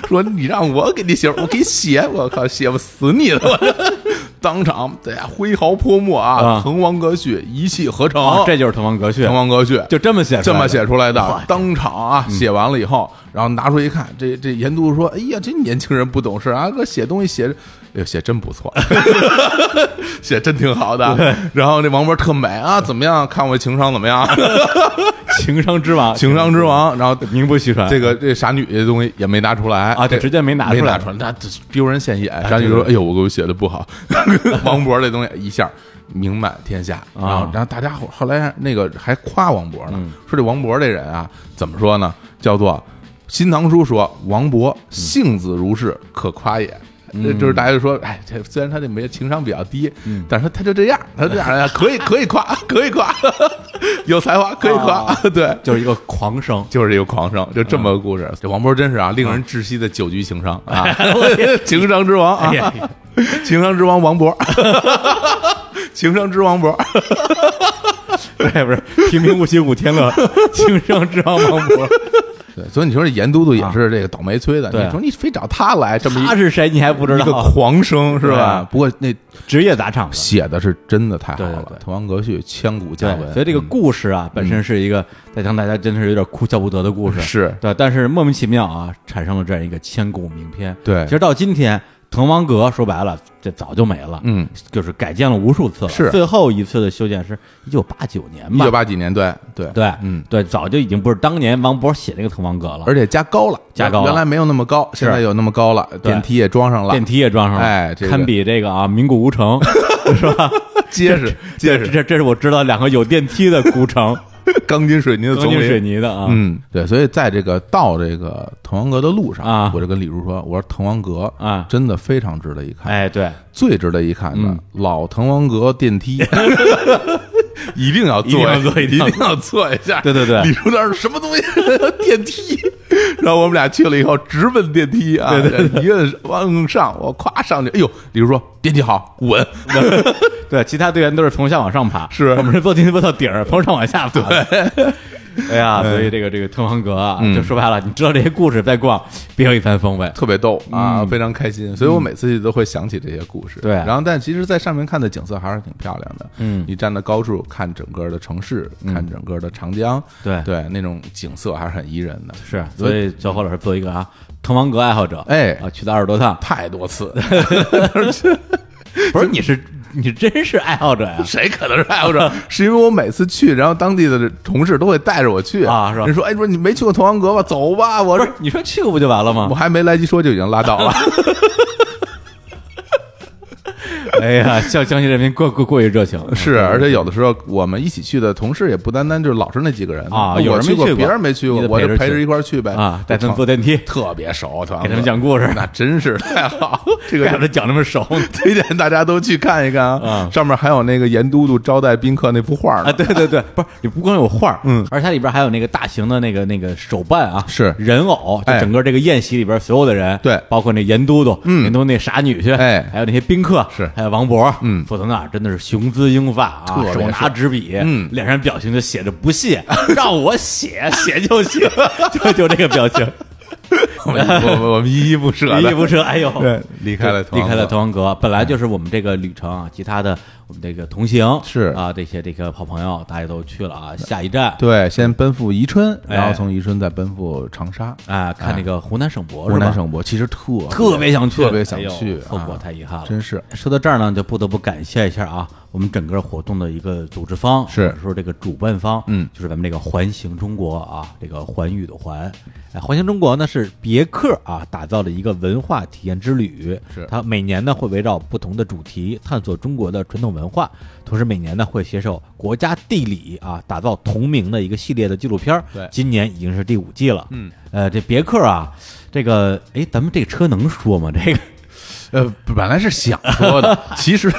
S2: 说：“你让我给你写，我给你写，我靠，写不死你了！”我当场对呀，挥毫泼墨啊，
S1: 啊
S2: 滕王阁序一气呵成，
S1: 哦，这就是滕王阁序，
S2: 滕王阁序
S1: 就嗯这么写出来的，
S2: 这么写出来的，当场啊，写完了以后，然后拿出一看，这这研读说：“哎呀，这年轻人不懂事啊，哥写东西写。”哎呦，写真不错， 写真挺好的。然后这王勃特美啊，怎么样？看我情商怎么样？
S1: 情商之王，
S2: 情商之王。然后
S1: 名不虚传，
S2: 这个这傻女的东西也没拿出来
S1: 啊就
S2: 这
S1: 直接没拿出来啊
S2: 没拿出来，那这丢人现眼。傻女说：“哎呦，我给我写的不好。”王勃这东西一下名满天下然后
S1: 啊嗯
S2: 然后大家伙后来那个还夸王勃呢，说这王勃这人啊，怎么说呢？叫做《新唐书》说王
S1: 嗯
S2: 勃性子如是，可夸也。这就是大家就说，哎，这虽然他这没情商比较低，
S1: 嗯
S2: 但是他他就这样，他这样哎呀可以可以夸，可以夸， 有才华可以
S1: 啊
S2: 夸，对，
S1: 就是一个狂生，
S2: 就是一个狂生，就这么个故事。这王波真是啊，令人窒息的九级情商 啊，情商之王
S1: 哎
S2: 啊
S1: 呀，
S2: 情商之王王勃， 情商之王勃，
S1: 对，哎不是平平无奇古天乐， 情商之王王勃，
S2: 对，所以你说这严都督也是这个倒霉催的，
S1: 对
S2: 你说你非找他来这么
S1: 他
S2: 一
S1: 是谁你还不知
S2: 一个
S1: 道？
S2: 狂生是吧
S1: 对？
S2: 不过那
S1: 职业砸场子，
S2: 写的是真的太好
S1: 对对
S2: 了，
S1: 对
S2: 《滕王阁序》千古嗯佳
S1: 对，
S2: 文，
S1: 所以这个故事啊，本身是一个在当大家真的是有点哭笑不得的故事，
S2: 是
S1: 对，但是莫名其妙啊，产生了这样一个千古名篇。
S2: 对
S1: 其实到今天，滕王阁说白了，这早就没了，
S2: 嗯，
S1: 就是改建了无数次了，
S2: 是
S1: 最后一次的修建是一九八九年
S2: 一
S1: 吧
S2: 九？八几年，对对
S1: 对，
S2: 嗯。
S1: 对，早就已经不是当年王勃写那个滕王阁了，
S2: 而且加高了，
S1: 加高了
S2: 原来没有那么高，现在有那么高了，电梯也装上了，
S1: 电梯也装上了，
S2: 哎这个
S1: 堪比这个啊名古无 城，是吧？
S2: 结实结实，
S1: 这这是我知道两个有电梯的古 城，
S2: 钢筋水泥的
S1: 钢
S2: 丛
S1: 筋
S2: 林，
S1: 水泥的啊，
S2: 嗯，对，所以在这个到这个滕王阁的路上
S1: 啊
S2: 我就跟李叔说，我说滕王阁
S1: 啊
S2: 真的非常值得一看，
S1: 哎，对，
S2: 最值得一看的
S1: 嗯
S2: 老滕王阁电 梯，一定要坐
S1: 一定要坐
S2: 一
S1: 一定要
S2: 定要坐一下。
S1: 对对对
S2: 李叔当时什么东西 电梯，然后我们俩去了以后直奔电梯啊，对对一摁往上，我咵上去，哎呦，李叔说电梯好， 滚，
S1: 对，其他队员都是从下往上爬，
S2: 是
S1: 我们是坐电梯坐到顶儿，从上往下爬的。哎呀，所以这个这个滕王阁啊，就说白了，你知道这些故事再逛，别有一番风味。
S2: 特别逗啊，非常开心，所以我每次都会想起这些故事。
S1: 嗯对
S2: 然后但其实，在上面看的景色还是挺漂亮的。
S1: 嗯
S2: 你站在高处看整个的城市，看整个的长江，
S1: 对
S2: 对，那种景色还是很宜人的。
S1: 是，所以小侯老师做一个啊滕王阁爱好者，
S2: 哎，
S1: 啊，去了二十多趟
S2: 太 多次，
S1: 不是你是你真是爱好者呀？
S2: 谁可能是爱好者？ 是因为我每次去，然后当地的同事都会带着我去
S1: 啊是吧
S2: 人说：“哎，说你没去过滕王阁吧？走吧，我
S1: 不是，你说去过不就完了吗
S2: 我？还没来及说就已经拉倒了。”
S1: 哎呀，江江西人民过过过于热情，
S2: 是，而且有的时候我们一起去的同事也不单单就是老是那几个人
S1: 啊
S2: 我
S1: 有人没
S2: 去过
S1: 去，过
S2: 别人没去过
S1: 你，得
S2: 我就
S1: 陪着
S2: 陪着
S1: 去
S2: 一块儿去呗
S1: 啊，带他们
S2: 特
S1: 坐电梯，
S2: 特别熟，特
S1: 给他们讲故事，
S2: 那真是 太好，这
S1: 为
S2: 个
S1: 啥他讲那么熟呢？
S2: 推荐大家都去看一看啊
S1: 啊！
S2: 上面还有那个严都督招待宾客那幅画
S1: 啊，
S2: 呢。
S1: 对对对，不是，你不光有画儿，
S2: 嗯
S1: 而且它里边还有那个大型的那个那个手办啊，
S2: 是
S1: 人偶，就
S2: 哎
S1: 整个这个宴席里边所有的人，
S2: 对
S1: 包括那严都督，
S2: 嗯
S1: 严都督那傻女婿，
S2: 哎
S1: 还有那些宾客，
S2: 是
S1: 还有王勃，
S2: 嗯
S1: 佐藤那真的是雄姿英发啊
S2: 特，别
S1: 手拿
S2: 帅
S1: 纸笔，
S2: 嗯
S1: 脸上表情就写着不 屑，让我写写就行， 就就这个表 情，
S2: 我们我我们依依不舍
S1: 依依
S2: 的，
S1: 不舍，哎呦，
S2: 对，离开了，
S1: 离开了滕。王
S2: 嗯
S1: 阁，本来就是我们这个旅程啊，其他的我们这个同行
S2: 是
S1: 啊，这些这个好朋友大家都去了啊，下一站
S2: 对，先奔赴宜春，
S1: 哎
S2: 然后从宜春再奔赴长沙，
S1: 啊，看那个湖南省博，
S2: 湖南
S1: 哦是吧
S2: 省博，其实特
S1: 特别想去，
S2: 特别想去
S1: 哎呦，错过
S2: 啊
S1: 太遗憾了。
S2: 真是
S1: 说到这儿呢，就不得不感谢一下啊，我们整个活动的一个组织方，
S2: 是
S1: 或者说这个主办方，
S2: 嗯
S1: 就是咱们这个环形中国啊，这个环宇的环，哎，环形中国呢是别克啊打造了一个文化体验之旅，
S2: 是
S1: 它每年呢会围绕不同的主题探索中国的传统文化，同时每年呢会携手国家地理啊打造同名的一个系列的纪录片儿，
S2: 对
S1: 今年已经是第五季了，
S2: 嗯，
S1: 呃，这别克啊，这个哎，咱们这个车能说吗？这个。
S2: 呃，本来是想说 的，其实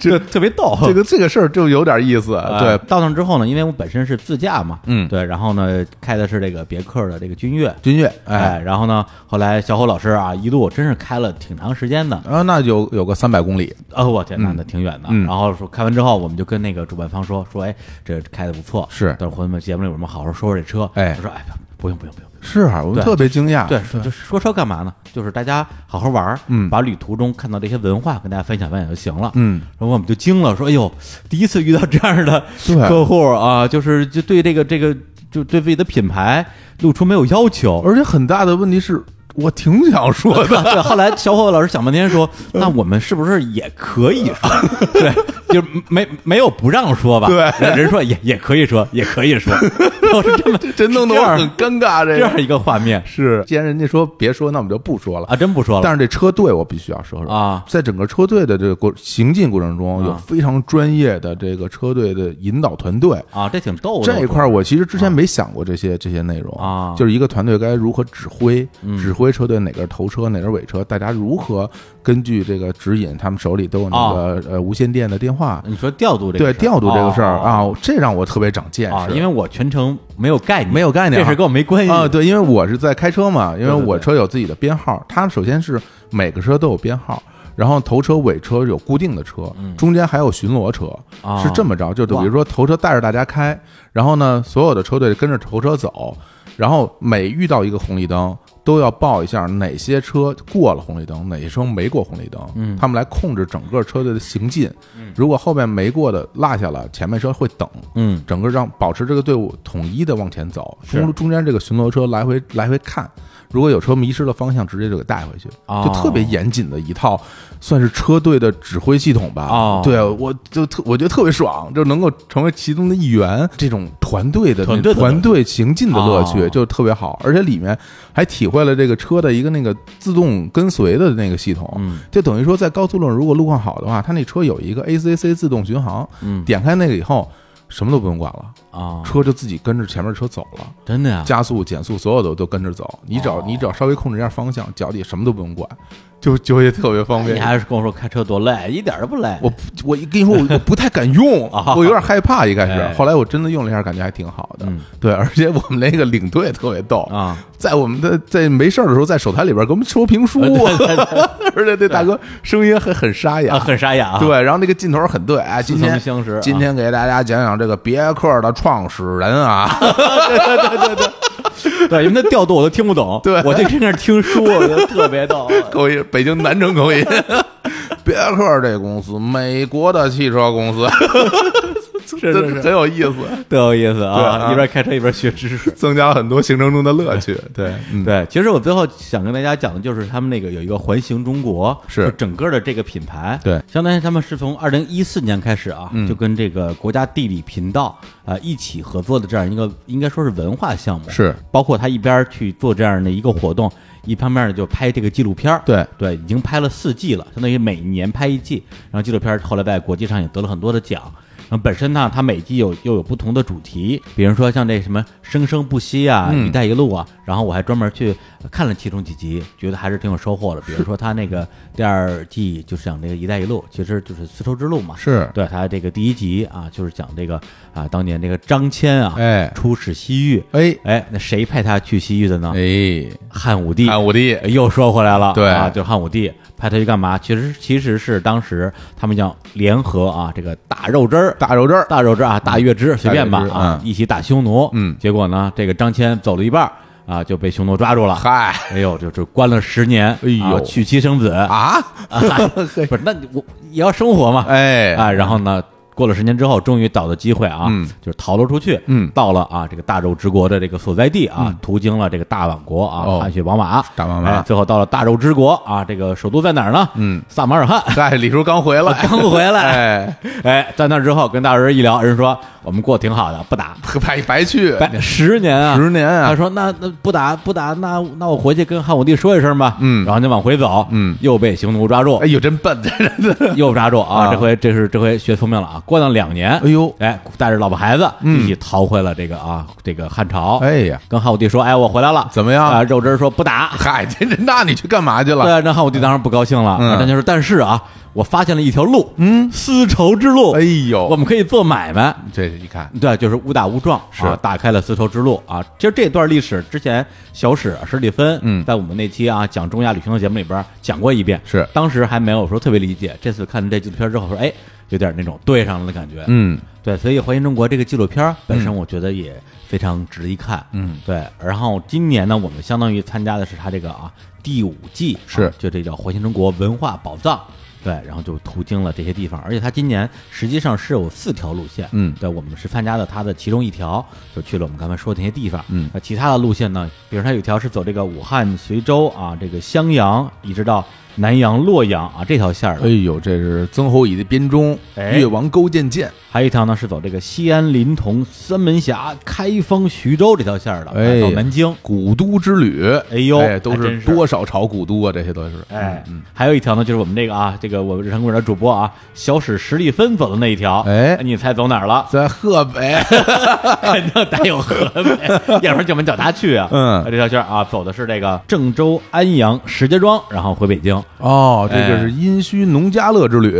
S2: 这
S1: 特别逗，
S2: 这个这个事儿就有点意思，
S1: 呃
S2: 对，
S1: 到那之后呢，因为我本身是自驾嘛，
S2: 嗯
S1: 对，然后呢开的是这个别克的这个君越，
S2: 君越，哎。
S1: 哎，然后呢后来小侯老师啊一路真是开了挺长时间的，
S2: 啊，那有有个三百公里，
S1: 哦，我天，那那挺远的。
S2: 嗯
S1: 然后说开完之后，我们就跟那个主办方说说，哎，这开的不错，
S2: 是
S1: 等会儿我们节目里我们好好说说这车。
S2: 哎
S1: 他说哎，不用不用不用。
S2: 是啊，我
S1: 对
S2: 们特别惊讶。
S1: 对，说就是说车干嘛呢？就是大家好好玩儿，
S2: 嗯
S1: 把旅途中看到这些文化跟大家分享分享就行了，
S2: 嗯。
S1: 然后我们就惊了，说：“哎呦，第一次遇到这样的
S2: 对
S1: 客户啊，就是就对这个这个就对自己的品牌露出没有要求。 啊
S2: 而且很大的问题是我挺想说的，
S1: 对，后来小伙老师想半天说：“那我们是不是也可以说？ 对，就没没有不让说吧？
S2: 对
S1: 人说也也可以说，也可以说， 就是这么
S2: 真弄得
S1: 这
S2: 我
S1: 样
S2: 很尴尬。这
S1: 这
S2: 个
S1: 样一个画面
S2: 是，既然人家说别说，那我们就不说了。
S1: 啊，真不说了
S2: 但是这车队我必须要说说
S1: 啊
S2: 在整个车队的这个过行进过程中，
S1: 啊
S2: 有非常专业的这个车队的引导团队。
S1: 啊，这挺逗的
S2: 这一块儿我其实之前没想过这些这些内容
S1: 啊嗯
S2: 就是一个团队该如何指挥，指挥车队哪个是头车，哪个是尾车，大家如何根据这个指引，他们手里都有那个呃无线电的电话，
S1: 你说调啊嗯度这个
S2: 对
S1: 事儿
S2: 调度这个事儿
S1: 哦
S2: 啊，这让我特别长见
S1: 啊，
S2: 识，
S1: 因为我全程没有概念，
S2: 没有概念啊
S1: 这事儿跟我没关系
S2: 啊，对，因为我是在开车嘛，因为
S1: 对对对
S2: 我车有自己的编号，它首先是每个车都有编号。然后头车、尾车有固定的车，中间还有巡逻车，
S1: 嗯啊
S2: 是这么着，就比
S1: 哇
S2: 如说头车带着大家开，然后呢，所有的车队跟着头车走，然后每遇到一个红绿灯，都要报一下哪些车过了红绿灯，哪些车没过红绿灯，嗯，他们来控制整个车队的行进。如果后面没过的落下了，前面车会等，
S1: 嗯
S2: 整个让保持这个队伍统一的往前走，
S1: 是
S2: 中中间这个巡逻车来回来回看，如果有车迷失了方向，直接就给带回去，
S1: 哦
S2: 就特别严谨的一套，算是车队的指挥系统吧。
S1: 哦
S2: 对，我就特我觉得特别爽，就能够成为其中的一员，这种团队的
S1: 团队的乐趣
S2: 团队行进的乐趣
S1: 哦
S2: 就特别好，而且里面还体会了这个车的一个那个自动跟随的那个系统，
S1: 嗯
S2: 就等于说，在高速路上如果路况好的话，它那车有一个 ACC 自动巡航，
S1: 嗯
S2: 点开那个以后，什么都不用管了，
S1: 啊，
S2: 车就自己跟着前面车走了，
S1: 真的呀，
S2: 加速、减速，所有的都跟着走。你只要
S1: 啊哦
S2: 你只要稍微控制一下方向，脚底什么都不用管，就 就也特别方
S1: 你
S2: 便。
S1: 还是跟我说开车多累，一点儿都不累。
S2: 我我一跟你说， 我我不太敢用
S1: 啊，
S2: 我有点害怕，一开
S1: 哎
S2: 始。后来我真的用了一下，感觉还挺好的
S1: 嗯。
S2: 对，而且我们那个领队特别逗
S1: 啊，
S2: 在我们的在没事儿的时候，在手台里边给我们说评书，啊 而且那大哥声音还很沙
S1: 啊，
S2: 哑，
S1: 很沙哑啊。
S2: 对，然后那个劲头很对，哎，今天
S1: 曾相识啊
S2: 今天给大家讲讲这个别克的创始人啊，
S1: 对，因为他调度我都听不懂，
S2: 对
S1: 我就跟那儿听书，我觉得特别逗。
S2: 口音， 北京南城口音。别克这公司，美国的汽车公司， 真
S3: 是是
S2: 很有意思，
S1: 特有意思
S2: 对
S1: 啊！
S2: 啊
S1: 一边开车一边学知识。
S2: 增加了很多行程中的乐趣。对，嗯，
S1: 对，其实我最后想跟大家讲的就是他们那个有一个环形中国，
S2: 是
S1: 就整个的这个品牌，
S2: 对嗯
S1: 相当于他们是从二零一四年开始啊，就跟这个国家地理频道啊、呃一起合作的这样一个应该说是文化项目，
S2: 是
S1: 包括他一边去做这样的一个活动，一方面就拍这个纪录片儿
S2: 对
S1: 对，已经拍了四季了，相当于每年拍一季，然后纪录片儿后来在国际上也得了很多的奖。然后本身呢，它每季有又有不同的主题，比如说像这什么“生生不息”啊，“
S2: 嗯
S1: 一带一路”啊，然后我还专门去看了其中几集，觉得还是挺有收获的。比如说它那个第二季就是讲这个“一带一路”，其实就是丝绸之路嘛，
S2: 是，
S1: 对它这个第一集啊，就是讲这个啊当年这个张骞啊，
S2: 哎
S1: 出使西域，
S2: 哎
S1: 哎，那谁派他去西域的呢？
S2: 哎，
S1: 汉武帝，
S2: 汉武帝
S1: 又说回来了，
S2: 对
S1: 啊，就汉武帝派他去干嘛？其实其实是当时他们要联合啊，这个打肉汁儿。
S2: 大肉汁儿，
S1: 大肉汁啊，大月支随便吧
S2: 嗯大月支
S1: 啊，
S2: 嗯
S1: 一起打匈奴。
S2: 嗯
S1: 结果呢，这个张骞走了一半儿啊，就被匈奴抓住了。
S2: 嗨
S1: 哎呦，就就关了十年，哎
S2: 呦
S1: 娶妻生子啊，
S2: 啊，
S1: 不是那你我也要生活嘛，
S2: 哎
S1: 啊，然后呢，过了十年之后，终于找到机会啊，
S2: 嗯
S1: 就是逃了出去，
S2: 嗯
S1: 到了啊这个大肉之国的这个所在地啊，途经了这个大宛国啊，
S2: 哦
S1: 汗血宝马，
S2: 大宝马
S1: 哎最后到了大肉之国啊，这个首都在哪儿呢？
S2: 嗯，
S1: 撒马尔罕。
S2: 哎，李叔刚回来，
S1: 刚回来，
S2: 哎，
S1: 哎，在那儿之后跟大人一聊，人说我们过得挺好的，不 打，
S2: 白白去，
S1: 白十年啊，
S2: 十年
S1: 他
S2: 啊，
S1: 说：“那那不打不打，那那我回去跟汉武帝说一声吧。”
S2: 嗯
S1: 然后就往回走，
S2: 嗯
S1: 又被匈奴抓住
S2: 哎，呦，真笨， 这人，
S1: 又抓住啊！
S2: 啊
S1: 这回这是这回学聪明了啊！过了两年，
S2: 哎呦
S1: 哎，带着老婆孩子
S2: 嗯
S1: 一起逃回了这个啊这个汉朝。
S2: 哎呀，
S1: 跟汉武帝说：“哎，我回来了，
S2: 怎么样
S1: 啊？”肉汁儿说：“不打。
S2: 嗨，这这，那你去干嘛去”了？
S1: 对，啊那汉武帝当然不高兴了。
S2: 嗯
S1: 张骞说：“但是啊，我发现了一条路，嗯，丝绸之路，
S2: 哎呦，
S1: 我们可以做买卖。”
S2: 这一看，
S1: 对，就是误打误撞，
S2: 是
S1: 啊、打开了丝绸之路啊。其实这段历史之前，小史啊史蒂芬，
S2: 嗯
S1: 在我们那期啊讲中亚旅行的节目里边讲过一遍，
S2: 是
S1: 当时还没有说特别理解，这次看这纪录片之后说，哎，有点那种对上了的感觉，
S2: 嗯，
S1: 对，所以《环形中国》这个纪录片儿本身，我觉得也非常值一看。
S2: 嗯，
S1: 对。然后今年呢，我们相当于参加的是它这个啊第五季啊，
S2: 是
S1: 就这叫《环形中国文化宝藏》。对，然后就途经了这些地方，而且它今年实际上是有四条路线，
S2: 嗯
S1: 对，我们是参加了它的其中一条，就去了我们刚才说的那些地方，
S2: 嗯
S1: 那其他的路线呢，比如它有一条是走这个武汉、随州啊，这个襄阳，一直到南阳、洛阳啊这条线儿的，
S2: 哎呦，这是曾侯乙的编钟，
S1: 哎
S2: 越王勾践剑，
S1: 还有一条呢是走这个西安临潼三门峡开封徐州这条线儿的，
S2: 哎呀
S1: 到南京。
S2: 古都之旅，
S1: 哎呦
S2: 都
S1: 还真
S2: 是
S1: 是
S2: 多少朝古都啊，这些都是，
S1: 哎，还有一条呢，就是我们这个啊，这个我们日常公园的主播啊，小史史蒂芬走的那一条，
S2: 哎
S1: 你猜走哪儿了？
S2: 在河北，
S1: 肯定得有河北，要不然怎么叫他去啊？
S2: 嗯
S1: 这条线儿啊，走的是这个郑州、安阳、石家庄，然后回北京。
S2: 哦，这
S1: 哎
S2: 就是殷墟农家乐之 旅，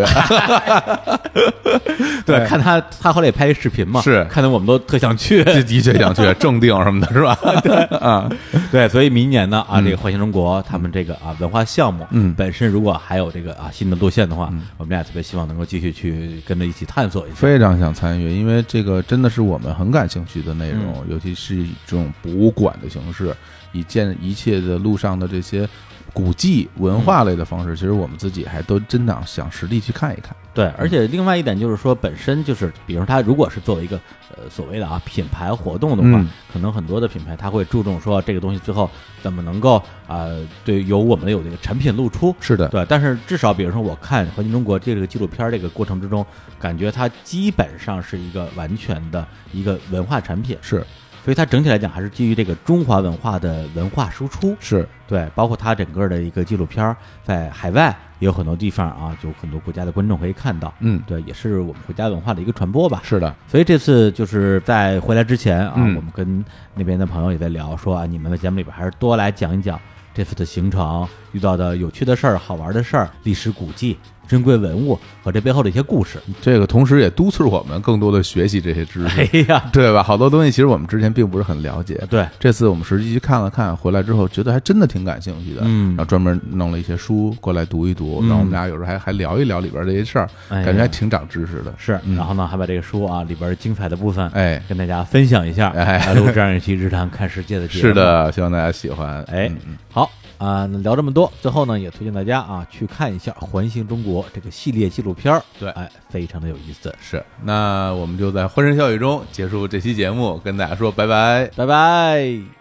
S1: 对，
S2: 哎
S1: 看他他后来也拍一视频嘛，
S2: 是
S1: 看得我们都特想去。
S2: 这的确想去正定什么的，是吧？对啊，
S1: 对，所以明年呢啊，这个环形中国他们这个啊文化项目，
S2: 嗯
S1: 本身如果还有这个啊新的路线的话，我们俩特别希望能够继续去跟着一起探索一下。
S2: 非常想参与，因为这个真的是我们很感兴趣的内容，尤其是以这种博物馆的形式，以见一切的路上的这些古迹、文化类的方式，其实我们自己还都真的想实地去看一看。
S1: 对，而且另外一点就是说，本身就是，比如它如果是作为一个呃所谓的啊品牌活动的话，
S2: 嗯
S1: 可能很多的品牌它会注重说这个东西最后怎么能够啊、呃对有我们的有这个产品露出，
S2: 是的，
S1: 对，但是至少比如说我看《环境中国》这个纪录片儿这个过程之中，感觉它基本上是一个完全的一个文化产品，
S2: 是
S1: 所以它整体来讲还是基于这个中华文化的文化输出，
S2: 是，
S1: 对，包括它整个的一个纪录片儿在海外也有很多地方啊，有很多国家的观众可以看到，
S2: 嗯，
S1: 对，也是我们国家文化的一个传播吧。
S2: 是的，
S1: 所以这次就是在回来之前啊，
S2: 嗯
S1: 我们跟那边的朋友也在聊，说啊，你们在节目里边还是多来讲一讲这次的行程遇到的有趣的事儿、好玩的事儿、历史古迹、珍贵文物和这背后的一些故事。
S2: 这个同时也督促我们更多的学习这些知识，
S1: 哎呀，
S2: 对吧？好多东西其实我们之前并不是很了解，
S1: 对，
S2: 这次我们实际去看了看，回来之后觉得还真的挺感兴趣的，
S1: 嗯
S2: 然后专门弄了一些书过来读一读，然后我们俩有时候还还聊一聊里边这些事儿，
S1: 哎呀
S2: 感觉还挺长知识的。
S1: 是，
S2: 嗯
S1: 然后呢，还把这个书啊里边精彩的部分，
S2: 哎
S1: 跟大家分享一下，
S2: 哎
S1: 来录这样一期《日常看世界》的节目。
S2: 是，的，希望大家喜欢。
S1: 哎
S2: 嗯，
S1: 好，啊、那聊这么多，最后呢，也推荐大家啊去看一下《环形中国》这个系列纪录片儿
S2: 对
S1: 哎，非常的有意思。
S2: 是，那我们就在欢声笑语中结束这期节目，跟大家说拜拜。
S1: 拜拜。